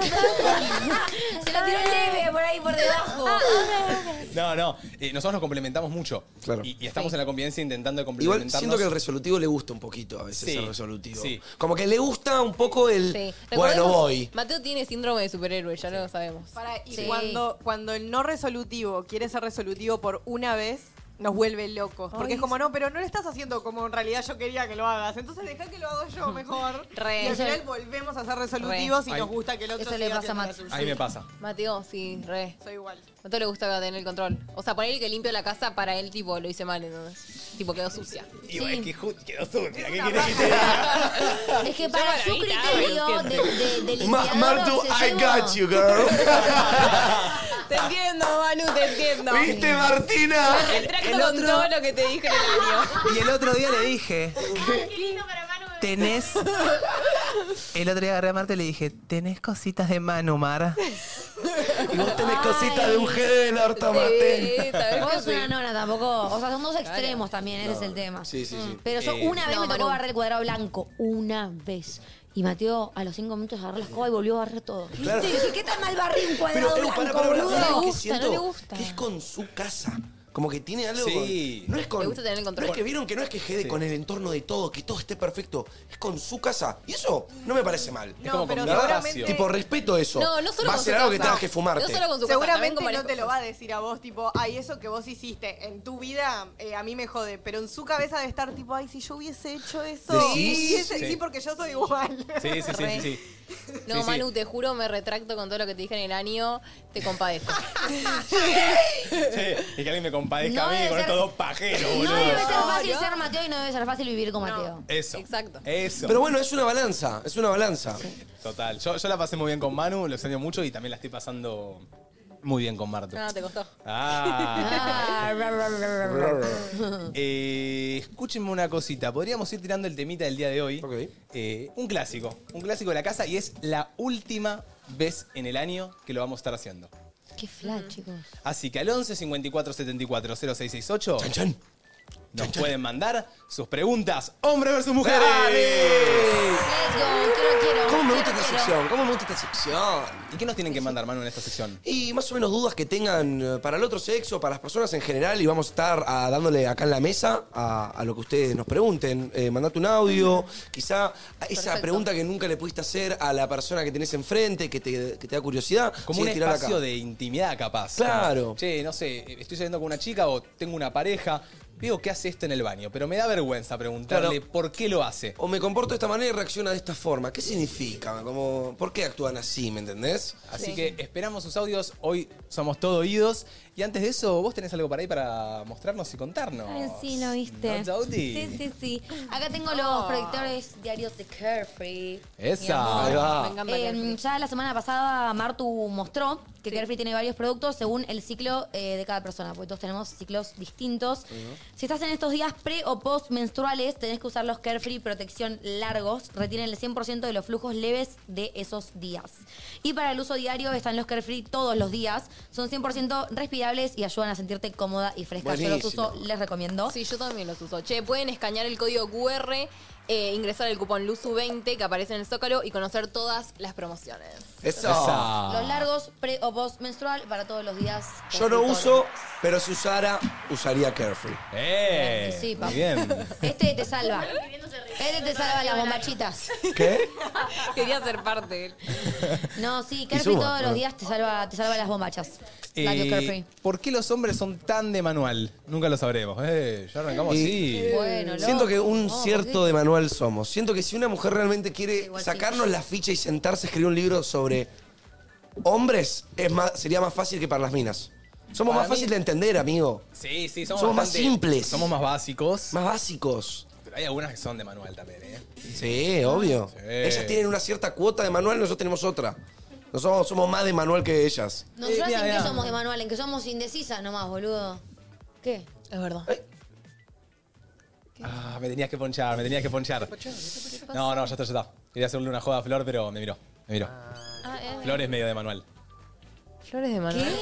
Se lo tiró leve por ahí, por debajo.
Ah,
No, no. eh, nosotros nos complementamos mucho.
Claro.
Y, y estamos en la convivencia intentando
Igual
complementarnos.
siento que el resolutivo le gusta un poquito a veces
Sí,
ser resolutivo.
sí.
Como que le gusta un poco el.
Sí.
Bueno,
Recordemos,
voy.
Mateo tiene síndrome de superhéroe, ya lo sabemos.
Pará, y
Sí.
cuando, cuando el no resolutivo quiere ser resolutivo por una vez, nos vuelve locos. Porque es como, no, pero no lo estás haciendo como en realidad yo quería que lo hagas. Entonces deja que lo hago yo
(laughs)
mejor.
Re.
Y al
Eso
final
le-
volvemos a ser resolutivos
Ay.
y nos gusta que el otro
Eso le
siga
pasa a
haciendo
Max.
la suya.
A mí me pasa.
Mateo, sí, re.
Soy igual.
Mateo le gusta tener el control. O sea, poner que limpio la casa para él, tipo, lo hice mal, entonces. Tipo, quedó sucia.
Y bueno, es que ju- quedó sucia. ¿Qué
una
querés que te diga?
Es que para su criterio de, de, de
Ma-
limpiador
Martu, I
obsesivo-
got you, girl.
Te entiendo, Manu, te entiendo.
¿Viste, Martina?
Retracto con todo lo que te dije en el
(laughs)
año.
Y el otro día le dije,
Qué lindo para Manu.
eh.
tenés.
(laughs)
El otro día agarré a Marta y le dije, tenés cositas de Manu, Mar.
Y vos tenés cositas de un jefe del orto, Martín.
Sí, sabés
Vos
que
sos
sí.
una nona tampoco. O sea, son dos extremos también, ese es el tema.
Sí, sí, sí.
Pero yo
Eh,
una vez
no,
me tocó
Manu.
barrer el cuadrado blanco. Una vez. Y Mateo a los cinco minutos agarró la escoba y volvió a barrer todo.
Claro.
Y dije, ¿qué tan mal barrí un cuadrado
Pero, eh,
blanco,
pará, pará, pará.
boludo?
¿sabes
No le
qué
gusta,
siento?
no le gusta.
Que es con su casa. Como que tiene algo.
Sí.
con- no es con.
Le gusta tener el control.
No es que vieron que no es que jede con el entorno de todo, que todo esté perfecto. Es con su casa. Y eso no me parece mal.
Es como
No, pero
con mi
¿Verdad?
espacio.
seguramente.
Tipo, respeto eso.
No, no solo
Va a
con
ser
su
algo que
casa.
tengas que fumarte.
No solo con su casa,
Seguramente
también con
no te lo va
varias
a decir a vos, tipo, ay, eso que vos hiciste en tu vida, eh, a mí me jode. Pero en su cabeza debe estar, tipo, ay, si yo hubiese hecho eso.
¿Decís?
Sí, sí,
Sí.
sí, porque yo soy igual.
Sí, sí, sí, sí. sí.
cosas. No,
Sí, sí.
Manu, te juro, me retracto con todo lo que te dije en el año. Te (laughs) compadezco.
Sí, Y que alguien me compadezca
No
a mí
debe
con
ser-
estos dos pajeros,
No
boludo.
debe ser
No,
fácil
no.
ser Mateo y no debe ser fácil vivir con Mateo.
Eso.
Exacto.
Eso.
Pero bueno, es una balanza. Es una balanza.
Total. Yo, yo la pasé muy bien con Manu, lo extraño mucho y también la estoy pasando muy bien con Martu.
No, te costó.
(laughs)
Ah.
Ah, ra, ra, ra, ra, ra.
Eh, escúchenme una cosita. Podríamos ir tirando el temita del día de hoy.
Ok.
Eh, un clásico. Un clásico de la casa y es la última vez en el año que lo vamos a estar haciendo.
Qué flash, chicos.
Así que al 11 54 74 0668
Chan, chan.
Nos pueden mandar sus preguntas, hombre versus mujeres.
Let's go, quiero, quiero.
¿Cómo me gusta
quiero,
esta
quiero.
sección? ¿Cómo me gusta esta sección?
¿Y qué nos tienen que mandar, Manu, en esta sección?
Y más o menos dudas que tengan eh, para el otro sexo, para las personas en general, y vamos a estar ah, dándole acá en la mesa a, a lo que ustedes nos pregunten. Eh, mandate un audio, quizá a esa pregunta que nunca le pudiste hacer a la persona que tenés enfrente, que te, que te da curiosidad.
Como
sí,
un
tirarla
espacio de intimidad, capaz.
Claro.
Como, che, no sé, estoy saliendo con una chica o tengo una pareja. Veo que hace esto en el baño, pero me da vergüenza preguntarle
Claro.
por qué lo hace.
O me comporto de esta manera y reacciona de esta forma. ¿Qué significa? Como, ¿Por qué actúan así, me entendés?
Así que esperamos sus audios. Hoy somos todo oídos. Y antes de eso, vos tenés algo para ahí para mostrarnos y contarnos.
Ay, sí, lo viste.
¿No, Jauti?
Sí, sí, sí. Acá tengo los
Ah.
proyectores diarios de Carefree.
Esa,
Mi amor.
ahí va. Me
encanta
Eh, ya la semana pasada Martu mostró que Carefree tiene varios productos según el ciclo eh, de cada persona, porque todos tenemos ciclos distintos. Si estás en estos días pre o post menstruales, tenés que usar los Carefree Protección Largos. Retienen el 100% de los flujos leves de esos días. Y para el uso diario están los Carefree todos los días. Son 100% respirables y ayudan a sentirte cómoda y fresca. Yo los
Buenísimo.
uso, les recomiendo.
Sí, yo también los uso. Che, pueden escanear el código QR, eh, ingresar el cupón LUZU20 que aparece en el Zócalo y conocer todas las promociones.
Eso.
Los largos pre o post menstrual para todos los días.
Yo no uso, pero si usara, usaría Carefree.
¡Eh!
Sí, pa. (laughs) Este te salva. Este te salva las bombachitas. (laughs)
¿Qué?
Quería ser parte.
No, sí,
Y
Carefree
suma,
todos los
bueno.
días te salva, te salva las bombachas.
Eh,
Labios Carefree.
¿Por qué los hombres son tan de manual? Nunca lo sabremos. Eh, ya arrancamos
Y-
así.
Bueno,
Siento que un
No,
cierto de manual somos. Siento que si una mujer realmente quiere sacarnos la ficha y sentarse a escribir un libro sobre hombres, es más, sería más fácil que para las minas. Somos
Para
más
mí-
fácil de entender, amigo.
Sí, sí, somos,
Somos más
bastante-
simples.
Somos más básicos.
Más básicos.
Pero hay algunas que son de manual también, ¿eh?
Sí, obvio.
Sí.
Ellas tienen una cierta cuota de manual, nosotros tenemos otra. Nosotros somos más de manual que ellas.
Nosotras
mira,
en qué
mira.
somos de manual, en que somos indecisas nomás, boludo. ¿Qué?
Es verdad.
Eh,
Ah, me tenías que ponchar, me tenías que ponchar. No, no, ya está, ya está. Quería hacerle una joda a Flor, pero me miró. Me miró.
Ah, eh.
Flor es medio de manual.
Flores de (laughs) manual.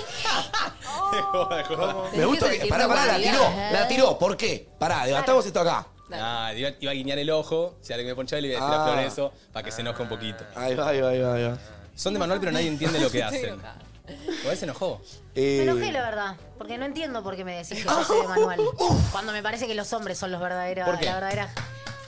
Oh. Me gusta que. Pará, pará, la tiró. La tiró. ¿Por qué? Pará, debatamos esto acá.
Ah, iba, iba a guiñar el ojo, si alguien me ponchaba le iba a decir
Ah.
a Flor eso, para que se enoje un poquito.
Ahí va, ahí va, ahí va. Ahí va.
Son de manual, pero nadie entiende
(laughs)
lo que hacen. ¿O él se enojó?
Eh,
Me enojé, la verdad, porque no entiendo por qué me decís que yo soy
(laughs)
de manual. Cuando me parece que los hombres son los verdaderos,
¿Por qué?
la verdadera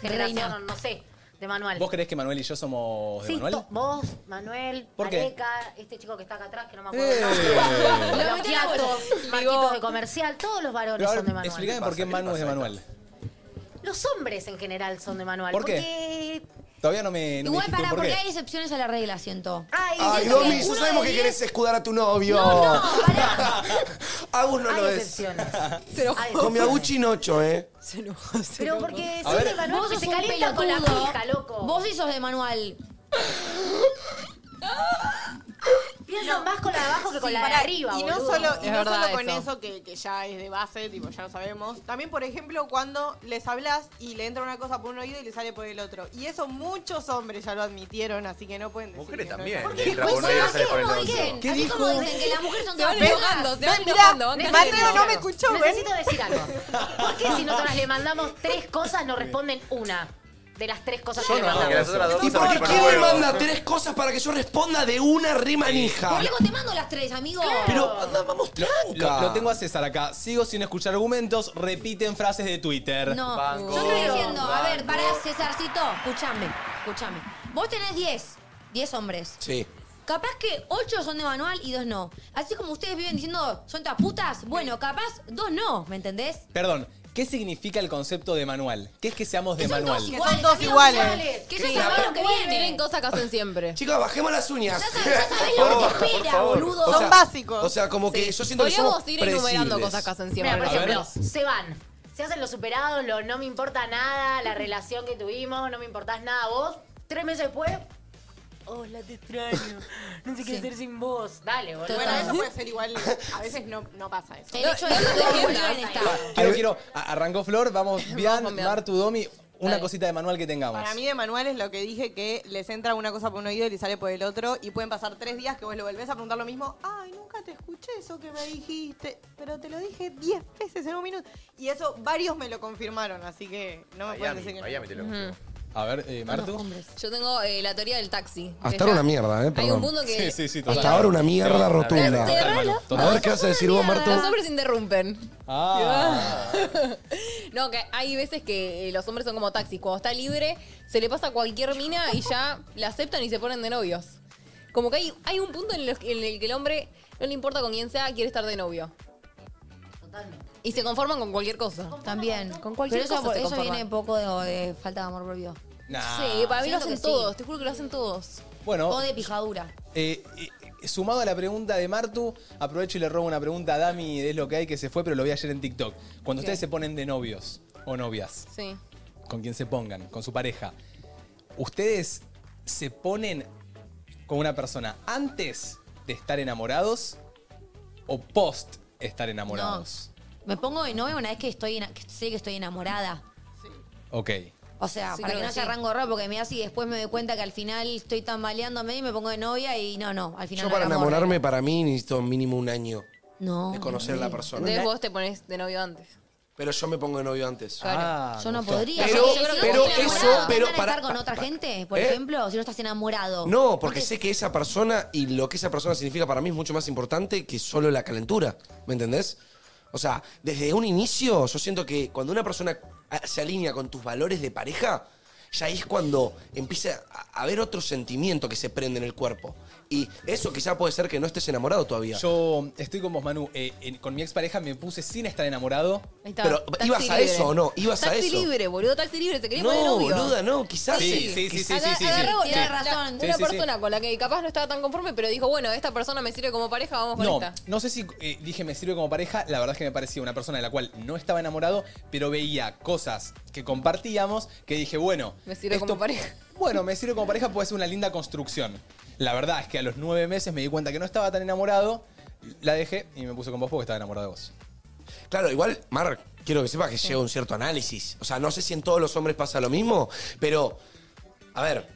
generación,
Reina.
no sé, de manual.
¿Vos creés que Manuel y yo somos de
Sí,
manual?
to- vos, Manuel,
¿Por qué?
Areca, este chico que está acá atrás, que no me acuerdo
¡Eh!
el nombre.
Lo
Los
metí en la
Quiato,
bolsa.
Marquitos de comercial, todos los varones
Pero
son de
ahora,
manual.
explícame por qué Manu es de manual.
Los hombres en general son de manual.
¿Por qué?
Porque
Todavía no me. no me
Igual
dijiste
para,
por
porque
qué.
hay excepciones a la regla, siento.
Ay,
Ay,
siento
Domi, ya
uno
sabemos
de
que
diez-
querés escudar a tu novio.
No,
Agus no
Hay
lo es. (laughs)
excepciones. Hay
Con mi Aguchi Nocho, ¿eh?
Se enojó.
Pero porque
A
son
ver.
de manual,
Vos
porque
sos
se
un
calientan con la
pelotudo.
pija, loco.
Vos sí sos de manual.
Piensan más con la de abajo que con
Sí,
la de
pará,
arriba,
Y no
boludo.
solo, y no solo con eso, que, que ya es de base, tipo, ya lo sabemos. También, por ejemplo, cuando les hablas y le entra una cosa por un oído y le sale por el otro. Y eso muchos hombres ya lo admitieron, así que no pueden decir.
Mujeres
que no
también.
es-
le entra
pues
por un oído y le sale por el otro.
¿Qué Así como dicen que las mujeres son todas
Ven,
pelotudas.
ven, mirá, Mateo no me escuchó, ¿ven?
Necesito decir algo. ¿Por qué si nosotras le mandamos tres cosas nos responden una? De las tres cosas que le mandamos.
¿Y por qué me manda tres cosas para que yo responda de una remanija?
Boludo, te mando las tres, amigo.
Pero andábamos
Lo,
tranca.
lo tengo a César acá. Sigo sin escuchar argumentos, repiten frases de Twitter.
No, yo estoy diciendo, a ver, pará, Cesarcito, escúchame, escúchame. Vos tenés 10, 10 hombres.
Sí.
Capaz que 8 son de manual y 2 no. Así como ustedes viven diciendo, son todas putas, bueno, capaz 2 no, ¿me entendés?
Perdón, ¿qué significa el concepto de manual? ¿Qué es que seamos de manual?
todos
son todos iguales.
Que ya
Sí,
sabés
pero
lo que
pueden,
viene.
Tienen cosas que hacen siempre.
Chicos, bajemos las uñas.
sabés lo
(laughs)
que te espera, boludo.
O sea,
Son
básicos.
O sea, como que yo siento que somos
Podríamos
ir enumerando
predecibles.
cosas que hacen
Mira,
siempre.
por ejemplo, se van. Se hacen los superados, lo no me importa nada, la relación que tuvimos, no me importás nada vos. Tres meses después, oh, hola, te extraño. No sé qué hacer sin vos. Dale, boludo.
Bueno, eso puede ser igual. A veces no, no pasa eso.
El hecho de que todos vuelvan está. (laughs)
Quiero, quiero, a- arrancó Flor, vamos, Bian, Martu, Domi. una cosita de manual que tengamos.
Para mí de manual es lo que dije que les entra una cosa por un oído y les sale por el otro y pueden pasar tres días que vos le volvés a preguntar lo mismo. Ay, nunca te escuché eso que me dijiste, pero te lo dije diez veces en un minuto. Y eso varios me lo confirmaron, así que no me
Ah,
pueden decir que no.
Miami te lo
Ujú.
A ver, eh, Martu.
Yo tengo eh, la teoría del taxi.
Hasta
Que
ahora
ya-
una mierda, ¿eh?
Hay un
Perdón.
punto que...
Sí, sí,
Hasta ahora una mierda rotunda.
Total, Manu,
A ver qué vas a decir vos, Martu.
Los hombres interrumpen.
Ah.
(laughs) No, que hay veces que eh, los hombres son como taxis. Cuando está libre, se le pasa a cualquier mina y ya la aceptan y se ponen de novios. Como que hay, hay un punto en, los- en el que el hombre no le importa con quién sea, quiere estar de novio.
Totalmente.
Y se conforman con cualquier cosa.
También.
Con cualquier
Pero eso,
cosa se
eso
conforman.
viene poco de, de falta de amor propio.
Ah.
Nah.
Sí, para mí
Siento
lo hacen
que sí.
todos, te juro que lo hacen todos.
Bueno.
O de pijadura.
Eh, eh, eh, sumado a la pregunta de Martu, aprovecho y le robo una pregunta a Dami, es lo que hay que se fue, pero lo vi ayer en TikTok. Cuando
¿Qué?
ustedes se ponen de novios o novias,
Sí.
con quien se pongan, con su pareja, ¿ustedes se ponen con una persona antes de estar enamorados o post estar enamorados?
Me pongo de novia una vez que estoy ena- que sé que estoy enamorada.
Ok.
O sea,
Sí,
para que
creo
no
que
haya
sí.
rango de error, porque me así después me doy cuenta que al final estoy tambaleándome y me pongo de novia y no, no, al final
Yo
no
para
era amor.
enamorarme, para mí necesito mínimo un año
No.
de conocer a la persona.
Entonces vos te pones de novio antes.
Pero yo me pongo de novio antes.
Claro.
Ah,
Yo no
me gustó.
podría.
Pero-
porque yo creo que
pero
si estoy
eso-
enamorada,
pero
¿van a
para-
estar con
pa-
otra
pa-
gente, por
¿Eh?
ejemplo, si no estás enamorado.
No, porque sé que esa persona y lo que esa persona significa para mí es mucho más importante que solo la calentura. ¿Me entendés? O sea, desde un inicio, yo siento que cuando una persona ah, se alinea con tus valores de pareja, ya ahí es cuando empieza a a haber otro sentimiento que se prende en el cuerpo. Y eso quizá puede ser que no estés enamorado todavía.
Yo estoy con vos, Manu. Eh, en- con mi expareja me puse sin estar enamorado.
Ahí está,
Pero,
taxi
¿ibas a
libre.
eso o no? ¿Ibas a
Taxi
eso?
libre, boludo, taxi libre, se quería
No,
poner de novio.
boluda, no, quizás
Sí, sí, sí, sí, sí, sí, sí.
Agarró-
Sí.
la-
razón.
Sí,
Una
sí, sí.
persona con la que capaz no estaba tan conforme, pero dijo, bueno, esta persona me sirve como pareja, vamos con
No,
esta.
no sé si eh, dije me sirve como pareja, la verdad es que me parecía una persona de la cual no estaba enamorado, pero veía cosas que compartíamos que dije, bueno,
Me sirve como
(laughs)
pareja.
Bueno, me sirve como pareja puede ser una linda construcción. La verdad es que a los nueve meses me di cuenta que no estaba tan enamorado, la dejé y me puse con vos porque estaba enamorado de vos.
Claro, igual, Mar, quiero que sepas que llega un cierto análisis. O sea, no sé si en todos los hombres pasa lo mismo, pero, a ver,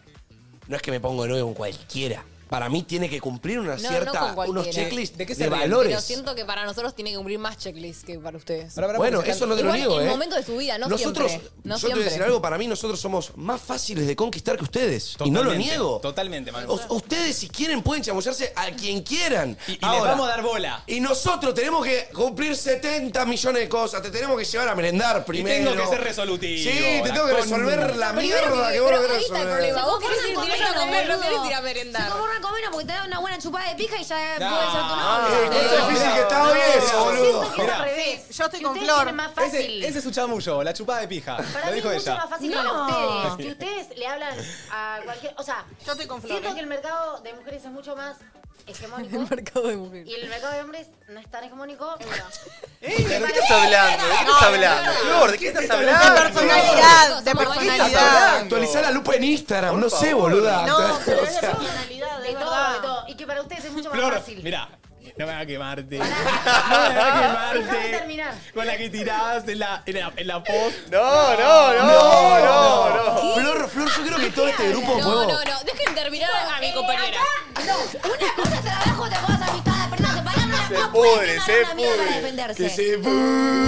no es que me pongo de novio con cualquiera. Para mí tiene que cumplir una
No, no
cierta,
con cualquiera.
unos checklists
¿De
de,
qué se ríen?
valores.
Pero siento que para nosotros tiene que cumplir más checklist que para ustedes.
Pará, pará,
bueno,
porque se
eso no
están-
te lo
Igual
niego,
en
¿eh?
momentos de su vida, no
nosotros,
siempre. No
yo te voy a decir
siempre.
algo, para mí nosotros somos más fáciles de conquistar que ustedes. y no lo
Totalmente,
niego.
Totalmente, Manu.
O- ustedes, si quieren, pueden chamullarse a quien quieran.
Y, y les
Ahora,
vamos a dar bola.
Y nosotros tenemos que cumplir 70 millones de cosas. Te tenemos que llevar a merendar primero.
tengo que ser resolutivo,
Sí, te
la
tengo que
con-
resolver la
Primero
mierda
que-
que vos no
pero
querés
ahí está el
resolver.
problema. Vos querés
Se
ir
conforman
directo a
con
comer, no
menos.
querés ir a merendar.
Se conforman con menos porque te dan una buena chupada de pija y ya
Nah.
puede ser tu novio.
Eh, qué difícil que está hoy eso, boludo.
Siento que es
Mirá.
al revés.
Yo estoy
Que
con
ustedes
Flor.
tienen más fácil.
Ese, ese es su chamullo, la chupada de pija.
Para
lo
mí es
dijo
mucho
ella.
más fácil
No.
para ustedes. Que ustedes le hablan a cualquier. O sea,
Yo estoy con Flor,
siento
¿eh?
que el mercado de mujeres es mucho más
(laughs)
Oh.
hegemónico.
Mercado de mujeres.
y el mercado de hombres no es tan hegemónico.
¿De qué estás hablando? ¿De qué estás hablando? Flor, ¿de qué estás
De
hablando?
personalidad, de
Somos
personalidad.
Actualizar la lupa en Instagram,
Por
no sé,
favor.
boluda.
No, pero
O
es
sea,
la personalidad,
De
es
todo, de
verdad.
todo. Y que para ustedes es mucho
(laughs)
más
Flor,
fácil.
mirá. No me va a quemarte. No me va a
Déjame
quemarte.
terminar.
Con la que tirabas en la, en la, en la post.
No, no, no, no, no.
Flor, Flor, yo creo que todo este grupo
No,
podemos-
no, no, dejen terminar a
eh,
mi compañera.
Una cosa es trabajo, otra cosa es amistad, pero no, separarme las
Se
dos
pudre,
pueden ganar
se
una mierda
pudre.
para defenderse.
Que se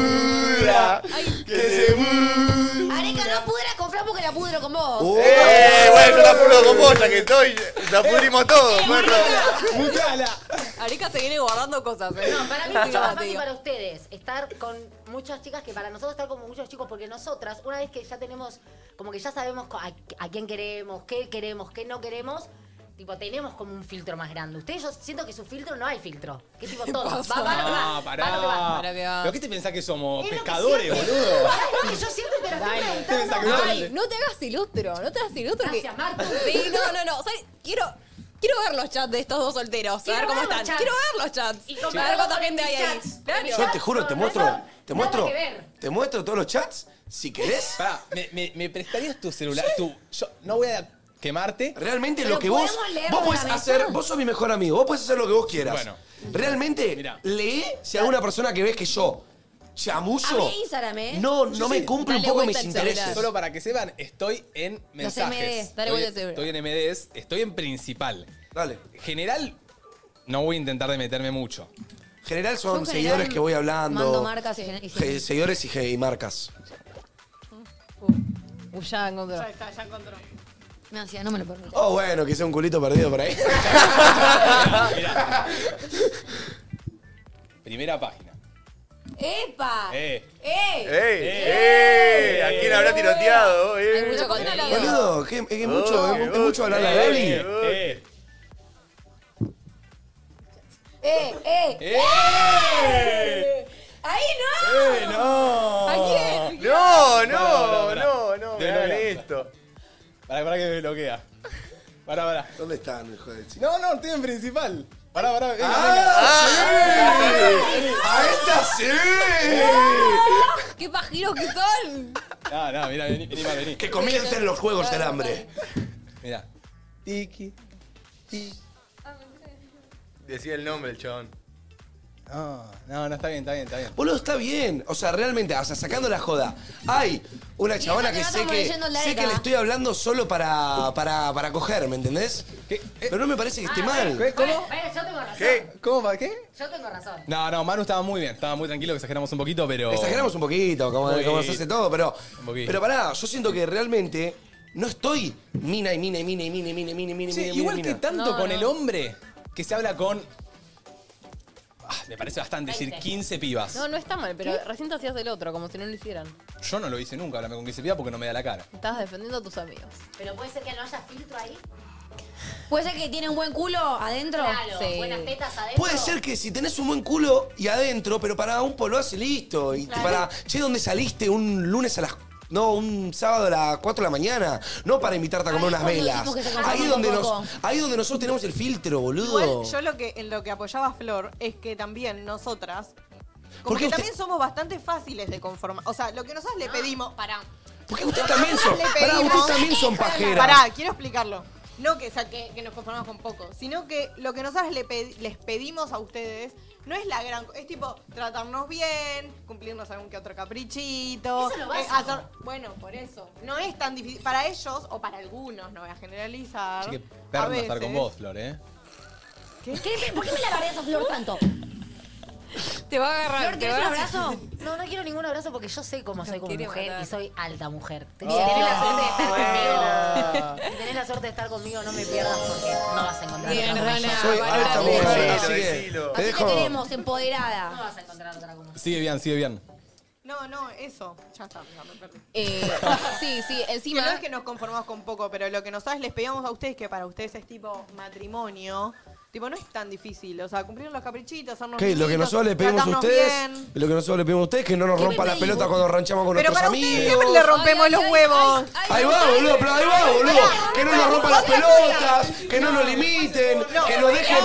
pudra. Que se pudra.
Areca, no pudras con Fran porque la pudro con vos.
Eh, bueno, yo la pudro con vos, ya que estoy. La pudrimos todos, perro.
¡Mutala!
Arica se viene guardando cosas. ¿eh?
No,
(laughs)
(laughs)
para mí es mucho más fácil para ustedes estar con muchas chicas que para nosotros estar con muchos chicos, porque nosotras, una vez que ya tenemos, como que ya sabemos co- a, a quién queremos, qué queremos, qué no queremos, tipo, tenemos como un filtro más grande. Ustedes, yo siento que su filtro no hay filtro. Que tipo todo. Va, va, va, va,
Ah,
va,
pará.
va, va.
Pará que va.
¿Pero qué te pensás que somos?
Es lo que
¿Pescadores,
siempre-
boludo?
Es lo que yo siento y te lo estoy preguntando.
Ay, no te hagas ilustro, no te hagas ilustro. que-
Gracias, Martu.
Sí, no, no, no. ¿sabes? Quiero, quiero ver los chats de estos dos solteros.
Quiero
a ver cómo
ver los
están.
chats.
Quiero ver los chats.
Y
a ver
compararlo
cuánta
con
gente
mis
hay ahí.
chats.
Claro.
Yo te juro, te
No,
muestro,
nada
te muestro,
que ver.
te muestro todos los chats, si querés.
Pará, ¿me, me, me prestarías tu celular? Tu, yo no voy a quemarte.
Realmente
Pero
lo que vos.
podemos leer
Vos
la
podés
mesa.
hacer. Vos sos mi mejor amigo. Vos podés hacer lo que vos quieras.
Bueno.
Realmente,
Mirá.
leí si alguna persona que ves que yo ¿Chamuyo?
Abrí Instagram, ¿eh?
No, no me cumple un poco mis intereses.
Solo para que sepan, estoy en mensajes.
MDs, dale vuelta al
estoy,
celular.
estoy en MDs, estoy en principal.
Dale.
General, no voy a intentar de meterme mucho.
General son
Yo en
seguidores
general
que voy
Mando
hablando.
marcas y gener- y
ge- seguidores y, ge- y marcas.
Uy, ya encontró. Ya
está, ya encontró.
Me hacía, no me lo
(laughs)
permito.
Oh, bueno, que sea un culito perdido por ahí.
Primera página.
¡Epa!
Eh.
¡Eh!
¡Ey!
Eh.
¡Ey! ¿A quién habrá tiroteado? ¡Eh!
Hay mucho contenido.
Boludo, que, que mucho, es, mucho hablar de
Eh,
Gaby.
eh.
¡Eh! ¡Eh!
¡Eh!
¡Ahí
¡Eh, no!
¿A quién?
No, no,
Pará, pará,
no, no, me hagan
Desbloquea.
esto.
Pará, pará que me bloquea. Pará, pará.
¿Dónde están, hijo de chica?
No, no, estoy en principal. Pará, pará. venga,
¡Ah! ¡A
este
esta sí!
Ah.
¡Qué pajeros que son!
venga. No, no, mirá, vení, vení, más, vení.
Que comiencen los juegos del hambre.
Mirá. Tiki. Tiki.
Decía el nombre el chabón.
No, no, no, está bien, está bien, está bien.
Boludo, está bien. O sea, realmente, o sea, sacando la joda. Hay una chabona
que
que
no
sé
estamos
que,
leyendo la
sé
letra.
que le estoy hablando solo para, para, para coger, ¿me entendés?
¿Qué? Eh,
Pero no me parece que
Ah,
esté mal.
¿qué? ¿Cómo?
Bueno, yo tengo razón.
¿Qué?
¿Cómo? ¿Para qué?
Yo tengo razón.
No, no, Manu estaba muy bien, estaba muy tranquilo, exageramos un poquito, pero.
Exageramos un poquito, como,
Muy-
como se hace todo, pero,
Un poquito.
pero pará, yo siento que realmente no estoy mina y mina y mina y mina y mina y mina y mina y
Che,
mina. y
igual
mina.
que tanto
No,
con
no.
el hombre que se habla con. Ah, me parece bastante decir 15 pibas.
No, no está mal, pero recién te hacías del otro, como si no lo hicieran.
Yo no lo hice nunca, hablarme con 15 pibas porque no me da la cara.
Estabas defendiendo a tus amigos.
Pero puede ser que no haya filtro ahí.
¿Puede ser que tiene un buen culo adentro?
Claro,
Sí.
buenas tetas adentro.
Puede ser que si tenés un buen culo y adentro, pero para un polo hace listo. Y para, che, ¿dónde saliste un lunes a las... No, un sábado a las 4 de la mañana. No para invitarte a
Ahí
comer unas
cuando
velas.
decimos que se
Ahí
conforman
donde,
con
nos,
poco.
ahí donde nosotros tenemos el filtro, boludo.
Igual yo lo que, en lo que apoyaba a Flor es que también nosotras, como
¿Por qué
que
usted-
también somos bastante fáciles de conformar. O sea, lo que nosotras le pedimos, pará,
Porque ustedes también son...
Le
Pará,
pedimos-
ustedes también
(laughs)
son pajeras.
Pará, quiero explicarlo. No que, o sea, que, que nos conformamos con poco, sino que lo que nosotros les pedimos a ustedes no es la gran... co- Es tipo tratarnos bien, cumplirnos algún que otro caprichito.
Eso es lo
eh,
básico.
hacer- bueno, por eso. No es tan difícil. Para ellos, o para algunos, no voy a generalizar.
Así que
a
perno estar con
veces-
vos, Flor, ¿eh?
¿Qué- ¿Por qué me la bardeas a Flor tanto?
Te va a agarrar.
¿Flor,
te
tienes
va
un
a-
abrazo?
No, no quiero ningún abrazo porque yo sé cómo soy como
quiere
mujer
matar. Oh.
y soy alta mujer. Tenés, tenés la suerte de estar conmigo. Si tenés la suerte de estar conmigo, no me pierdas porque no vas a encontrar
Bien,
otra como
Rana.
yo.
Soy
Pará,
alta
decilo,
mujer,
decilo,
así que
decilo.
te
Así te
dejo...
queremos,
No
empoderada.
vas a encontrar otra como yo.
Sigue bien, sigue bien.
No, no, eso. Ya está, ya me perdí.
Eh, sí, sí,
(laughs) Que no
encima.
es que nos conformamos con poco, pero lo que nosotras les pedíamos a ustedes, que para ustedes es tipo matrimonio, tipo no es tan difícil. O sea, cumplir los caprichitos, hacernos
Ok, lo que
lindos,
nosotros le pedimos a
tratarnos
ustedes,
bien.
lo que nosotros le pedimos a ustedes es que no nos
¿Qué
rompa
me
la
pedís,
pelota
vos?
cuando ranchamos con
Pero
nuestros
para ustedes
amigos.
siempre le rompemos
Ay,
los
ay, ay,
huevos.
ay, ay,
Ahí va, boludo, pero ahí va, boludo. Que no nos rompan las pelotas, que no nos limiten, que nos dejen,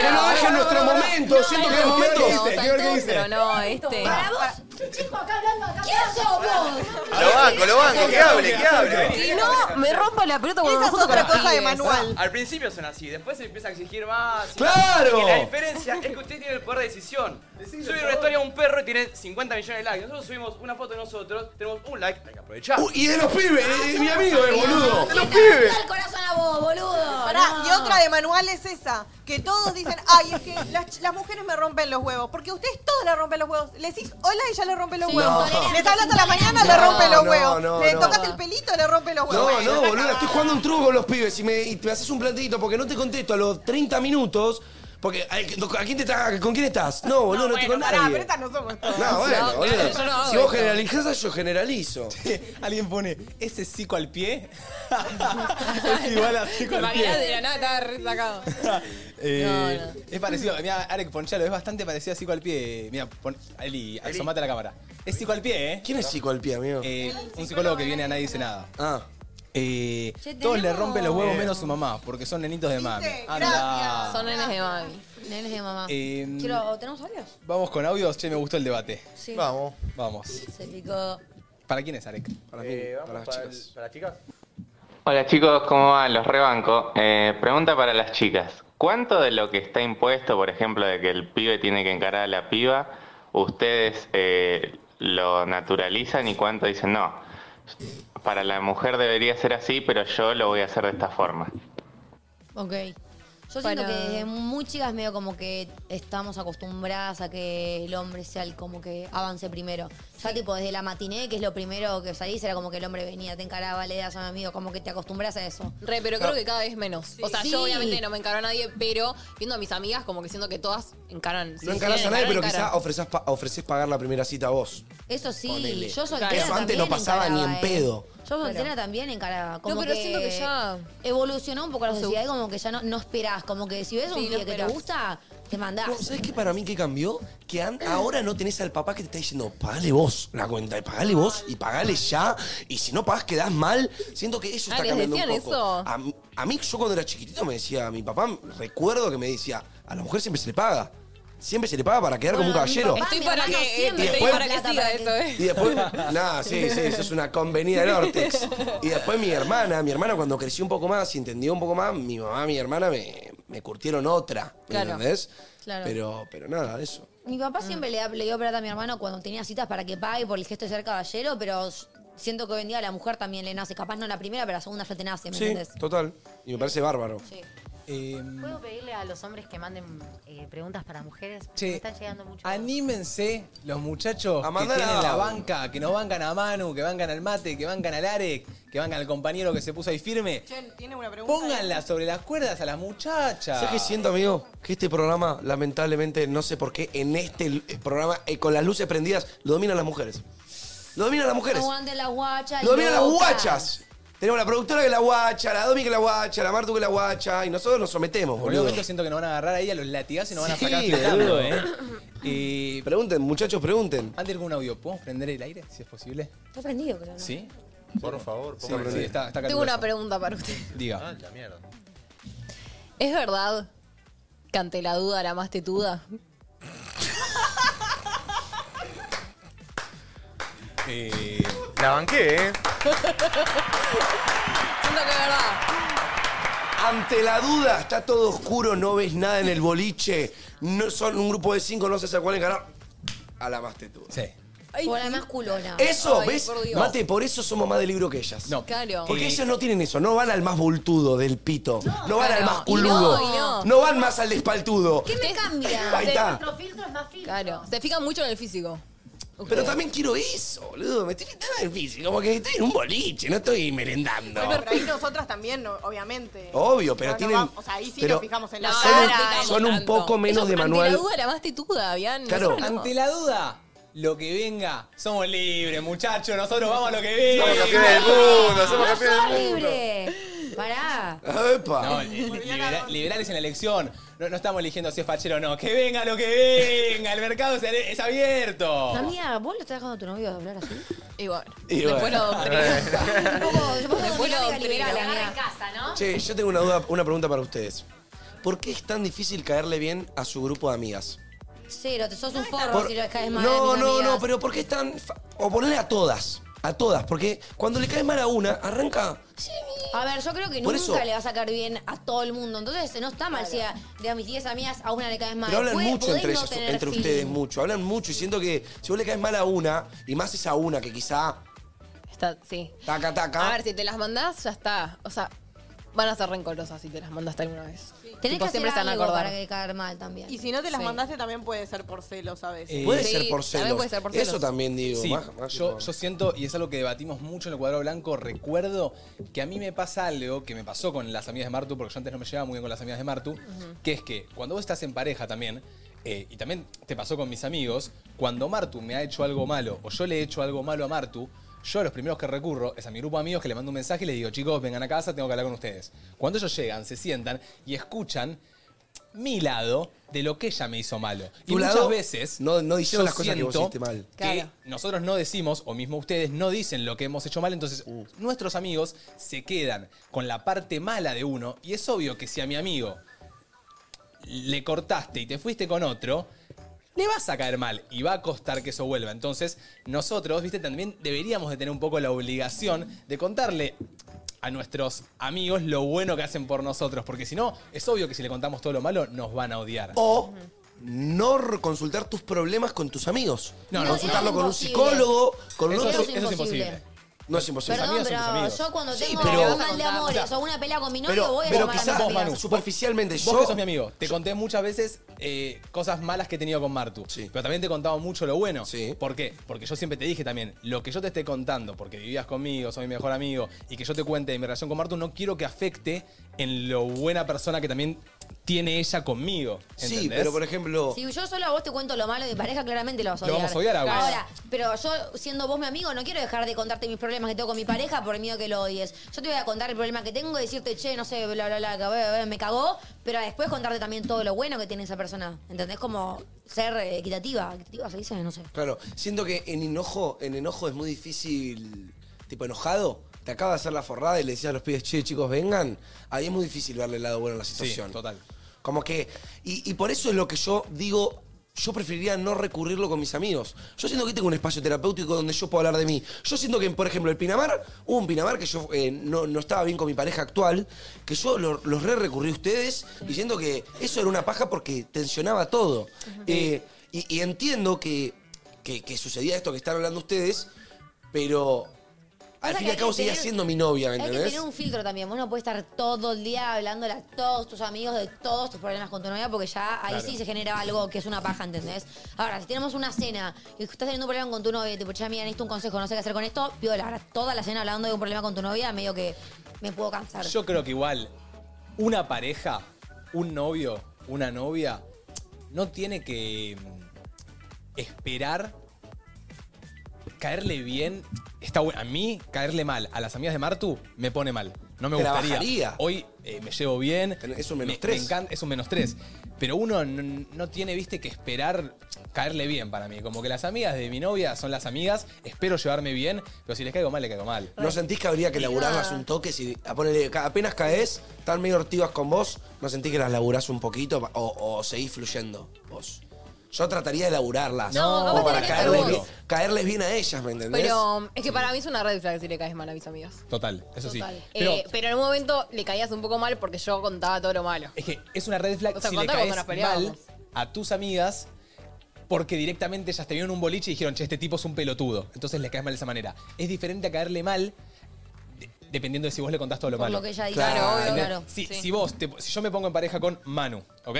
que nos dejen nuestro momento. Siento que hay
¿Qué
momentos.
dice? ¿Qué
Santoro,
dice?
Pero no, este.
Para vos,
Chico, acá hablando, acá
¿quién sos vos?
Lo banco, lo banco, que hable, que hable.
Y no, me rompa la pelota cuando
Esa
me
es
junto con
otra
los
cosa de
pibes.
(laughs)
manual.
Al principio son así, después se empieza a exigir más. y-
¡Claro!
Y la diferencia es que ustedes tienen el poder de decisión. Subir una historia a un perro y tienen 50 millones de likes. Nosotros subimos una foto de nosotros, tenemos un like, hay que aprovechar. Ah,
Uy, y de los pibes, eh, eh, mi amigo, eh, boludo.
¿Quién te rompió el corazón a vos, boludo?
Pará,
No.
y otra de manual es esa, que todos dicen, ay, es que las, ch- las mujeres me rompen los huevos, porque ustedes todas le rompen los huevos. Le decís hola y ya le rompen los
Sí,
huevos.
intolerantes,
Les hablas a la mañana,
intolerantes.
le rompen los
No,
huevos.
no,
le
no.
tocas el pelito, le rompen los huevos.
No, no, boludo, estoy jugando un truco con los pibes y me, y me haces un plantito porque no te contesto a los 30 minutos. Porque, ay, ¿a quién te está- ¿con quién estás? No, boludo, no, estoy
bueno,
con
pará, pero
nadie.
estas no somos todas.
No, bueno,
No,
boludo.
claro, yo no hago
Si vos
eso.
generalizás, yo generalizo.
Alguien pone, ese cico al pie es igual a cico
Me
al
imaginás de
pie.
la nada, estaba re sacado.
(laughs) Eh,
No, no.
Es parecido, mira, Arek, ponchalo, es bastante parecido a cico al pie. Mira, pon, Eli, asomate a la cámara. Es cico al pie, ¿eh?
¿Quién es chico al pie, amigo?
Eh, un psicólogo que viene a nadie dice nada.
Ah.
Eh,
Che,
todos le
tenemos-
rompen los huevos menos su mamá, porque son nenitos de mami.
Gracias.
Anda.
Son nenes de mami.
Nenes de mamá.
Eh,
Quiero, ¿Tenemos audios?
Vamos con audios, che, me gustó el debate.
Sí.
Vamos.
Vamos.
Se picó.
¿Para quién es Arek?
Para mí,
Eh,
para las
vamos para el-
chicas.
para las chicas.
Hola chicos, ¿cómo van? Los rebanco. Eh, pregunta para las chicas. ¿Cuánto de lo que está impuesto, por ejemplo, de que el pibe tiene que encarar a la piba,
ustedes eh, lo naturalizan y cuánto dicen, no, para la mujer debería ser así, pero yo lo voy a hacer de esta forma.
Ok. Yo siento
Para-
que desde muy chicas medio como que estamos acostumbradas a que el hombre sea el como que avance primero. Ya tipo desde la matiné, que es lo primero que salís, era como que el hombre venía, te encaraba, le das a un amigo, como que te acostumbras a eso.
Re, pero
Ah.
creo que cada vez menos. O sea,
Sí.
yo obviamente no me encaro a nadie, pero viendo a mis amigas, como que siento que todas encaran. si
No
se
encarás a
quieren
nadie,
encarar,
pero
encaran.
quizás ofreces, pa- ofreces pagar la primera cita a vos.
Eso sí,
Ponele.
yo soltera
Eso antes no
también
pasaba ni en
encaraba, ¿eh?
pedo.
Yo soltera también encaraba. Como
No, pero siento que ya-
Evolucionó un poco la
No sé.
sociedad y como que ya no, no esperás. Como que si ves
Sí,
un
no
día que te
esperás.
gusta, te mandás.
No, ¿Sabes qué para mí que cambió? Que an- ahora no tenés al papá que te está diciendo, pagale vos la cuenta, y pagale vos y pagale ya. Y si no pagás, quedás mal. Siento que eso
Ah,
está
¿les
cambiando un
decían
poco.
eso?
A, m- a mí, yo cuando era chiquitito, me decía, mi papá, recuerdo que me decía, a la mujer siempre se le paga. Siempre se le paga para quedar como un caballero.
Estoy para
hermano
que,
siempre
estoy
después-
para que
Plata
siga
para que-
eso, eh.
Y después, nada, sí, sí, eso es una convenida del Ortex. Y después mi hermana, mi hermana cuando crecí un poco más y entendí un poco más, mi mamá y mi hermana me, me curtieron otra, ¿me
Claro,
entendés?
claro.
Pero, pero nada, eso.
Mi papá siempre le, da- le dio plata a mi hermano cuando tenía citas para que pague por el gesto de ser caballero, pero s- siento que hoy en día a la mujer también le nace. Capaz no la primera, pero la segunda ya te nace, ¿me
Sí,
entiendes?
total. Y me parece bárbaro. Em,
¿Puedo pedirle a los hombres que manden eh, preguntas para mujeres?
Che,
Me están llegando mucho.
Anímense los muchachos
A
que
mandar
tienen la
audio.
banca, que nos bancan a Manu, que bancan al Mate, que bancan al Arek, que bancan al compañero que se puso ahí firme.
Che, ¿tiene una pregunta?
Pónganla sobre las cuerdas a las muchachas.
¿Sabes qué siento, amigo? Que este programa, lamentablemente, no sé por qué, en este eh, programa, eh, con las luces prendidas, lo dominan las mujeres. Lo dominan las mujeres.
Aguanten las guachas.
Lo dominan las
locas.
guachas. Tenemos la productora que la guacha, la Domi que la guacha, la Martu que la guacha, y nosotros nos sometemos,
Por un
boludo.
momento siento que nos van a agarrar ahí a los latigazos y nos van a
Sí,
sacar.
boludo, eh.
flotando. Y-
Pregunten, muchachos, pregunten.
Antes de ir con un audio, ¿podemos prender el aire, si es posible?
Está prendido, creo. ¿no?
¿Sí?
Por favor,
Sí,
póngalo.
sí, está, está
Tengo una
caluroso.
pregunta para usted.
Diga.
Ah, la mierda.
¿Es verdad que ante la duda la
(laughs)
más tetuda?
Eh,
La banqué, ¿eh?
Siento que es verdad.
Ante la duda, está todo oscuro, no ves nada en el boliche, no, son un grupo de cinco, no sé a cuál encarar. A la más tetuda.
Sí.
Por la más culona.
Eso,
Ay,
¿ves?
por Dios.
Mate, por eso somos más de libro que ellas.
No.
Claro.
Porque ellas no tienen eso, no van al más bultudo del pito, no, van al
claro.
más culudo,
Y no, y no.
van más al despaltudo.
¿Qué me
(laughs)
cambia?
Ahí está.
Nuestro filtro es más filtro.
Claro. Se fijan mucho en el físico.
Pero también quiero eso, boludo. Me estoy fijando en el físico, como que estoy en un boliche, no estoy merendando.
Bueno, pero ahí nosotras también, no- obviamente.
Obvio, pero
No, no
tienen-
vamos- o sea, ahí sí
pero-
nos fijamos en la
No,
Son un-
cara.
no
son un
tanto.
poco menos
Ellos
de
Ante
manual.
la duda la más tetuda, ¿habían?
Claro.
Nosotros no.
Ante la duda, lo que venga, somos libres, muchachos. Nosotros vamos a lo que venga.
Somos campeones del mundo, somos
No
campeones
sos
del mundo.
libre. Pará.
No,
Epa.
li- libera- liberales en la elección. No, no estamos eligiendo si es fachero o no. Que venga lo que venga. El mercado se- es abierto.
Amiga, ¿vos lo estás dejando a tu novio hablar así?
Y bueno.
Y
Después
bueno.
lo
(laughs)
doctrina.
Un
(laughs)
poco, yo puedo
Después lo
dominar
doctrina.
liberal,
Agarra en
amiga.
casa, ¿no?
Che, yo tengo una duda, una pregunta para ustedes. ¿Por qué es tan difícil caerle bien a su grupo de amigas?
Cero, te sos un forro
Por-
si lo caes mal. a
no,
mis
no,
amigas.
no, pero ¿por qué es tan fa- o ponerle a todas, a todas, porque cuando le caes mal a una, arranca
A ver, yo creo que
Por
nunca
eso-
le va a sacar bien a todo el mundo. Entonces, no está mal si a, de a mis 10 amigas a una le caes mal.
Pero hablan
Puede-
mucho
podés
entre,
no
ellas,
tener
entre
feeling.
ustedes, mucho. Hablan mucho y siento que si vos le caes mal a una, y más esa una que quizá
Está, sí.
taca, taca.
A ver, si te las mandás, ya está. O sea, van a ser rencorosas si te las mandaste alguna vez.
Tenés
Tipo,
que hacer
siempre se van a
algo
acordar.
para que caer mal también.
Y si no te las
Sí.
mandaste, también puede ser por celos a veces.
Eh, puede,
sí,
ser por
también
celos.
puede ser por
Eso
celos.
también digo.
Eh, Sí,
más- más que
yo,
por-
yo siento, y es algo que debatimos mucho en el cuadro blanco, recuerdo que a mí me pasa algo que me pasó con las amigas de Martu, porque yo antes no me llevaba muy bien con las amigas de Martu, que es que cuando vos estás en pareja también, eh, y también te pasó con mis amigos, cuando Martu me ha hecho algo malo, o yo le he hecho algo malo a Martu, yo a los primeros que recurro es a mi grupo de amigos que le mando un mensaje y les digo, chicos, vengan a casa, tengo que hablar con ustedes. Cuando ellos llegan, se sientan y escuchan mi lado de lo que ella me hizo malo. Y
Tu
muchas
lado,
veces
no- no diciendo
yo
las cosas que vos
siento
hiciste mal.
que
Claro.
nosotros no decimos, o mismo ustedes no dicen lo que hemos hecho mal, entonces
Uh.
nuestros amigos se quedan con la parte mala de uno. Y es obvio que si a mi amigo le cortaste y te fuiste con otro, le vas a caer mal y va a costar que eso vuelva. Entonces, nosotros, viste, también deberíamos de tener un poco la obligación de contarle a nuestros amigos lo bueno que hacen por nosotros, porque si no, es obvio que si le contamos todo lo malo, nos van a odiar.
O no re- consultar tus problemas con tus amigos.
No, no,
Consultarlo
eso es
con un
imposible.
psicólogo, con
Eso
un
es Eso
otro.
es imposible. imposible.
No es imposible.
Perdón, pero yo cuando
Sí,
tengo
pero-
un mal de amores o una pelea con mi novio,
pero-
voy a
pero
llamar
quizás
a
vos,
mis amigas.
Manu, superficialmente
vos,
yo-
que sos mi amigo, te conté muchas veces eh, cosas malas que he tenido con Martu. Pero también te he contado mucho lo bueno. ¿Por qué? Porque yo siempre te dije también, lo que yo te esté contando, porque vivías conmigo, soy mi mejor amigo, y que yo te cuente de mi relación con Martu, no quiero que afecte en lo buena persona que también tiene ella conmigo.
Sí,
¿entendés?
pero por ejemplo...
Si yo solo a vos te cuento lo malo de mi pareja, claramente lo vas a
Lo
odiar.
vamos a odiar a vos.
Ahora, pero yo, siendo vos mi amigo, no quiero dejar de contarte mis problemas que tengo con mi pareja por miedo que lo odies. Yo te voy a contar el problema que tengo y decirte, che, no sé, bla, bla, bla, que, eh, eh, me cagó, pero después contarte también todo lo bueno que tiene esa persona. ¿Entendés? Como ser eh, equitativa. ¿Equitativa se dice? No sé.
Claro, siento que en enojo, en enojo es muy difícil, tipo enojado, te acaba de hacer la forrada y le decías a los pibes, che, chicos, vengan, ahí es muy difícil verle el lado bueno a la situación.
total.
Como que, y, y por eso es lo que yo digo, yo preferiría no recurrirlo con mis amigos. Yo siento que tengo un espacio terapéutico donde yo puedo hablar de mí. Yo siento que, por ejemplo, el Pinamar, hubo un Pinamar que yo eh, no, no estaba bien con mi pareja actual, que yo lo- los re recurrí a ustedes diciendo que eso era una paja porque tensionaba todo. Eh, y- y entiendo que que, que sucedía esto que están hablando ustedes, pero al
Pasa
fin
que
y
hay
al cabo
que
seguía
tener-
siendo mi novia, ¿me
Hay que
entendés?
tener un filtro también. Vos no puedes estar todo el día hablándole a todos tus amigos de todos tus problemas con tu novia porque ya ahí
Claro.
sí se genera algo que es una paja, ¿entendés? Ahora, si tenemos una cena y estás teniendo un problema con tu novia y tipo, che, amiga, necesito un consejo, no sé qué hacer con esto, piola. Ahora, toda la cena hablando de un problema con tu novia, medio que me puedo cansar.
Yo creo que igual, una pareja, un novio, una novia, no tiene que mm, esperar caerle bien. Está bueno. A mí, caerle mal a las amigas de Martu me pone mal. No me gustaría.
Trabajaría.
Hoy eh, me llevo bien.
Es un menos
me-
tres.
me encanta- es un menos tres. Pero uno n- no tiene, viste, que esperar caerle bien para mí. Como que las amigas de mi novia son las amigas, espero llevarme bien, pero si les caigo mal, le caigo mal.
¿No sentís que habría que laburarlas un toque? Si a ponerle, ca- apenas caes, están medio hortivas con vos, ¿no sentís que las laburás un poquito pa- o, o seguís fluyendo vos? Yo trataría de laburarlas.
No,
como
capaz tenés
para
que
caerles
ser
bien,
vos.
caerles bien a ellas, ¿me entendés?
Pero es que para mí es una red flag si le caes mal a mis amigos.
Total, eso
Total.
sí.
Pero, pero en un momento le caías un poco mal porque yo contaba todo lo malo.
Es que es una red flag
O sea,
si le
contá cuando nos
caes mal
peleábamos.
a tus amigas porque directamente ellas te vieron un boliche y dijeron, che, este tipo es un pelotudo. Entonces le caes mal de esa manera. Es diferente a caerle mal de- dependiendo de si vos le contás todo lo
Por
malo.
lo que ella dice. Claro, obvio,
¿Entendés?
claro.
Si,
Sí.
si vos, te- si yo me pongo en pareja con Manu, ¿ok?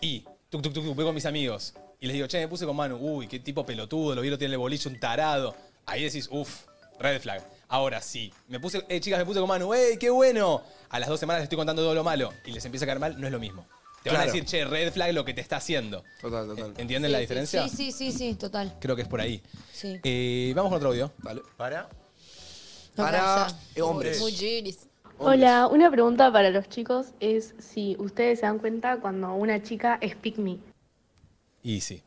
Y tuc, tuc, tuc, tuc, voy con mis amigos y les digo, che, me puse con Manu. Uy, qué tipo pelotudo, lo vieron tiene el boliche, un tarado. Ahí decís, uff, red flag. Ahora sí, me puse, eh, chicas, me puse con Manu, ¡ey, qué bueno! A las dos semanas les estoy contando todo lo malo y les empieza a caer mal, no es lo mismo. Te van a
Claro.
decir, che, red flag lo que te está haciendo.
Total, total.
¿Entienden la diferencia?
Sí, sí, sí, sí, total.
Creo que es por ahí.
Sí.
Eh, vamos con otro audio.
Vale.
¿Para?
Para eh, hombres.
Hola, una pregunta para los chicos es si ustedes se dan cuenta cuando una chica es pick me.
Y sí.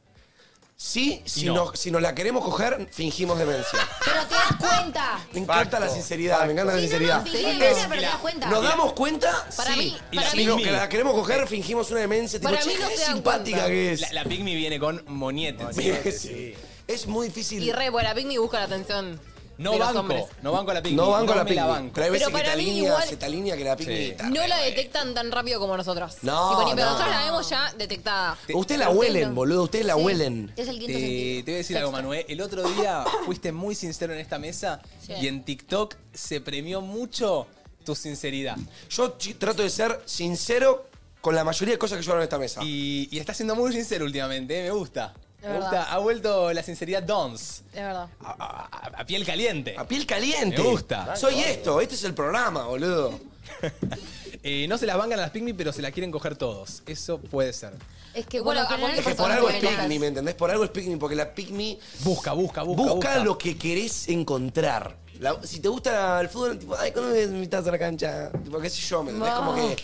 Sí, si,
no.
nos, si nos la queremos coger, fingimos demencia.
Pero te das cuenta.
Me encanta la sinceridad, me encanta
Sí,
la
no,
sinceridad.
no, fingimos
Es-
demencia, pero te das cuenta.
Nos
Mira.
damos cuenta,
Para
sí.
mí-
y
para
si
mí-
nos que la queremos coger, fingimos una demencia, tipo,
Para
che,
mí no
qué
se dan
simpática
cuenta.
que es.
La, la pygmy viene con moñetes.
sí. Es muy difícil.
Y re, bueno, Pigme busca la atención.
No
de los
banco,
hombres.
no banco a la pygmy.
No banco a la
me
pygmy.
banco.
Pero hay veces
Pero
que te
para mí
alinea,
igual-
se te alinea que la pygmy.
Sí.
está-
No la detectan tan rápido como nosotras.
No,
Tipo, ni- pero
no.
nosotros la vemos ya detectada.
Ustedes la huelen, boludo, ustedes la
Sí.
huelen.
Es el quinto
te,
sentido.
te voy a decir algo, Manuel. El otro día fuiste muy sincero en esta mesa
Sí.
y en TikTok se premió mucho tu sinceridad.
Yo chi- trato de ser sincero con la mayoría de cosas que yo hablo en esta mesa.
Y, y estás siendo muy sincero últimamente, ¿eh? me gusta.
De
Me
verdad.
gusta. Ha vuelto la sinceridad Dons.
Es verdad.
Ah,
A, a piel caliente.
A piel caliente.
Me gusta.
Soy esto, este es el programa, boludo.
(laughs) Eh, no se las bancan a las pygmy, pero se la quieren coger todos. Eso puede ser.
Es que, bueno,
Bueno, a
general-
Es que por algo es picnic, ¿me entendés? Por algo es picnic, porque la picnic
Busca, busca, busca.
busca, lo que querés encontrar. La- si te gusta el fútbol, tipo, ay, ¿cuándo me invitas a la cancha? Tipo, qué sé yo, ¿me entendés?
No.
Como que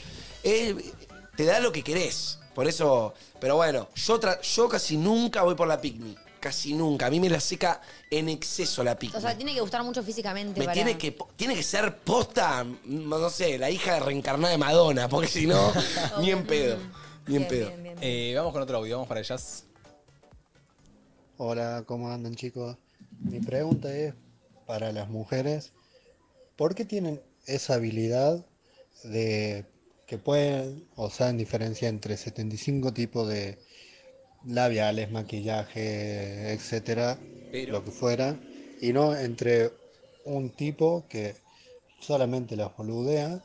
eh, te da lo que querés. Por eso, pero bueno, yo, tra- yo casi nunca voy por la picnic. Casi nunca. A mí me la seca en exceso la picnic.
O sea, tiene que gustar mucho físicamente.
me
para-
tiene que, po- tiene que ser posta, mm, no sé, la hija reencarnada de Madonna, porque si no, ni en pedo. Ni en pedo.
Eh, vamos con otro audio, vamos para ellas.
Hola, ¿cómo andan chicos? Mi pregunta es para las mujeres, ¿por qué tienen esa habilidad de que pueden o saben diferenciar entre 75 tipos de, labiales, maquillaje, etcétera,
Pero-
lo que fuera, y no entre un tipo que solamente las boludea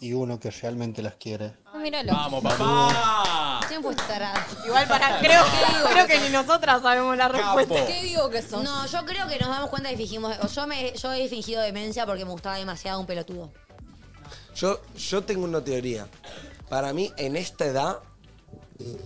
y uno que realmente las quiere.
Ah, míralo.
Vamos, papá.
Siempre fue tarada.
Igual para. Creo, creo que ni nosotras sabemos la respuesta.
¿Qué digo que sos?
No, yo creo que nos damos cuenta y fingimos. o Yo, me, yo he fingido demencia porque me gustaba demasiado un pelotudo.
Yo, yo tengo una teoría. Para mí, en esta edad,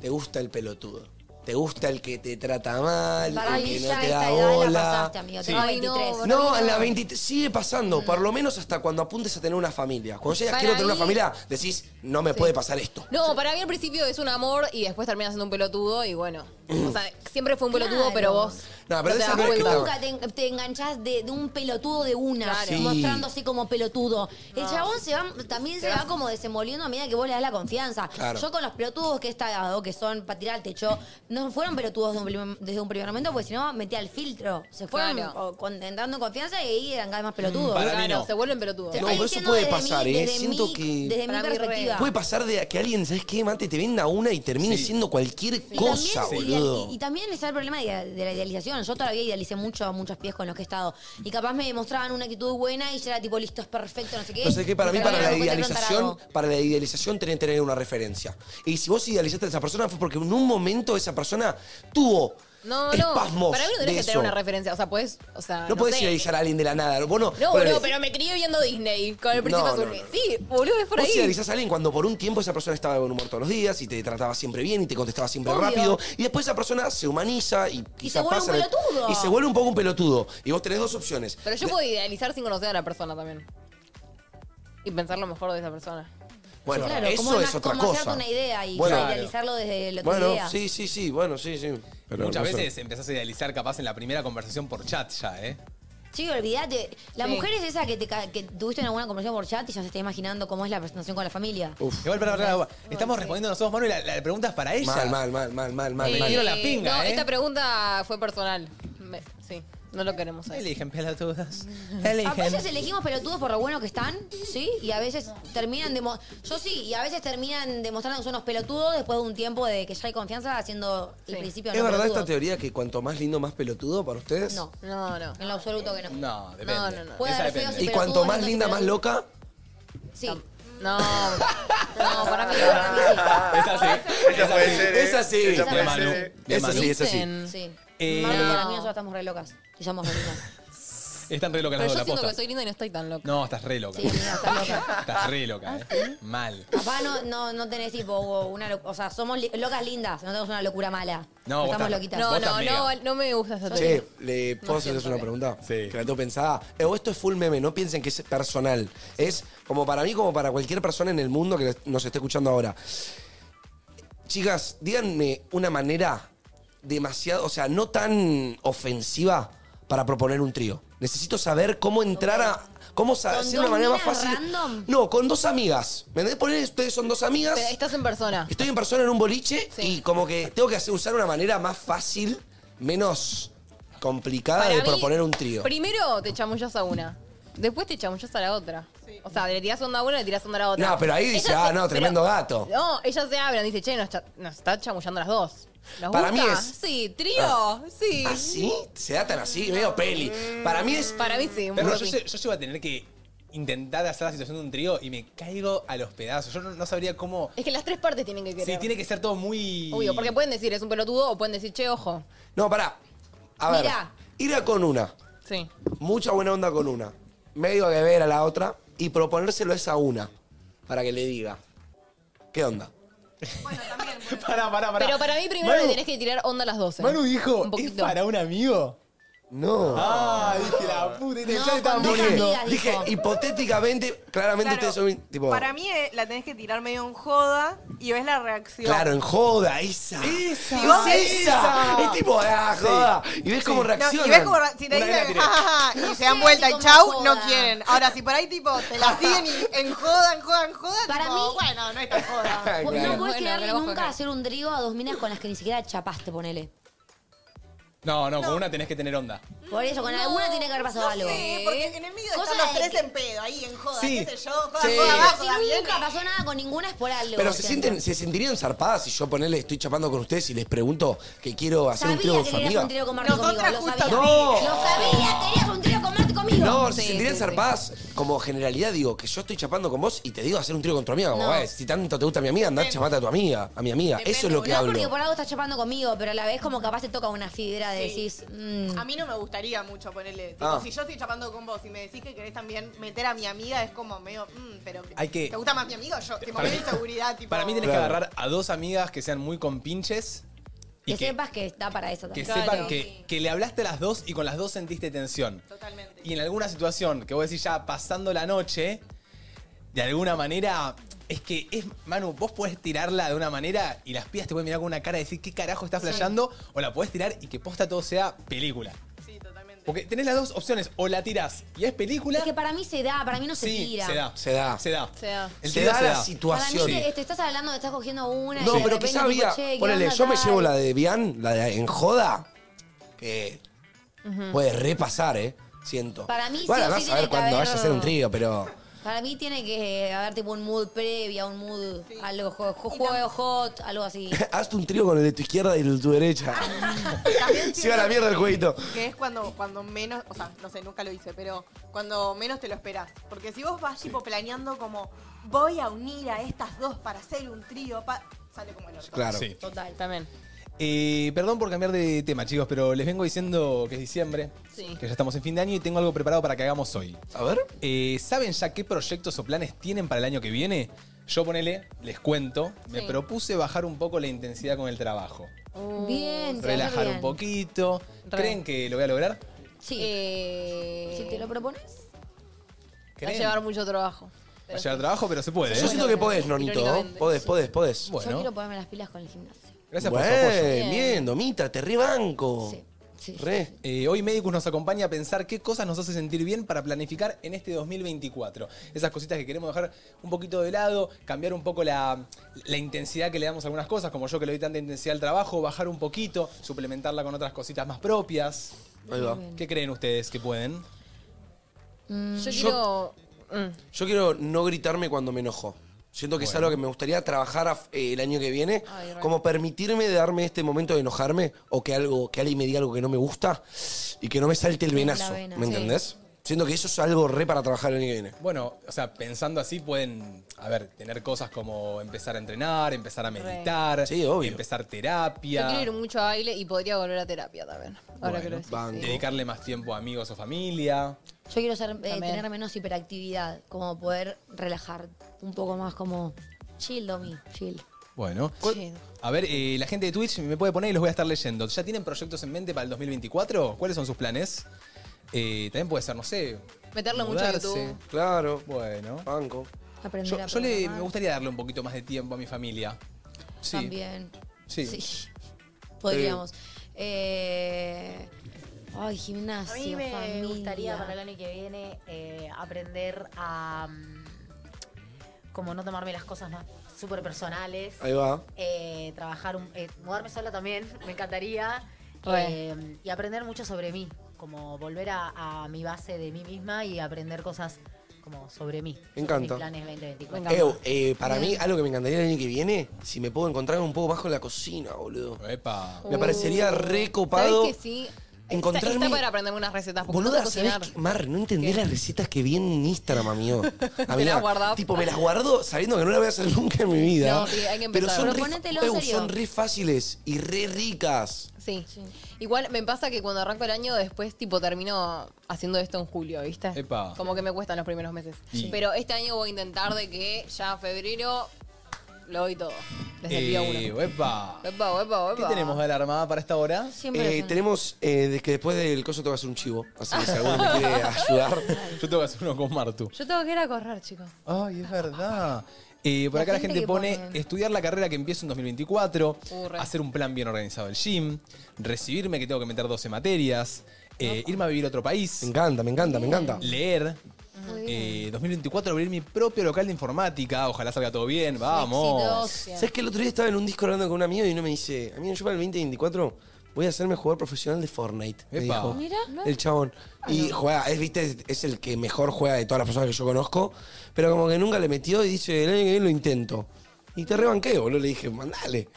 te gusta el pelotudo. Te gusta el que te trata mal,
Para
el
mí
que no
ya
te
esta
da
edad la
bola.
pasaste, amigo, tengo Sí. 23.
No,
No,
a la
no.
23 sigue pasando, por lo menos hasta cuando apuntes a tener una familia. Cuando llegas
Para
quiero tener una
mí-
familia, decís, no me puede pasar esto.
No, para mí al principio es un amor y después termina siendo un pelotudo y bueno. O sea, siempre fue un pelotudo,
Claro.
pero vos.
No, pero
te
esa
das
no es que
cuenta.
estaba-
Nunca te, en- te enganchás de, de un pelotudo de una,
Claro.
Sí.
mostrándose como pelotudo. El
No.
chabón se va, también se
Te
va
vas-
como desenvolviendo a medida que vos le das la confianza.
Claro.
Yo con los pelotudos que he estado, que son para tirar al techo, no fueron pelotudos de un prim- desde un primer momento, porque si no metía el filtro. Se fueron
Claro.
o, con- entrando en confianza y ahí eran cada vez más pelotudos.
Para mí no.
Se vuelven pelotudos.
Te
No,
estoy
pero eso
diciendo
puede
desde
pasar,
mi-
¿eh?
desde
Siento
mi-
que-
Desde mi
Para mí, re.
perspectiva.
Puede pasar de que alguien, ¿sabes qué, Mate? Te venda una y termine siendo cualquier
Y
cosa,
también,
boludo.
Oh. y- Y, y también está el problema de, de la idealización. Yo todavía idealicé mucho a muchos pies con los que he estado. Y capaz me demostraban una actitud buena y ya era tipo, listo, es perfecto, no sé qué.
No sé qué, para mí,
Pero
para la
me encontré con
idealización,
tarado.
para la idealización tenés que tener una referencia. Y si vos idealizaste a esa persona fue porque en un momento esa persona tuvo
No, no.
espasmos.
Para mí no tenés
de
que
eso.
tener una referencia. O sea, podés. O sea,
No,
Ah, no
podés
sé.
idealizar a alguien de la nada. Vos no,
No,
ponele,
boludo, pero me crié viendo Disney con el
No,
príncipe
no,
azul.
no, no.
Sí, boludo, es por
Vos
ahí.
idealizás a alguien cuando por un tiempo esa persona estaba de buen humor todos los días y te trataba siempre bien y te contestaba siempre
Obvio.
rápido. Y después esa persona se humaniza y quizá
vuelve un
pasa de-
pelotudo.
Y se vuelve un poco un pelotudo. Y vos tenés dos opciones.
Pero yo puedo idealizar sin conocer a la persona también. Y pensar lo mejor de esa persona.
Bueno,
Claro,
eso
como,
es
una-
otra
como
cosa.
hacerte una idea y
Bueno,
idealizarlo desde la
bueno,
idea.
sí, sí, sí, bueno, sí, sí. Pero
Muchas
no sé.
veces empezás a idealizar capaz en la primera conversación por chat ya, ¿eh?
Sí, olvídate. La
Sí.
mujer es esa que, te, ca- que tuviste en alguna conversación por chat y ya se está imaginando cómo es la presentación con la familia.
Igual, para, estamos respondiendo nosotros, Manu, y la, la pregunta es para ella.
Mal, mal, mal, mal, mal, mal.
Me
mal.
tiro la
no,
pinga, ¿eh?
esta pregunta fue personal. Me- sí, no lo queremos Ah, pues saber.
Eligen pelotudas.
A
Eligen.
veces elegimos pelotudos por lo bueno que están, ¿sí? Y a veces terminan demo- yo sí, y a veces terminan demostrando que son unos pelotudos después de un tiempo de que ya hay confianza haciendo el principio
¿Es
no
verdad
pelotudos.
esta teoría que cuanto más lindo, más pelotudo para ustedes?
No,
no, no.
En lo absoluto que no.
No, depende.
No, no, no.
Puede
Esa
haber
depende.
feos
Y
pelotudos
cuanto más
lindos y
linda, más
pelotudos.
loca.
Sí.
No, no, para mí.
Esa sí. Esa
puede
sí.
ser, ¿eh? Esa sí.
Esa
Esa puede
puede Manu.
ser, ¿eh?
Bien,
Esa
Manu.
sí, esa sí.
Sí.
Eh,
Maru,
no.
para mí nosotros estamos re locas. Y somos re lindas.
Están re locas
Pero
las dos,
yo
la
siento
posta.
que soy linda y no estoy tan loca.
No, estás re loca.
estás loca.
(laughs) Estás re loca, ¿eh? Mal.
Papá, no, no, no tenés tipo una loc- O sea, somos li- locas lindas, no tenemos una locura mala.
No, vos
estamos
estás-
loquitas.
vos
No,
estás
no,
mega.
no, no me gusta esa teoría.
Che, ¿le puedo hacerles una pregunta?
Sí.
Que la tengo pensada. Eh, o esto es full meme, no piensen que es personal. Es como para mí, como para cualquier persona en el mundo que nos esté escuchando ahora. Chicas, díganme una manera demasiado, o sea, no tan ofensiva para proponer un trío. Necesito saber cómo entrar a. ¿Cómo sa-
¿Con
hacer
dos
una manera más
minas
fácil?
random?
No, con dos amigas. ¿Me entendés? Poner ustedes son dos amigas.
Pero estás en persona.
Estoy en persona en un boliche y como que tengo que hacer, usar una manera más fácil, menos complicada
Para
de
mí,
proponer un trío.
Primero te chamullas a una. Después te chamullas a la otra. O sea, le tirás onda a una, le tirás onda a la otra.
No, pero ahí dice,
Ellas
ah,
se-
no,
pero-
tremendo gato.
No, ellas se abren, dice, che, nos, cha- nos está chamullando las dos. ¿Nos
Para
gusta?
mí es-
Sí, trío,
Ah.
sí.
¿Así? ¿Se da tan así? Veo peli. Para mí es...
Para mí sí, un
Pero
poco
yo,
sí.
lle- yo llego a tener que intentar hacer la situación de un trío y me caigo a los pedazos. Yo no, no sabría cómo.
Es que las tres partes tienen que querer.
Sí, tiene que ser todo muy.
Obvio, porque pueden decir, es un pelotudo, o pueden decir, che, ojo.
No, pará. A ver,
Mirá.
ir a con una,
Sí.
mucha buena onda con una, medio que ver a la otra y proponérselo a esa una para que le diga, ¿qué onda?
(laughs) Pará, pará, pará.
Pero para mí primero
Manu-
le tenés que tirar onda a las 12.
Manu dijo,
un
¿es
poquito.
para un amigo?
No.
Ah, dije la puta. y te- ya estaba
dije,
muriendo.
dije, hipotéticamente, claramente
Claro,
ustedes son... Tipo,
Para mí eh, la tenés que tirar medio en joda y ves la reacción.
Claro, en joda, esa.
Esa.
Y vos-
Es esa. Es tipo, ah, joda. Y ves cómo
No,
reacciona.
y ves como si te
Una vez la
dicen
tiré.
ja, ja, ja, y
No
se dan
sé
vuelta
si
y
como
chau,
joda.
no quieren. Ahora, si por ahí tipo
(laughs)
te la siguen y en joda, en joda, en joda,
Para
tipo,
mí-
bueno, no es tan joda.
No
(laughs) Claro.
podés
Bueno,
quedarle
pero ojo
nunca
acá.
a hacer un trío a dos minas con las que ni siquiera chapaste, ponele.
No, no, con una tenés que tener onda.
Por eso, con
No,
alguna tiene que haber pasado
no
algo.
sé, porque en el medio
Cosa
están los
de
tres
que-
en pedo, ahí en joda,
Sí.
qué sé yo, joda,
Sí.
joda, joda,
Si
joda, bien.
nunca pasó nada con ninguna es por algo.
Pero
o
se
sea.
sienten, se sentirían zarpadas si yo ponerle estoy chapando con ustedes y les pregunto que quiero hacer
Sabía
un trío con
que
su
querías
amiga.
un trío con Marti conmigo, lo sabía.
No.
Lo sabía, querías un trío con Marti conmigo.
No, se sentirían zarpadas como generalidad, digo, que yo estoy chapando con vos y te digo hacer un trío con tu amiga. Como,
No.
"Eh, si tanto te gusta mi amiga, andá chapate a tu amiga, a mi amiga. Eso es lo que
no,
hablo.
porque por algo estás chapando conmigo, pero a la vez como capaz te toca una fibra de
Sí.
decís... mm.
A mí no me gustaría mucho ponerle. tipo,
Ah.
Si yo estoy chapando con vos y me decís que querés también meter a mi amiga, es como medio. mm, pero
Hay que- Eh,
¿Te gusta más mi amiga o yo? Te
Para
de
mí-
inseguridad, tipo.
Para mí tenés
Claro.
que agarrar a dos amigas que sean muy compinches y
Que
que,
sepas que está para eso
que
también.
sepan que, que le hablaste a las dos y con las dos sentiste tensión.
Totalmente.
Y en alguna situación que vos decís ya pasando la noche, de alguna manera, es que es, Manu, vos podés tirarla de una manera y las pibas te pueden mirar con una cara y decir qué carajo está flasheando, o la podés tirar y que posta todo sea película. Sí, totalmente. Porque tenés las dos opciones, o la tirás y es película.
Es que para mí se da, para mí no se
sí,
tira.
se da.
Se da.
Se da.
Se da.
El
Se
tiro
da la situación.
Para mí
Sí.
te, te estás hablando, te estás cogiendo una. y
No,
de
pero
repente
quizá
tipo,
había.
"Che, ¿qué
Ponele,
onda
yo me
tal?".
llevo la de Bian, la de en joda, que
Ujú.
puede repasar, ¿eh? Siento.
Para mí sí
Igual
o
andás
sí
a
tiene
ver
que
cuando
haber-
vaya a hacer un trío, pero. (laughs)
Para mí tiene que haber tipo un mood previa, un mood, algo, jo- jo- juego hot, algo
(laughs)
así.
Hazte un trío con el de tu izquierda y el de tu derecha.
Ah,
(laughs)
(laughs)
Se va a la mierda el jueguito.
Que es cuando, cuando menos, o sea, no sé, nunca lo hice, pero cuando menos te lo esperás. Porque si vos vas tipo planeando como voy a unir a estas dos para hacer un trío, pa- sale como el orto.
Claro. Sí.
Total.
También.
Eh, perdón por cambiar de tema, chicos, pero les vengo diciendo que es diciembre,
Sí.
que ya estamos en fin de año y tengo algo preparado para que hagamos hoy. Eh,
A ver.
¿Saben ya qué proyectos o planes tienen para el año que viene? Yo ponele, les cuento, me
Sí.
propuse bajar un poco la intensidad con el trabajo.
Oh.
Bien, te va a hacer
Relajar
bien.
un poquito.
Re.
¿Creen que lo voy a lograr?
Sí. Eh, Si te lo propones.
Va a
¿Creen?
llevar mucho trabajo.
Va a llevar trabajo, pero se puede. ¿eh?
Yo siento que podés, Nonito. ¿eh?
Irónicamente.
Podés, podés, podés.
Yo quiero ponerme las pilas con el gimnasio.
Gracias por
bueno,
su apoyo.
Bien, Domita, te rebanco. Re.
Eh, hoy Medicus nos acompaña a pensar qué cosas nos hace sentir bien para planificar en este 2024. Esas cositas que queremos dejar un poquito de lado, cambiar un poco la, la intensidad que le damos a algunas cosas, como yo que le doy tanta intensidad al trabajo, bajar un poquito, suplementarla con otras cositas más propias.
Ahí va.
¿Qué creen ustedes que pueden? Mm.
Yo quiero.
Yo-
Mm.
Yo quiero no gritarme cuando me enojo. Siento que es algo que me gustaría trabajar a- eh, el año que viene.
Ay, re.
como permitirme de darme este momento de enojarme o que algo que alguien me diga algo que no me gusta y que no me salte el
La
venazo.
vena.
¿Me
Sí.
entendés? Siento que eso es algo re para trabajar el año que viene.
Bueno, o sea, pensando así pueden, a ver, tener cosas como empezar a entrenar, empezar a meditar, empezar terapia.
Yo quiero ir mucho a baile y podría volver a terapia también. Ahora que lo
Bueno,
decís. sí.
dedicarle más tiempo a amigos o familia.
Yo quiero ser- eh,
También.
tener menos hiperactividad, como poder relajar un poco más, como chill, Domi, chill.
Bueno, ¿cuál- a ver, eh, la gente de Twitch me puede poner y los voy a estar leyendo. ¿Ya tienen proyectos en mente para el 2024? ¿Cuáles son sus planes? Eh, también puede ser, no sé.
Meterle mucho a
mudarse.
YouTube.
Claro.
Bueno.
Banco.
Aprender
Yo,
a
yo le,
programar.
me gustaría darle un poquito más de tiempo a mi familia. Sí.
También.
Sí.
Podríamos. Eh, ay,
A
gimnasio,
mí me
familia.
gustaría para el año que viene eh, aprender a mm, como no tomarme las cosas más súper personales.
Ahí va.
Eh, trabajar, un- eh, mudarme sola también, (laughs) me encantaría.
Re.
Eh, y aprender mucho sobre mí, como volver a, a mi base de mí misma y aprender cosas como sobre mí. sobre
Me encanta.
Mis planes 2024.
Ew, eh, para mí, algo que me encantaría el año que viene, si me puedo encontrar un poco más con la cocina, boludo.
Epa.
Me parecería re copado.
Uh. ¿Sabés que sí? Encontrarme... Está,
encontrarme-
está para aprender unas recetas. porque
Boluda,
no sé
¿sabés
cocinar.
qué? Mar, no entendí las recetas que vi en
(laughs)
Instagram, amigo. Amiga,
las guardás.
Tipo, me las guardo sabiendo que no las voy a hacer (laughs) nunca en mi vida.
No, sí, hay que
Pero
empezar.
son,
Proponetelo,
re,
en
Ew,
serio.
son re fáciles y re ricas.
Sí. Igual me pasa que cuando arranco el año, después, tipo, termino haciendo esto en julio, ¿viste?
Epa.
Como que me cuestan los primeros meses.
Sí.
Pero este año voy a intentar de que ya febrero lo doy todo. (laughs) Desde el día
Eh,
uno.
epa.
Epa, epa,
¿Qué
epa.
tenemos de la armada para esta hora?
Eh, tenemos eh, de que después del coso te va a hacer un chivo. Así que si alguno me
(laughs)
quiere ayudar.
Yo tengo que hacer uno con Martu.
Yo tengo que ir a correr, chicos.
Ay, es
(laughs)
verdad. Eh, por
La
acá la
gente
gente
que
pone,
pone.
estudiar la carrera que empiezo en 2024,
Uh, re.
hacer un plan bien organizado del gym, recibirme que tengo que meter 12 materias, eh, irme a vivir a otro país. Me
encanta, me encanta, me encanta.
Leer. Eh, 2024 abrir mi propio local de informática, ojalá salga todo bien, vamos.
¿Sabes que el otro día estaba en un disco hablando con un amigo y uno me dice, amigo, yo para el 2024 voy a hacerme jugador profesional de Fortnite. me
Epa.
dijo.
Mira.
El chabón. Y juega, es, viste, es, es el que mejor juega de todas las personas que yo conozco, pero como que nunca le metió y dice, el año que viene lo intento. Y te rebanqueo, boludo. Le dije, mandale.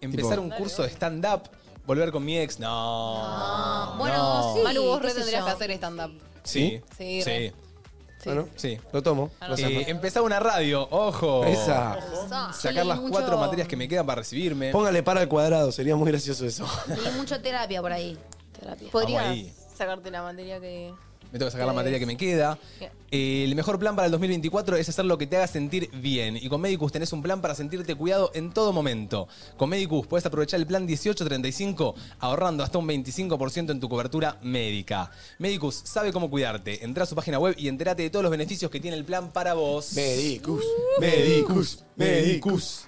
Empezar un curso de stand-up, volver con mi ex, no.
Bueno,
no.
sí. Manu, vos
qué
re
sé
tendrías
yo.
que hacer stand-up.
Sí.
Sí,
Sí.
Ah, re.
Bueno,
sí.
Lo tomo.
Eh,
Gracias, Fer.
empezar una radio, ojo.
Esa.
Sacar las cuatro materias que me quedan para recibirme.
(laughs) Póngale para al cuadrado, sería muy gracioso eso.
Y mucha terapia por ahí. Terapia.
Vamos
Podrías
ahí.
sacarte la materia que.
Me tengo que sacar la materia que me queda.
Bien.
Eh, el mejor plan para el 2024 es hacer lo que te haga sentir bien. Y con Medicus tenés un plan para sentirte cuidado en todo momento. Con Medicus puedes aprovechar el plan 1835 ahorrando hasta un 25% en tu cobertura médica. Medicus sabe cómo cuidarte. Entra a su página web y entérate de todos los beneficios que tiene el plan para vos. Uh.
Medicus,
Medicus, Medicus.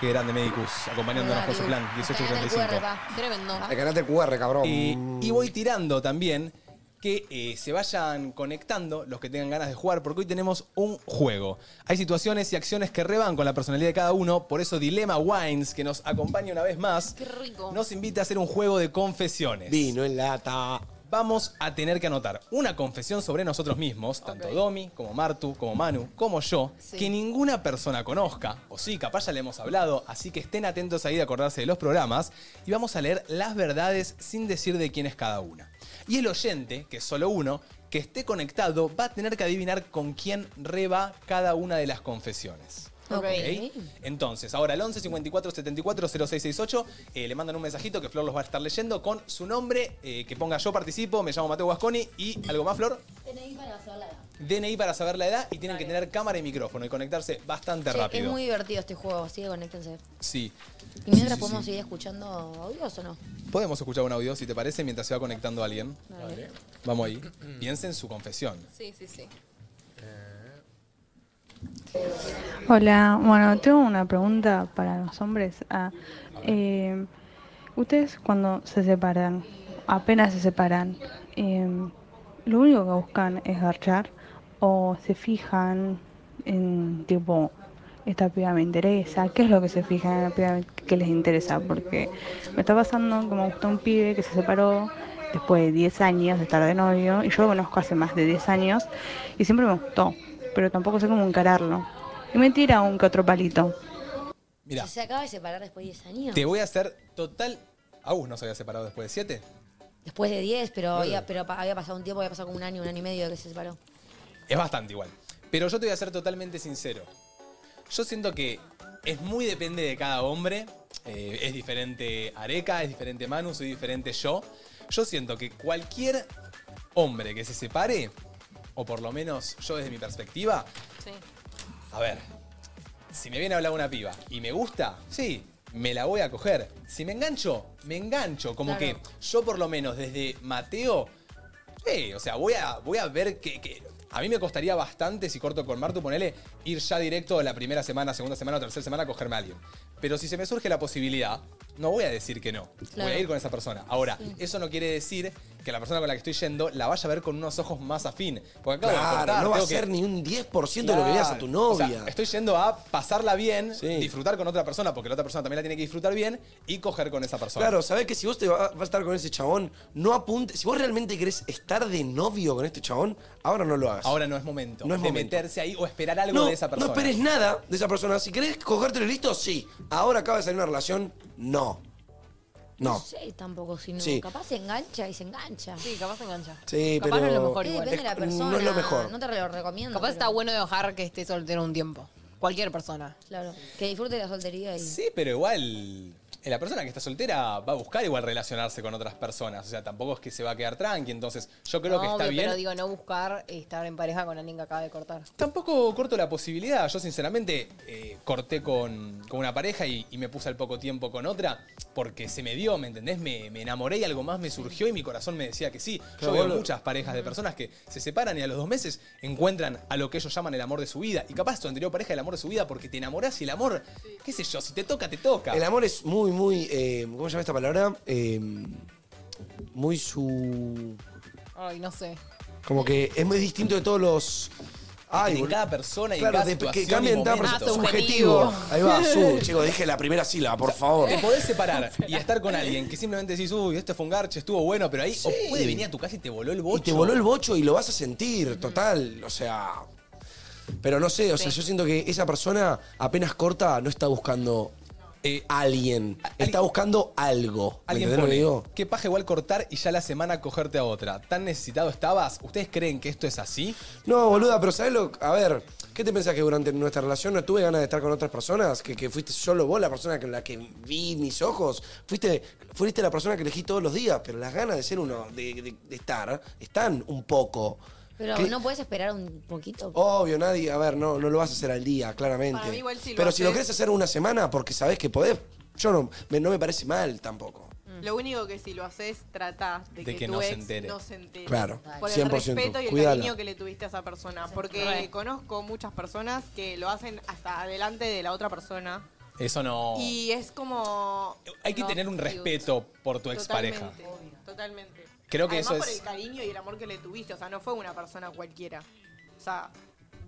Qué grande Medicus, acompañándonos con su plan 1835.
Tremendo.
Ganate el QR, cabrón.
Eh, y voy tirando también que eh, se vayan conectando los que tengan ganas de jugar, porque hoy tenemos un juego. Hay situaciones y acciones que reban con la personalidad de cada uno, por eso Dilema Wines, que nos acompaña una vez más, nos invita a hacer un juego de confesiones.
Vino en lata.
Vamos a tener que anotar una confesión sobre nosotros mismos, tanto Domi como Martu, como Manu, como yo, que ninguna persona conozca, o sí, capaz ya le hemos hablado, así que estén atentos ahí de acordarse de los programas, y vamos a leer las verdades sin decir de quién es cada una. Y el oyente, que es solo uno, que esté conectado, va a tener que adivinar con quién reba cada una de las confesiones.
Ok.
¿Ok? Entonces, ahora al 11 54 74 0668 eh, le mandan un mensajito que Flor los va a estar leyendo con su nombre, eh, que ponga yo participo, me llamo Mateo Guasconi y algo más, Flor, DNI para saber la edad y tienen que tener cámara y micrófono y conectarse bastante
Che,
rápido.
Es muy divertido este juego, así que conéctense.
Sí.
¿Y mientras
Sí, sí,
podemos
sí.
seguir escuchando audios o no?
Podemos escuchar un audio, si te parece, mientras se va conectando alguien.
Dale.
Vamos ahí. Piensen su confesión.
Sí, sí, sí.
(laughs) Hola, bueno, tengo una pregunta para los hombres. Ah, eh, Ustedes cuando se separan, apenas se separan, eh, ¿lo único que buscan es garchar o se fijan en tipo, esta piba me interesa? ¿Qué es lo que se fijan en la piba que les interesa? Porque me está pasando como gusta un pibe que se separó después de 10 años de estar de novio y yo lo conozco hace más de 10 años y siempre me gustó, pero tampoco sé cómo encararlo. Y me tira un que otro palito.
Mira,
Si se acaba de separar después de 10 años.
te voy a hacer total. Agus no se había separado después de siete.
Después de 10, pero,
Nueve.
había, pero pa- había pasado un tiempo, había pasado como un año, un año y medio que se separó.
Es bastante igual. Pero yo te voy a ser totalmente sincero. Yo siento que es muy depende de cada hombre. Eh, es diferente Areca, es diferente Manu, soy diferente yo. Yo siento que cualquier hombre que se separe, o por lo menos yo desde mi perspectiva,
Sí.
a ver, si me viene a hablar una piba y me gusta, sí, me la voy a coger. Si me engancho, me engancho. Como
Claro.
que yo por lo menos desde Mateo, sí, o sea, voy a, voy a ver que, que- A mí me costaría bastante, si corto con Martu, ponele, ir ya directo la primera semana, segunda semana o tercera semana a cogerme a alguien. Pero si se me surge la posibilidad, no voy a decir que no.
Claro.
Voy a ir con esa persona. Ahora, eso no quiere decir que la persona con la que estoy yendo la vaya a ver con unos ojos más afín. Porque acabo de
Claro,
cortar,
no va a
tengo que-
ser ni un 10% de lo que le das a tu
Claro.
novia.
O sea, estoy yendo a pasarla bien, disfrutar con otra persona, porque la otra persona también la tiene que disfrutar bien, y coger con esa persona.
Claro, sabés que si vos te va- vas a estar con ese chabón, no apunte. Si vos realmente querés estar de novio con este chabón, ahora no lo hagas.
Ahora no es momento
No es
de
momento.
meterse ahí o esperar algo
no,
de esa persona.
No esperes nada de esa persona. Si querés cogértelo listo, sí. Ahora acaba de salir una relación, no. No.
sé tampoco si no.
Sí.
Capaz se engancha y se engancha. Sí, capaz se engancha.
Sí,
Capaz
pero.
no es lo mejor
Sí,
igual.
depende de la
Es-
persona.
no es lo mejor.
No te lo recomiendo.
Capaz
pero-
está bueno dejar que esté soltero un tiempo. Cualquier persona.
Claro. Que disfrute la soltería y.
Sí, pero igual. eh, La persona que está soltera va a buscar igual relacionarse con otras personas. O sea, tampoco es que se va a quedar tranqui. Entonces, yo creo
no,
que está
obvio,
bien.
pero digo, no buscar estar en pareja con alguien que acaba de cortar.
Tampoco corto la posibilidad. Yo, sinceramente, eh, corté con, con una pareja y, y me puse al poco tiempo con otra porque se me dio, ¿me entendés? Me, me enamoré y algo más me surgió y mi corazón me decía que sí. Yo
Claro,
veo
boludo.
muchas parejas de personas que se separan y a los dos meses encuentran a lo que ellos llaman el amor de su vida. Y capaz tu anterior pareja es el amor de su vida porque te enamorás y el amor, qué sé yo, si te toca, te toca.
El amor es muy, muy. eh, ¿Cómo se llama esta palabra? Eh, muy su.
Ay, no sé.
Como que es muy distinto de todos los Ay,
de
boludo.
cada persona y
Claro,
cada
de-
situación
que cambien
y
cada
momento.
persona. Subjetivo. Ahí va, su. Chicos, dije la primera sílaba, por favor.
Te podés separar y estar con alguien que simplemente decís, uy, esto fue un garche, estuvo bueno, pero ahí o
Sí.
puede venir a tu casa y te voló el bocho.
Y te voló el bocho y lo vas a sentir, total. O sea. Pero no sé, o sea, yo siento que esa persona apenas corta no está buscando a alguien. Está buscando algo. ¿Me
Eh, Alguien
entendés lo que
pone,
digo?
qué paja igual cortar y ya la semana cogerte a otra. ¿Tan necesitado estabas? ¿Ustedes creen que esto es así?
No, boluda, pero ¿sabes lo? A ver, ¿qué te pensás que durante nuestra relación no tuve ganas de estar con otras personas? ¿Que, que fuiste solo vos la persona con la que vi mis ojos? Fuiste, fuiste la persona que elegí todos los días, pero las ganas de ser uno, de, de- de estar, están un poco.
Pero
¿Qué?
no puedes esperar un poquito.
Obvio, nadie, a ver, no, no lo vas a hacer al día, claramente.
Para mí igual sí lo
pero si lo
haces.
querés hacer una semana porque sabés que podés, yo no me, no me parece mal tampoco.
Lo único que si lo haces, trata de,
De
que,
que
tu
no se
ex
entere.
no se entere.
Claro,
Por el
100%,
respeto y el
cuídala.
cariño que le tuviste a esa persona. Porque
Re.
conozco muchas personas que lo hacen hasta adelante de la otra persona.
Eso no.
Y es como.
Oh. Hay que
no,
tener un
digo,
respeto por tu expareja.
Totalmente. totalmente.
Creo que
Además,
eso
por
es-
el cariño y el amor que le tuviste. O sea, no fue una persona cualquiera. O sea,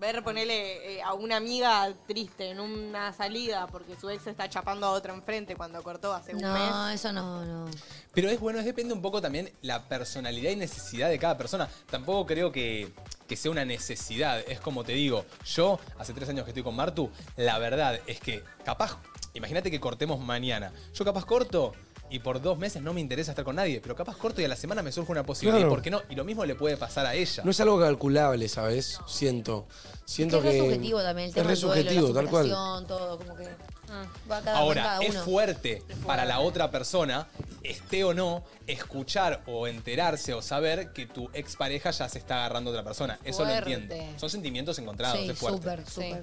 ver ponerle eh, a una amiga triste en una salida porque su ex está chapando a otra enfrente cuando cortó hace un mes.
No, eso no, no.
Pero es bueno, es depende un poco también la personalidad y necesidad de cada persona. Tampoco creo que, que sea una necesidad. Es como te digo, yo hace tres años que estoy con Martu, la verdad es que capaz, imagínate que cortemos mañana. Yo capaz corto y por dos meses no me interesa estar con nadie, pero capaz corto y a la semana me surge una posibilidad.
Claro.
¿Y por qué no? Y lo mismo le puede pasar a ella.
No es algo calculable, ¿sabes? Siento. Siento
es
que.
re subjetivo también el tema
Es
del
re
duelo, la
subjetivo, tal cual.
superación, todo, como que.
Ah.
Va cada uno,
Ahora,
cada
es
uno.
fuerte para la otra persona, esté o no, escuchar o enterarse o saber que tu expareja ya se está agarrando a otra persona. Eso lo
Fuerte.
entiendo. Son sentimientos encontrados,
Sí,
es fuerte. Eh,
súper, súper.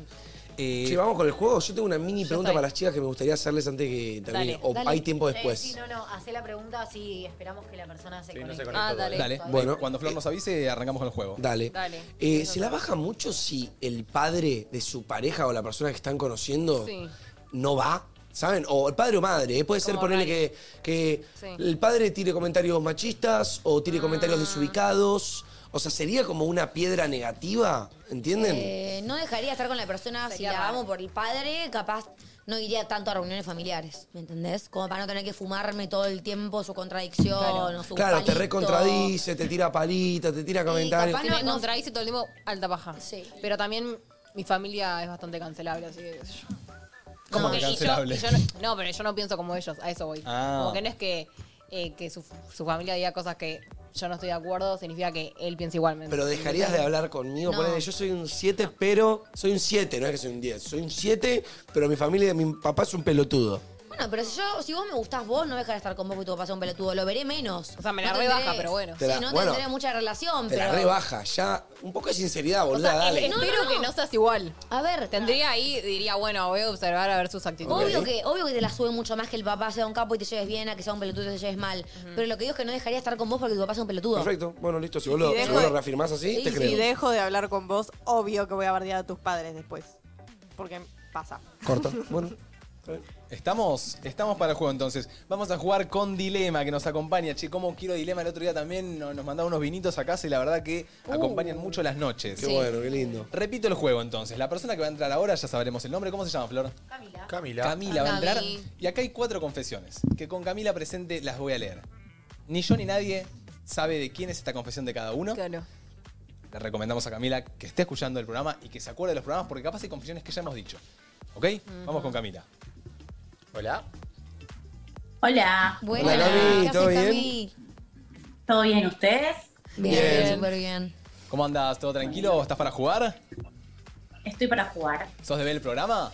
Che, vamos con el juego. Yo tengo una mini pregunta
estoy.
para las chicas que me gustaría hacerles antes que termine. o hay tiempo después.
Eh, Sí, no, no, hacé la pregunta si esperamos que la persona se
Ah,
conecte.
Ah, Dale,
Bueno.
bueno, cuando Flor nos avise, arrancamos con el juego.
Dale.
Dale.
Eh, ¿Se la baja mucho si el padre de su pareja o la persona que están conociendo
Sí.
no va? ¿Saben? O el padre o madre. ¿eh? Puede ser ponerle que, que
Sí.
el padre tire comentarios machistas o tire comentarios desubicados. O sea, sería como una piedra negativa, ¿entienden?
Eh, no dejaría de estar con la persona si
Sería
la
raro.
amo por el padre, capaz no iría tanto a reuniones familiares, ¿me entendés? Como para no tener que fumarme todo el tiempo su contradicción o su
claro, te
palito.
recontradice, te tira palita, te tira comentarios.
Capaz no, me contradice todo el tiempo alta paja. Sí. Pero también mi familia es bastante cancelable, así que qué sé yo.
¿Cómo que
y yo-
cancelable?
y yo no, no, pero yo no pienso como ellos, a eso voy.
Ah.
Como que no es que, eh, que su, su familia diga cosas que yo no estoy de acuerdo, significa que él piensa igualmente.
Pero dejarías de hablar conmigo.
No.
ponele, yo soy un 7, pero. Soy un 7, no es que soy un 10. Soy un 7, pero mi familia, mi papá es un pelotudo.
Bueno, pero si yo, si vos me gustás vos, no voy a dejar de estar con vos porque tu papá es un pelotudo, lo veré menos. O sea,
me la rebaja, pero bueno.
Te la-
sí, no
bueno,
tendré mucha relación,
Te
pero.
la rebaja, ya. Un poco de sinceridad,
O
boluda,
sea,
dale.
eh, espero que no seas igual.
A ver.
Tendría ahí, diría, bueno, voy a observar a ver sus actitudes.
Obvio que, obvio que te la sube mucho más que el papá sea un capo y te lleves bien a que sea un pelotudo y te lleves mal. Pero lo que digo es que no dejaría de estar con vos porque tu papá es un pelotudo.
Perfecto, bueno, listo. Si vos, lo,
si
si
dejo
vos lo
de-
reafirmás así,
Sí,
te
si
creo.
dejo de hablar con vos, obvio que voy a bardear a tus padres después. Porque pasa.
Corto. (laughs) Bueno.
Estamos, estamos para el juego entonces. Vamos a jugar con Dilema que nos acompaña. Che, cómo quiero Dilema el otro día también no- nos mandaba unos vinitos a casa y la verdad que
Uh.
acompañan mucho las noches.
Qué Sí. bueno, qué lindo.
Repito el juego entonces. La persona que va a entrar ahora, ya sabremos el nombre. ¿Cómo se llama, Flor?
Camila.
Camila. Camila va a entrar.
Cami.
Y acá hay cuatro confesiones que con Camila presente las voy a leer. Ni yo ni nadie sabe de quién es esta confesión de cada uno. Le recomendamos a Camila que esté escuchando el programa y que se acuerde de los programas porque capaz hay confesiones que ya hemos dicho. ¿Ok? Vamos con Camila.
Hola.
Hola.
Buenas.
Hola, Cami,
¿Qué haces,
¿todo bien?
Cami?
¿Todo bien ustedes?
Bien, súper bien.
¿Cómo andas? ¿Todo tranquilo? ¿Estás para jugar?
Estoy para jugar.
¿Sos de ver el programa?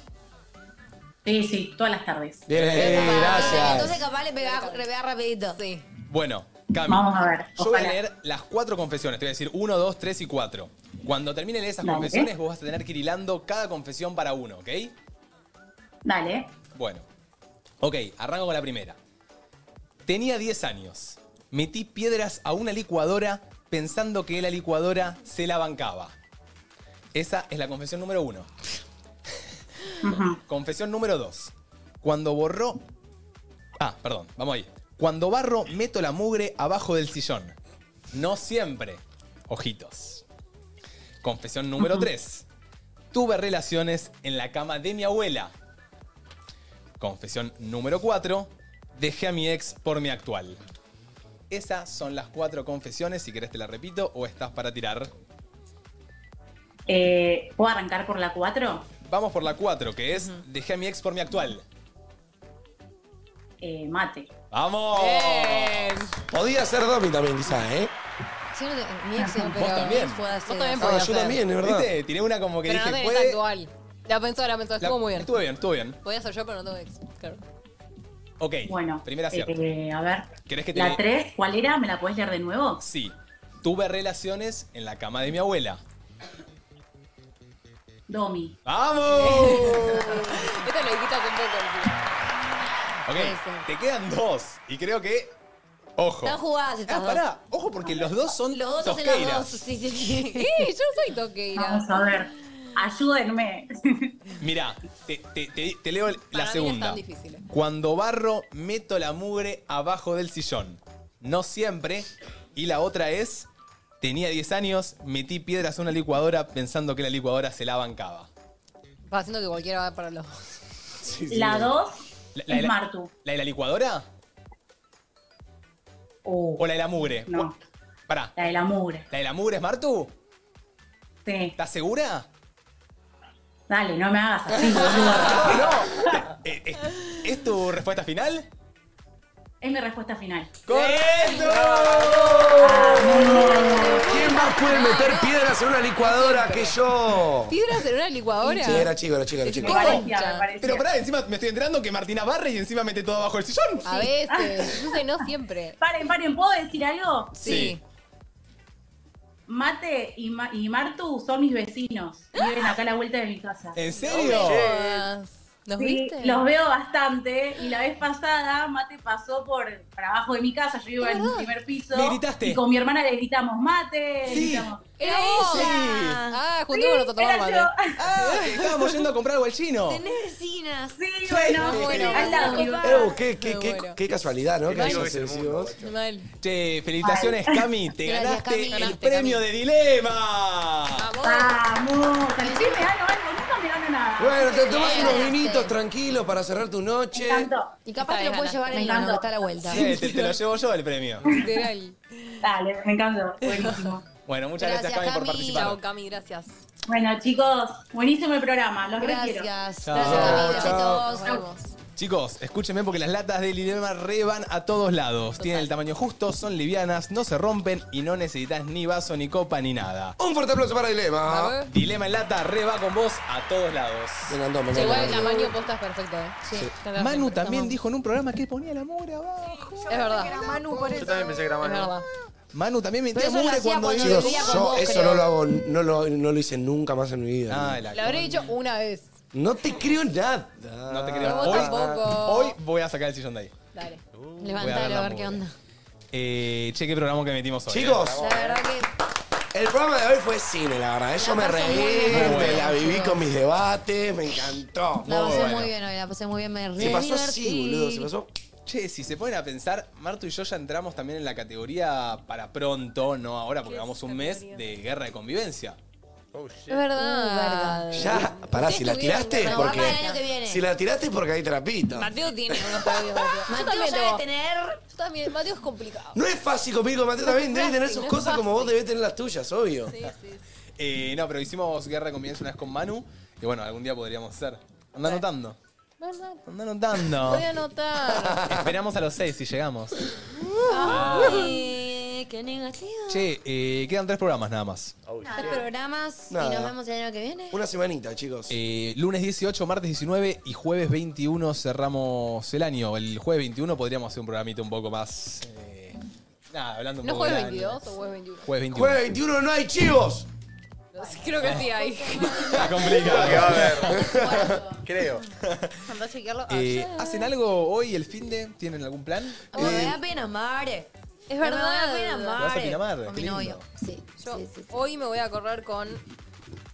Sí, sí, todas las tardes.
Bien,
Entonces capaz le pegás, le pegás rapidito. Sí.
Bueno, Cami.
Vamos a ver,
Yo voy a
ojalá.
leer las cuatro confesiones. Te voy a decir uno, dos, tres y cuatro. Cuando termine de leer esas
Dale.
confesiones, vos vas a tener que ir hilando cada confesión para uno, ¿ok?
Dale.
Bueno. Ok, arranco con la primera. Tenía 10 años. Metí piedras a una licuadora pensando que la licuadora se la bancaba. Esa es la confesión número uno. confesión número dos. Cuando borró... Ah, perdón, vamos ahí. Cuando barro, meto la mugre abajo del sillón. No siempre. Ojitos. Confesión número 3. Tuve relaciones en la cama de mi abuela. Confesión número 4. Dejé a mi ex por mi actual. Esas son las cuatro confesiones. Si querés te las repito o estás para tirar.
Eh, ¿Puedo arrancar por la 4?
Vamos por la 4, que es dejé a mi ex por mi actual.
Eh, mate.
¡Vamos!
Eh.
Podía ser Domi también, quizá, ¿eh?
Yo no te- mi ex, pero
Vos también. Ah,
fue hace-
Vos también
fue
podías
hace-
ser.
¿Viste? Tiré una como que
pero no
dije,
tenés
puede-
actual. La pensó, la pensó.
la-
Estuvo muy bien.
Estuvo bien, estuvo bien.
Podía ser yo, pero no tengo ex. Claro.
Ok,
Bueno,
primera acierto.
eh, a ver.
¿Querés que te
¿La
le-
3 cuál era? ¿Me la puedes leer de nuevo?
Sí. Tuve relaciones en la cama de mi abuela.
Domi.
¡Vamos!
Esto lo quitas un poco. encima.
Ok, te quedan dos. Y creo que. Ojo.
Están jugadas estas
Ah,
dos.
pará. Ojo, porque los dos son los
Todos hacen las dos. Sí, sí, sí.
Eh, yo soy toqueira.
Vamos a ver. Ayúdenme.
Mirá, te, te- te- te leo el- la
Para mí no es
segunda.
tan difícil.
Cuando barro, meto la mugre abajo del sillón. No siempre. Y la otra es. Tenía 10 años, metí piedras a una licuadora pensando que la licuadora se la bancaba.
Va haciendo que cualquiera va para los.
La 2
La, la de
es
la-
Martu.
¿La de la licuadora? ¿O la de la mugre?
Oh. No.
Pará.
La de la mugre.
¿La de la mugre es Martu?
Sí.
¿Estás segura?
Dale, no me hagas
(laughs)
así.
¿Es tu respuesta final?
es mi respuesta final.
¡Correcto!
¿Quién más puede meter piedras en una licuadora que yo?
¿Piedras en una licuadora?
Sí, era chico, era chico, era chico.
Me parecía, me parecía.
Pero pará, encima me estoy enterando que Martina barre y encima mete todo abajo el sillón.
A (laughs)
Ah,
veces. No sé, no siempre.
Paren, paren, ¿puedo decir algo?
Sí.
Mate y, Ma- y Martu son mis vecinos. Viven acá a la vuelta de mi casa.
¿En serio?
¿Los
Sí,
viste?
Los veo bastante. Y la vez pasada, Mate pasó por, por abajo de mi casa. Yo vivo en el primer piso.
Me gritaste.
Y con mi hermana le gritamos Mate. le gritamos,
¡Era vos!
Sí.
Ah, juntémonos a tomar
era
mate.
yo.
Ah, que estábamos yendo a comprar algo al chino.
Tenés vecinas.
Sí, bueno,
bueno.
al lado,
una
Ah,
copada.
Eh, qué, qué, qué, qué casualidad, ¿no?
Te
Que
digo
hayas
que es el
decidido vos.
Mal.
Che, felicitaciones,
Ay.
Cami. Te
Gracias,
ganaste
Cami.
el
Ganaste,
premio de Dilema.
Vamos. Tal vez sí me gano algo. Nunca me gano nada.
Bueno, te tomas
Bien,
unos
ganaste.
vinitos tranquilos para cerrar tu noche.
Tanto.
Y capaz
Está
te lo
bien,
puedes
Ana.
llevar en
Me
el mano,
encantó.
está a
(laughs)
la vuelta.
Sí, te, te lo llevo yo el premio.
Literal.
Dale,
(laughs)
me encantó. Buenísimo.
Bueno, muchas gracias, Cami, por participar.
Chao, Cami, gracias.
Bueno, chicos, buenísimo el programa. Los requiero.
Gracias.
Chao.
Gracias, Cami.
Chao.
Besitos.
Nos vemos.
Chicos, escúchenme porque las latas del dilema reban a todos lados. Tienen el tamaño justo, son livianas, no se rompen y no necesitas ni vaso, ni copa, ni nada.
Un fuerte aplauso para Dilema.
Dilema en lata reba con vos a todos lados.
Me encantó, me
Che, igual el
encantó.
tamaño posta es perfecto, ¿eh? Sí.
Manu también dijo en un programa que ponía la mugre abajo.
Es verdad.
Era Manu por
Yo
eso.
también pensé que era
Es
Manu.
verdad.
Manu también metía
Pero eso lo
mugre
hacía
cuando
cuando
iba-
Chicos,
vivía con
yo
vos,
eso
creo.
no lo hago, no lo, no lo hice nunca más en mi vida.
Ah, la-
La habré dicho una vez.
No te creo nada.
No te creo.
Vos tampoco.
Hoy, hoy voy a sacar el sillón de ahí.
Dale.
Voy a ver
Levantalo
la
a ver qué
mugre.
onda.
Eh, che, qué programa que metimos hoy.
Chicos,
eh.
La verdad que
el programa de hoy fue cine, la verdad. Yo me
pasé
reí,
muy bien,
me
bueno.
la viví con mis debates, me encantó.
la pasé
bueno.
muy bien hoy, la pasé muy bien, me re
Se pasó
divertí.
así, boludo, se pasó.
Che, si se ponen a pensar, Martu y yo ya entramos también en la categoría para pronto, no ahora porque vamos un mes de guerra de convivencia.
Oh, shit.
Es Uh, verdad.
Ya, pará, si la
Ustedes
tiraste es
tuvieron-
porque.
No, vamos el año que viene.
Si la tiraste es porque hay trapito.
Mateo tiene
(laughs)
unos labios. Mateo
Mateo ya debe
tengo.
tener...
Yo también. Mateo es complicado.
No es fácil conmigo, con Mateo también. Debe tener sus
no es
cosas como vos debés tener las tuyas, obvio.
Eh, no, pero hicimos guerra de convivencia una vez con Manu y bueno, algún día podríamos hacer. Anda anotando.
¿Verdad?
Anda
Voy a
anotando.
anotar.
Esperamos a los seis si llegamos.
Ay, qué negativo.
Che, eh, quedan tres programas nada más.
Oh, shit.
Tres programas y
Nada.
nos vemos el año que viene.
Una semanita, chicos.
Eh, lunes 18, martes 19 y jueves 21 cerramos el año. El jueves 21 podríamos hacer un programito un poco más. eh, nada, hablando un
¿No
poco del
jueves
año.
22 o jueves 21?
Jueves 21.
Jueves 21 no hay chivos.
Creo que (laughs) sí hay.
Está
(laughs)
Creo que va a
complicado.
haber. Creo.
Andá a chequearlo.
Eh,
ayer.
¿Hacen algo hoy el fin de? ¿Tienen algún plan?
Oh, me da pena, madre.
Es
Me da
verdad.
pena,
Te
vas a
madre.
Pinamar,
Con
qué
mi
lindo.
novio. Sí,
Yo
sí, sí. sí.
hoy me voy a correr con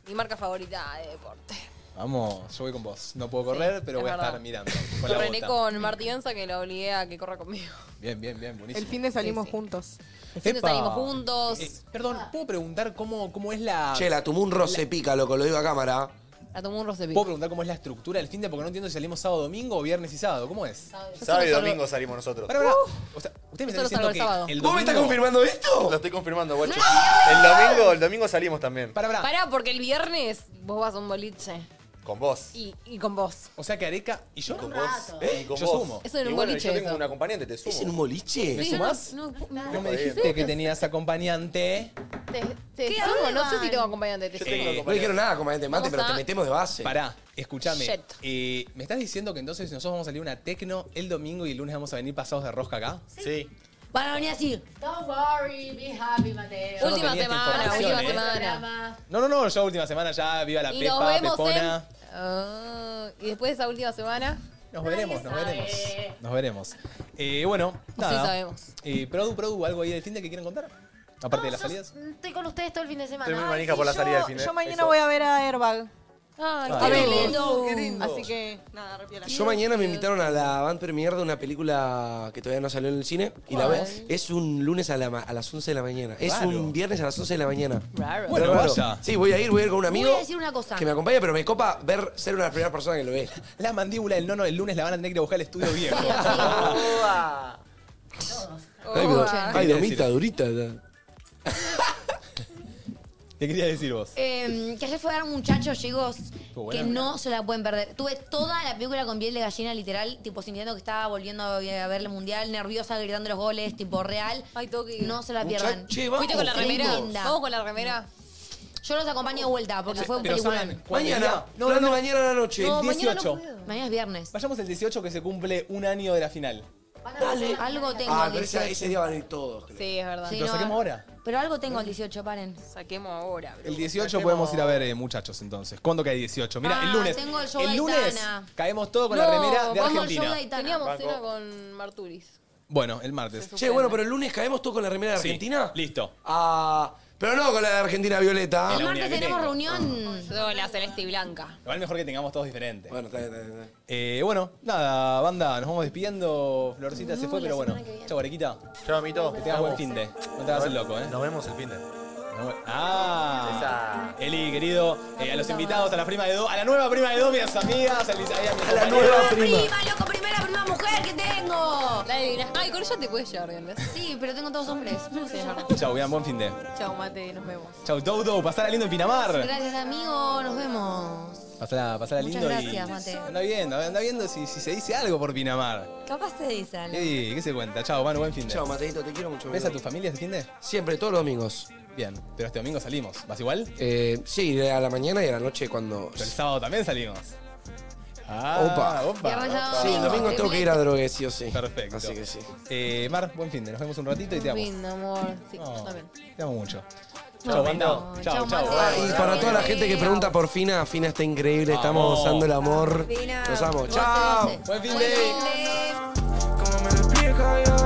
mi marca favorita de deporte.
Vamos, yo voy con vos. No puedo correr, pero
es
voy a estar
verdad.
mirando. Con la
Correré
bota.
con Martí Onza que lo obligué a que corra conmigo. (laughs)
Bien, bien, bien, buenísimo. Eh,
El fin de salimos
Sí, sí.
juntos.
El fin de
Epa.
salimos juntos.
perdón, ¿puedo preguntar cómo, cómo es la.
Che, la tuvo un roce pica, loco, lo digo a cámara.
La tomó un roce
¿Puedo preguntar cómo es la estructura del fin de? Porque no entiendo si salimos sábado, domingo o viernes y sábado. ¿Cómo es?
Sábado y domingo salimos nosotros.
Pará, pará. O sea, ustedes me
Yo solo
están diciendo
salgo el
que
sábado.
el
¿Vos me estás
domingo-
confirmando
esto?
Lo estoy confirmando, guacho. El domingo, el domingo salimos también.
Pará, porque el viernes vos vas a un boliche.
Con vos.
Y, y con vos.
O sea que Areca y yo.
Con vos.
¿Eh?
Y con
Yo
vos.
sumo.
Eso en un
Y bueno,
boliche,
Yo tengo
eso.
un acompañante, te sumo.
¿Es en un boliche?
¿Me
Sí,
sumás?
No, no, no,
No me dijiste que tenías acompañante.
Te, te
¿Qué? ¿A
sumo,
dónde
no sé
van?
si tengo acompañante. Te sumo.
Eh, No dijeron nada, comandante Mate,
Vamos
pero te
a-
metemos de base.
Pará, escúchame.
Shit.
eh, ¿Me estás diciendo que entonces nosotros vamos a salir una tecno el domingo y el lunes vamos a venir pasados de rosca acá?
Sí.
Van a venir así.
Don't worry, be happy, Mateo.
Yo no Última tenía esta semana, información, última ¿eh?
semana.
No, no, no, yo última semana ya viva la
Y
Pepa,
nos vemos
Pepona.
en. Ah, y después de esa última semana.
Nos veremos, nos veremos. Nos veremos. Eh, bueno, nada.
sabemos.
Eh, produ, Produ, ¿algo ahí del Tinder que quieran contar? Aparte de las salidas.
Estoy con ustedes todo el fin de semana.
Estoy muy
Ay,
manija por
sí,
la
yo-
salida del fin de-
Yo mañana
Eso. Ah,
voy a ver a Airbag.
Ay,
qué lindo.
Así que, nada, repiola.
Yo mañana me invitaron a la van premiere de una película que todavía no salió en el cine. Y la
¿Cuál?
veo. Es un lunes a, la ma- a las 11 de la mañana. Es
Raro.
un viernes a las 11 de la mañana.
Raro.
Bueno,
Pero
vaya.
Sí, voy a ir, voy a ir con un amigo
Voy a decir una cosa.
que me acompaña, pero me copa ver ser una de las primeras personas que lo ve.
La mandíbula del nono el lunes la van a tener que ir a buscar al estudio
(laughs)
viejo.
Ay, pero-
Uah.
ay,
Quería
domita,
decir-
durita.
(laughs) ¿Qué querías decir vos?
Eh, que ayer fue a ver un muchacho, chicos,
Estuvo buena.
que no se la pueden perder. Tuve toda la película con piel de gallina, literal, tipo sintiendo que estaba volviendo a ver el mundial, nerviosa, gritando los goles, tipo real. No se la pierdan.
Muchacho, vamos,
¿Fuiste con la remera?
Linda.
¿Vamos con la remera?
Yo los acompaño de vuelta porque fue un
Pero
película.
¿saben cuál
Mañana.
día?
No, no, mañana a la noche.
El
No, mañana
18.
no Mañana es viernes.
Vayamos el 18 que se cumple un año de la final.
Dale. Algo tengo
Ah,
el
pero ese,
18.
ese día van a ir todos.
Sí, es verdad.
Sí,
¿Lo
no,
saquemos ahora?
Pero algo tengo el 18, paren.
Saquemos ahora, bro.
El 18 podemos ir a ver, eh, muchachos, entonces. ¿Cuándo cae 18? Mira,
Ah,
el lunes.
tengo
eh,
el show de
lunes
Aitana.
caemos todo con la remera de Argentina.
Teníamos
Banco.
cena con Marturis.
Bueno, el martes.
Che, bueno, pero el lunes caemos todos con la remera de
Sí,
Argentina.
Listo.
Ah, pero no con la de Argentina Violeta.
Es Ah, la única que tengo. Ah.
reunión.
Yo la celeste y blanca.
Igual mejor que tengamos todos diferentes.
Bueno, está bien, está bien. está bien.
Eh, bueno, nada, banda, nos vamos despidiendo. Florcita se fue, pero bueno. Chau, Arequita.
Chau, amito.
Que tengas buen fin de. No te hagas el loco, ¿eh?
Nos vemos el fin de.
Nos vemos- Ah, Eli, querido, eh, a los invitados, a la prima de dos, a la nueva prima de dos, mis amigas, a, mis- a la
nueva
Prima, loco, primera prima mujer que tengo.
La adivinas. Ay, con ella te puedes llevar bien, ¿ves?
Sí, pero tengo todos hombres.
Chau, vean, buen fin de.
Chau, mate, nos vemos.
Chau, Dodo, pasala lindo en Pinamar.
Gracias, amigo. Nos vemos.
Pasala, pasala
Muchas
lindo
gracias,
y.
Mateo.
Anda viendo, anda viendo si, si se dice algo por Pinamar.
Capaz te dice algo.
Sí, ¿qué se cuenta? Chau, Manu, buen fin de.
Chao, Mateito, te quiero mucho.
¿Ves a
amigo.
tu familia este fin de?
Siempre, todos los domingos.
Bien, pero este domingo salimos. ¿Vas igual?
Eh, sí, a la mañana y a la noche cuando.
Pero el sábado también salimos. Ah,
Opa.
Viernes, sábado,
Sí, el domingo
domingo.
tengo que ir a drogues, sí o sí.
Perfecto.
Así que sí.
Eh, Mar, buen fin de. Nos vemos un ratito y te amo.
Lindo, amor. Sí,
No.
yo también.
Te amo mucho. Chau, banda. Chau, chau.
Ah, y para toda la gente que pregunta por Fina, Fina está increíble, estamos
Vamos.
usando el amor.
Fina.
Los amo.
Goce,
Chao.
goce.
Buen fin
Buen
de.
fin de.
Vieja, yo